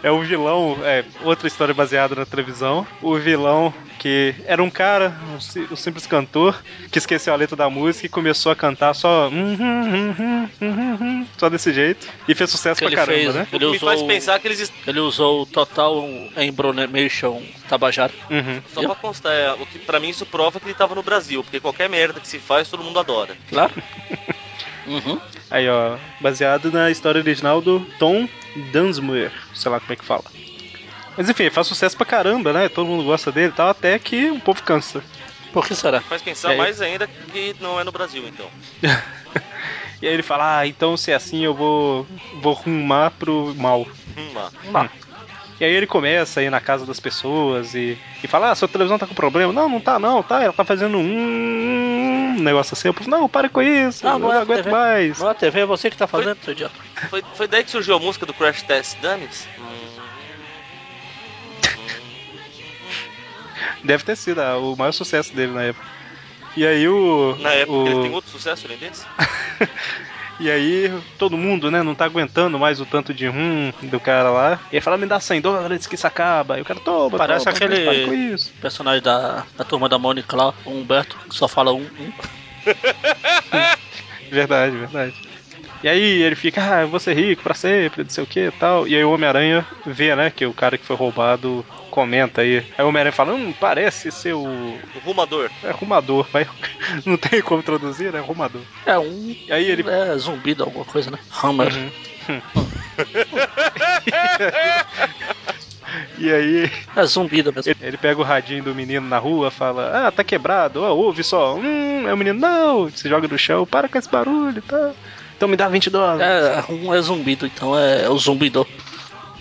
Speaker 1: É o vilão, é outra história baseada na televisão. O vilão que era um cara, um, si- um simples cantor, que esqueceu a letra da música e começou a cantar só. uhum, uhum, uhum, uhum, só desse jeito. E fez sucesso
Speaker 2: que ele
Speaker 1: pra caramba,
Speaker 2: fez,
Speaker 1: né?
Speaker 2: ele
Speaker 3: Me faz
Speaker 2: usou,
Speaker 3: pensar que eles. est-
Speaker 2: ele usou o total embromation tabajara.
Speaker 1: Uhum.
Speaker 3: Só pra constar, é, o que pra mim isso prova que ele tava no Brasil, porque qualquer merda que se faz todo mundo adora.
Speaker 1: *laughs*
Speaker 2: Claro. Uhum.
Speaker 1: Aí, ó, baseado na história original do Tom Dunsmuir, sei lá como é que fala. Mas enfim, faz sucesso pra caramba, né? Todo mundo gosta dele e tal, até que o povo cansa.
Speaker 2: Por que será?
Speaker 3: Faz pensar
Speaker 1: É.
Speaker 3: mais ainda que não é no Brasil, então.
Speaker 1: E aí ele fala, ah, então se é assim eu vou, vou rumar pro mal.
Speaker 3: Hum, ah.
Speaker 2: Não.
Speaker 1: E aí ele começa a ir na casa das pessoas e, e fala, ah, sua televisão tá com problema. Não, não tá não, tá, ela tá fazendo um, um negócio assim. Eu falo, não, para com isso,
Speaker 2: Não,
Speaker 1: eu
Speaker 2: não
Speaker 1: não
Speaker 2: é a
Speaker 1: aguento
Speaker 2: TV.
Speaker 1: mais.
Speaker 2: Não é a TV, é você que tá fazendo, seu idiota.
Speaker 3: Foi, foi daí que surgiu a música do Crash Test Dummies? Hum.
Speaker 1: Deve ter sido ah, o maior sucesso dele na época. E aí o...
Speaker 3: Na época
Speaker 1: o...
Speaker 3: ele tem outro sucesso além desse?
Speaker 1: E aí, todo mundo, né, não tá aguentando mais o tanto de rum do cara lá. E ele fala, me dá 100 dólares que isso acaba. E o cara, toma,
Speaker 2: Parece
Speaker 1: toma,
Speaker 2: aquele-
Speaker 1: para com isso.
Speaker 2: O personagem da, da turma da Mônica lá, o Humberto, que só fala um. um.
Speaker 1: Verdade, verdade. E aí ele fica, ah, eu vou ser rico pra sempre, não sei o que e tal. E aí o Homem-Aranha vê, né, que o cara que foi roubado comenta aí. Aí o Homem-Aranha fala, hum, parece ser o
Speaker 3: O Rumador.
Speaker 1: é arrumador, mas *laughs* não tem como traduzir, né, arrumador.
Speaker 2: É um.
Speaker 1: E aí ele...
Speaker 2: É zumbido, alguma coisa, né? Hammer.
Speaker 1: Uhum. E aí
Speaker 2: É zumbido mesmo.
Speaker 1: Ele, ele pega o radinho do menino na rua, fala, ah, tá quebrado, ó, ouve só, hum, é o menino, não, se joga no chão, para com esse barulho, tá? Então me dá 20 dólares.
Speaker 2: É, um é zumbido, então é, é o zumbidor.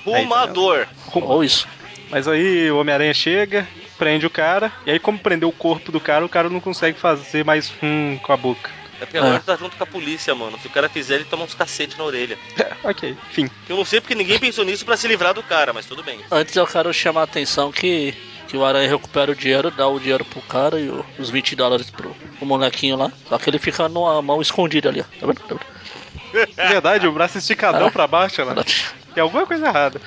Speaker 1: então.
Speaker 3: Rumador.
Speaker 2: Ou isso.
Speaker 1: Mas aí o Homem-Aranha chega, prende o cara, e aí como prendeu o corpo do cara, o cara não consegue fazer mais hum com a boca.
Speaker 3: É porque agora
Speaker 2: É.
Speaker 3: tá junto com a polícia, mano. Se o cara fizer, ele toma uns cacete na orelha.
Speaker 1: *laughs* ok, fim.
Speaker 3: Eu não sei porque ninguém pensou nisso pra se livrar do cara, mas tudo bem.
Speaker 2: Antes eu quero chamar a atenção que, que o Aranha recupera o dinheiro, dá o dinheiro pro cara e o- os 20 dólares pro, pro molequinho lá. Só que ele fica numa mão escondida ali, ó. Tá vendo? Tá vendo?
Speaker 1: Na É verdade, o braço esticadão
Speaker 2: Ah.
Speaker 1: pra baixo, né? Tem alguma coisa errada.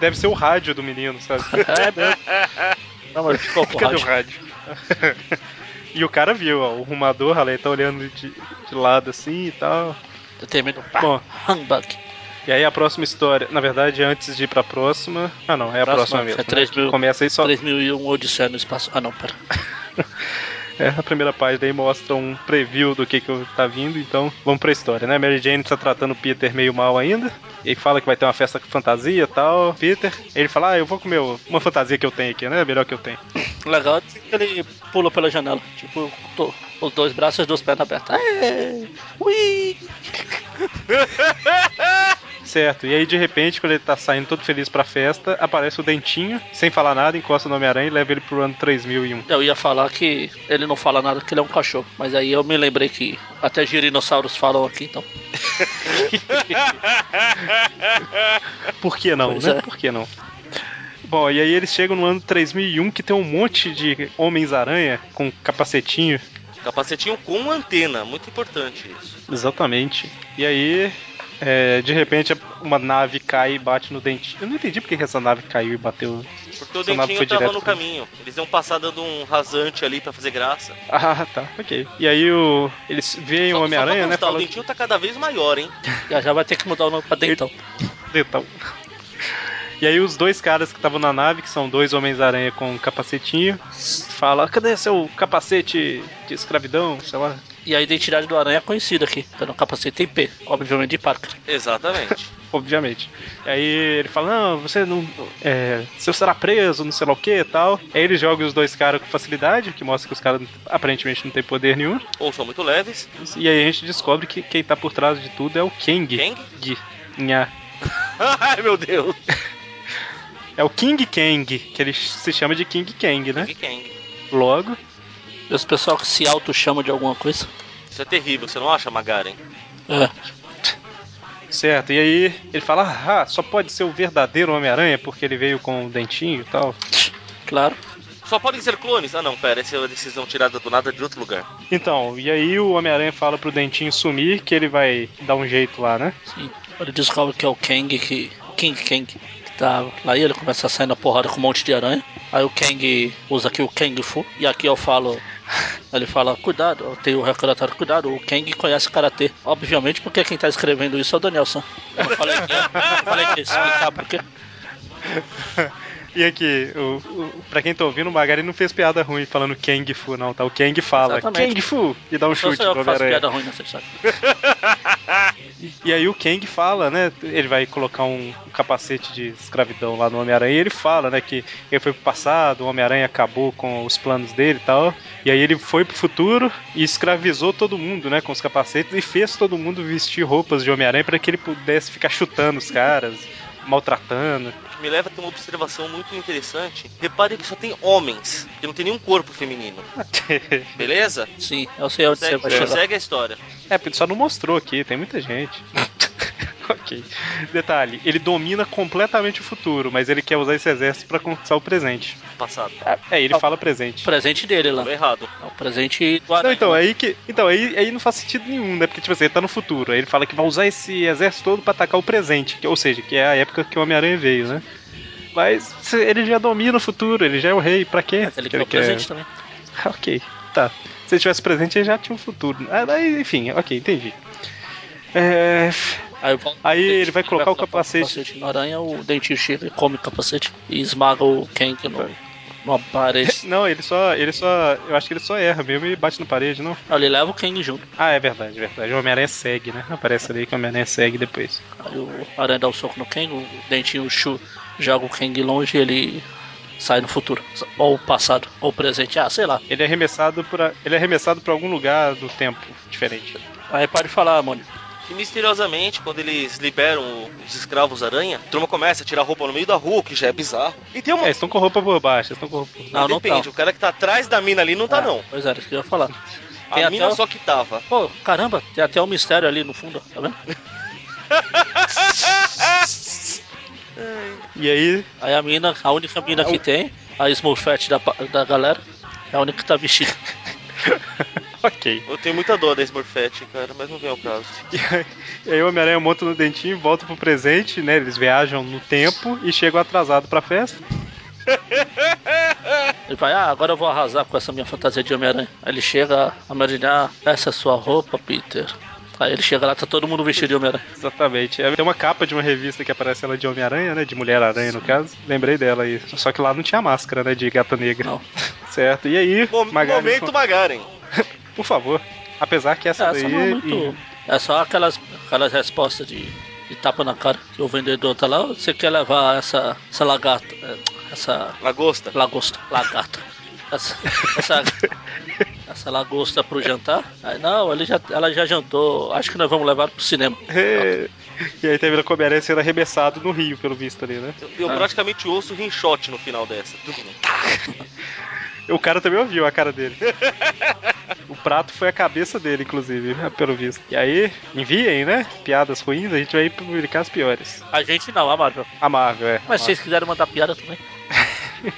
Speaker 1: Deve ser o rádio do menino, sabe?
Speaker 2: É mesmo. *laughs* Não, mas ficou
Speaker 1: *laughs*
Speaker 2: com
Speaker 1: Cadê *laughs* o
Speaker 2: rádio.
Speaker 1: rádio? e o cara viu, ó, o rumador, olha, ele tá olhando de, de lado assim e tal.
Speaker 2: Eu termino. Pá,
Speaker 1: Bom.
Speaker 2: Humbug.
Speaker 1: E aí a próxima história, na verdade, antes de ir pra próxima. Ah não, é a próxima,
Speaker 2: Próxima,
Speaker 1: mesmo.
Speaker 2: é três mil.
Speaker 1: Começa aí só.
Speaker 2: 3001 Odisseia no espaço. Ah, não, pera.
Speaker 1: É, a primeira página aí mostra um preview do que, que tá vindo, então vamos pra história, né? Mary Jane tá tratando o Peter meio mal ainda. Ele fala que vai ter uma festa com fantasia e tal. Peter, ele fala, ah, eu vou comer uma fantasia que eu tenho aqui, né? A melhor que eu tenho.
Speaker 2: Legal é que ele pula pela janela. Tipo, to- os dois braços e as duas pernas abertas. Aê! Ui!
Speaker 1: Certo, e aí de repente, quando ele tá saindo todo feliz pra festa, aparece o Dentinho, sem falar nada, encosta no Homem-Aranha e leva ele pro ano 3001.
Speaker 2: Eu ia falar que ele não fala nada, que ele é um cachorro. Mas aí eu me lembrei que até girinossauros falam aqui, então.
Speaker 1: Por que não,
Speaker 2: Pois
Speaker 1: né?
Speaker 2: é.
Speaker 1: Por que não? Bom, e aí eles chegam no ano 3001 que tem um monte de Homens-Aranha com capacetinho.
Speaker 3: Capacetinho com antena, muito importante isso.
Speaker 1: Exatamente. E aí, é, de repente, uma nave cai e bate no dentinho. Eu não entendi porque que essa nave caiu e bateu. *laughs*
Speaker 3: Porque o
Speaker 1: Essa nave foi
Speaker 3: Dentinho tava
Speaker 1: direto
Speaker 3: no
Speaker 1: pra-
Speaker 3: caminho. Eles iam passar dando um rasante ali pra fazer graça.
Speaker 1: Ah, tá, ok. E aí o, eles veem
Speaker 3: Só-
Speaker 1: o
Speaker 3: só
Speaker 1: Homem-Aranha,
Speaker 3: pra
Speaker 1: né?
Speaker 3: constar, O
Speaker 1: Falando
Speaker 3: Dentinho tá cada vez maior, hein?
Speaker 2: Já já vai ter que mudar o nome pra Dentão.
Speaker 1: Então. *laughs* E aí os dois caras que estavam na nave, que são dois Homens-Aranha com um capacetinho, fala, cadê seu capacete de escravidão? Sei lá.
Speaker 2: E a identidade do Aranha é conhecida aqui, pelo capacete IP, obviamente de Parker.
Speaker 3: Exatamente.
Speaker 1: obviamente. E aí ele fala: Não, você não. É, você será preso, não sei lá o que e tal. Aí ele joga os dois caras com facilidade, que mostra que os caras aparentemente não têm poder nenhum.
Speaker 3: Ou são muito leves.
Speaker 1: E aí a gente descobre que quem tá por trás de tudo é o Kang.
Speaker 3: Kang? *laughs*
Speaker 1: Gi. Nha.
Speaker 3: Ai, meu Deus.
Speaker 1: É o King Kang, que ele se chama de King Kang, né?
Speaker 3: Big Kang.
Speaker 1: Logo.
Speaker 2: Esse pessoal que se auto-chama de alguma coisa.
Speaker 3: Isso é terrível, você não acha, Magaren?
Speaker 2: É.
Speaker 1: Certo, e aí ele fala, ah, só pode ser o verdadeiro Homem-Aranha, porque ele veio com o dentinho e tal.
Speaker 2: Claro.
Speaker 3: Só podem ser clones? Ah, não, pera, essa é uma decisão tirada do nada é de outro lugar.
Speaker 1: Então, e aí o Homem-Aranha fala pro dentinho sumir que ele vai dar um jeito lá, né?
Speaker 2: Sim. Ele descobre que é o Kang que. King Kang. Que tá lá e ele começa a sair na porrada com um monte de aranha. Aí o Kang usa aqui o Kang Fu. E aqui eu falo. Ele fala, cuidado, eu tenho o recordatório, cuidado, o Kang conhece karatê. Obviamente, porque quem tá escrevendo isso é o Danielson. Eu falei que eu falei que ia explicar por quê.
Speaker 1: É E aqui, o, o, pra quem tá ouvindo, o Magari não fez piada ruim falando Kang Fu, não, tá? O Kang fala
Speaker 2: Exatamente.
Speaker 1: Kang Fu e dá um
Speaker 2: Só
Speaker 1: chute
Speaker 2: sou eu
Speaker 1: pro
Speaker 2: que faço
Speaker 1: Homem-Aranha.
Speaker 2: piada ruim, não sei sabe.
Speaker 1: E aí o Kang fala, né? Ele vai colocar um capacete de escravidão lá no Homem-Aranha e ele fala, né, que ele foi pro passado, o Homem-Aranha acabou com os planos dele e tal. E aí ele foi pro futuro e escravizou todo mundo, né, com os capacetes e fez todo mundo vestir roupas de Homem-Aranha para que ele pudesse ficar chutando os caras, maltratando. *laughs*
Speaker 3: O que me leva a ter uma observação muito interessante. Reparem que só tem homens, que não tem nenhum corpo feminino. Beleza?
Speaker 2: Sim, eu sei onde você
Speaker 3: Segue,
Speaker 2: vai chegar.
Speaker 3: segue a história.
Speaker 1: É, porque ele só não mostrou aqui, tem muita gente. *laughs* ok. Detalhe, ele domina completamente o futuro, mas ele quer usar esse exército pra conquistar o presente.
Speaker 3: Passado.
Speaker 1: É, ele fala presente.
Speaker 2: O presente dele lá.
Speaker 3: Tô errado.
Speaker 2: É o presente do
Speaker 1: Não,
Speaker 2: aranha.
Speaker 1: então, aí que. Então, aí, aí não faz sentido nenhum, né? Porque, tipo assim, ele tá no futuro. Aí ele fala que vai usar esse exército todo pra atacar o presente. que- ou seja, que é a época que o Homem-Aranha veio, né? Mas se- ele já domina o futuro, ele já é o rei, pra quê?
Speaker 2: Mas ele
Speaker 1: Que é?
Speaker 2: quer o presente também.
Speaker 1: Ah, *laughs* ok, tá. Se ele tivesse presente, ele já tinha um futuro. Ah, daí, enfim, ok, entendi. É,
Speaker 2: Aí, volta
Speaker 1: Aí
Speaker 2: o
Speaker 1: ele
Speaker 2: dentista,
Speaker 1: vai colocar o
Speaker 2: colocar
Speaker 1: capacete.
Speaker 2: na aranha, o dentinho chega e come o capacete e esmaga o Kang no, numa parede.
Speaker 1: *laughs* Não, ele só. Ele só. Eu acho que ele só erra mesmo e bate na parede, não?
Speaker 2: Aí ele leva o Kang junto.
Speaker 1: Ah, é verdade, é verdade. O Homem-Aranha segue, né? Aparece ali que o Homem-Aranha segue depois.
Speaker 2: Aí o aranha dá o soco no Kang, o dentinho chu, joga o Kang longe e ele sai no futuro. Ou passado, ou presente, ah, sei lá.
Speaker 1: Ele é arremessado para ele é arremessado para algum lugar do tempo diferente.
Speaker 2: Aí pode falar, Mônio.
Speaker 3: E misteriosamente, quando eles liberam o- os escravos aranha, a turma começa a tirar roupa no meio da rua, o que já é bizarro. E tem
Speaker 1: É,
Speaker 3: uma.
Speaker 1: estão com roupa por baixo, estão com roupa. por- *laughs*
Speaker 2: Não, não tá.
Speaker 3: Depende, o cara que tá atrás da mina ali não tá,
Speaker 2: Ah,
Speaker 3: não.
Speaker 2: Pois é, isso que eu ia falar.
Speaker 3: A
Speaker 2: Tem até
Speaker 3: mina
Speaker 2: o-
Speaker 3: só que tava.
Speaker 2: Pô, caramba, tem até um mistério ali no fundo, tá vendo?
Speaker 1: *laughs* E aí,
Speaker 2: Aí a mina, a única mina que tem, a Smurfette da, pa- da galera, é a única que tá vestida.
Speaker 1: ok.
Speaker 3: Eu tenho muita dor da Smurfette, cara, mas não vem ao caso.
Speaker 1: E aí, e aí o Homem-Aranha monta no dentinho, volta pro presente, né? Eles viajam no tempo e chegam atrasado pra festa.
Speaker 2: Ele vai, ah, agora eu vou arrasar com essa minha fantasia de Homem-Aranha. Aí ele chega, a Mary Jane, ah, essa é sua roupa, Peter. Aí ele chega lá, tá todo mundo vestido de Homem-Aranha.
Speaker 1: Exatamente. É, Tem uma capa de uma revista que aparece ela de Homem-Aranha, né? De Mulher-Aranha, no caso. Lembrei dela aí. Só que lá não tinha máscara, né? De gata negra.
Speaker 2: Não.
Speaker 1: Certo. E aí,
Speaker 3: Mo-
Speaker 1: Magali,
Speaker 3: momento Magaren.
Speaker 1: por favor. Apesar que *laughs* essa,
Speaker 2: Essa
Speaker 1: daí.
Speaker 2: não é muito. É só aquelas, aquelas respostas de, de tapa na cara que o vendedor tá lá, você quer levar essa, essa lagarta, é, essa
Speaker 3: Lagosta.
Speaker 2: lagosta, lagarta. Essa, essa, essa lagosta pro jantar? Aí, não, ele já, ela já jantou, acho que nós vamos levar pro cinema.
Speaker 1: É. E aí termina com o Homem-Aranha sendo arremessado no rio, pelo visto ali, né?
Speaker 3: Eu, eu
Speaker 2: Ah.
Speaker 3: praticamente ouço o rinshot no final dessa.
Speaker 1: O cara também ouviu a cara dele. o prato foi a cabeça dele, inclusive, né, pelo visto. E aí, enviem, né? Piadas ruins, a gente vai publicar as piores.
Speaker 2: A gente não, a Marvel.
Speaker 1: A Marvel, é.
Speaker 2: Mas
Speaker 1: A
Speaker 2: se vocês quiserem mandar piada também.
Speaker 1: Marvel.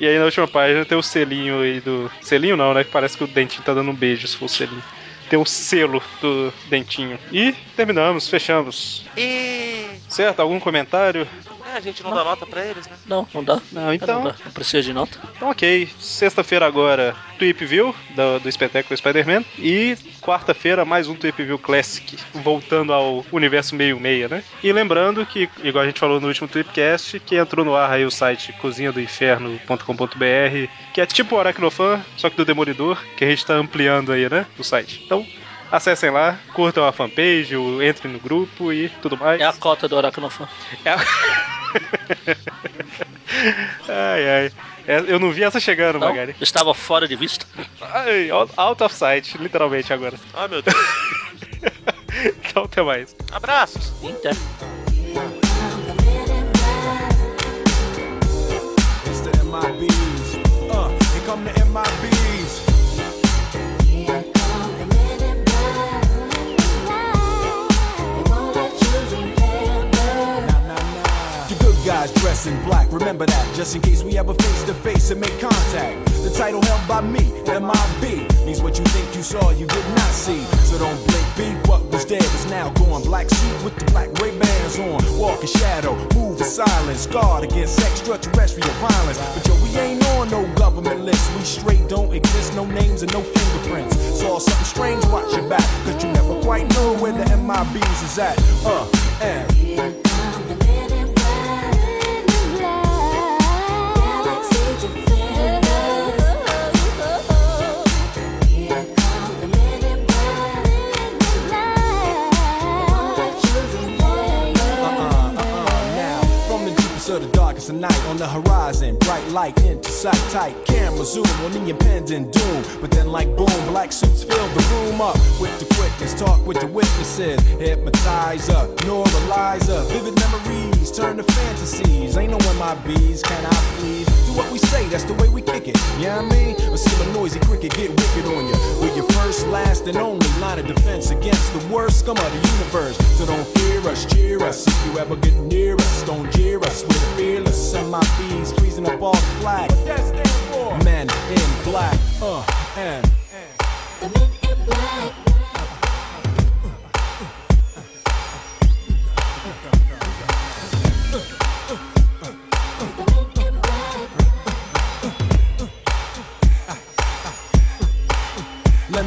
Speaker 1: E aí na última página tem o selinho aí do. Selinho não, né? Que parece que o dentinho tá dando um beijo se for o selinho. Tem o selo do dentinho. E terminamos, fechamos.
Speaker 3: E
Speaker 1: Certo? Algum comentário?
Speaker 3: é, a gente não dá nota pra eles, né?
Speaker 2: Não, não dá.
Speaker 1: Não,
Speaker 2: Não,
Speaker 1: então.
Speaker 2: dá, não precisa de nota.
Speaker 1: Então, ok. Sexta-feira agora, Tweep View, do, do espetáculo Spider-Man. E quarta-feira, mais um Tweep View Classic, voltando ao universo meio-meia, né? E lembrando que, igual a gente falou no último Tweepcast, que entrou no ar aí o site cozinhadoinferno.com.br, que é tipo o Aracnofan, só que do Demolidor, que a gente tá ampliando aí, né? O site. Então, Acessem lá, curtam a fanpage, o- entrem no grupo e tudo mais.
Speaker 2: É a cota do Aracnofã.
Speaker 1: É a- ai, ai. É, Eu não vi essa chegando,
Speaker 2: Não,
Speaker 1: Magari.
Speaker 2: estava fora de vista.
Speaker 1: Ai, out out of sight, literalmente agora. *laughs*
Speaker 3: Ai, Ah, meu Deus.
Speaker 1: então até mais.
Speaker 3: Abraços.
Speaker 2: Inter.
Speaker 4: It's the MIBs. Uh, here come the MIBs. Nah, nah, nah. The good guys dress in black. Remember that, just in case we ever face to face and make contact. The title held by me, MIB, means what you think you saw, you did not see. So don't blink, be what was dead is now gone. Black suit with the black ray bands on. Walk in shadow, move in silence. Guard against extraterrestrial violence. But yo, we ain't on no government list. We straight don't exist, no names and no fingerprints. Saw something strange, watch your back. Cause you never quite know where the MIBs is at. Uh, and. uh-uh, uh-uh, now. From the deepest of the darkest of night on the horizon, bright light into sight tight. Camera zoom on the impending doom. But then, like boom, black suits fill the room up with the quickness. Talk with the witnesses, hypnotizer, neuralizer. Vivid memories turn to fantasies. Ain't no MIBs, can I please? Do what we say, that's the way we kick it. You know what I mean? Or see a noisy cricket get wicked on you. With your first, last, and only line of defense against the worst scum of the universe. So don't fear us, cheer us. If you ever get near us, don't jeer us. We're the fearless. Send my bees, freezing up all the flag. What that stand for? Men in black. Uh, and. Let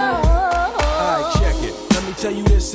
Speaker 4: Alright, check it. Let me tell you this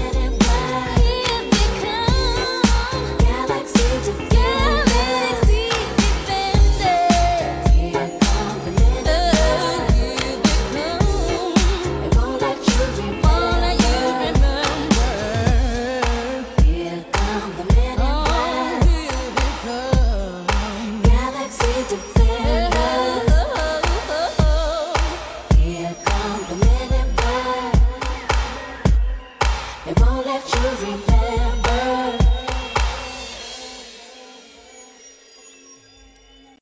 Speaker 4: in.
Speaker 5: Here come the minute bird. It won't let you remember.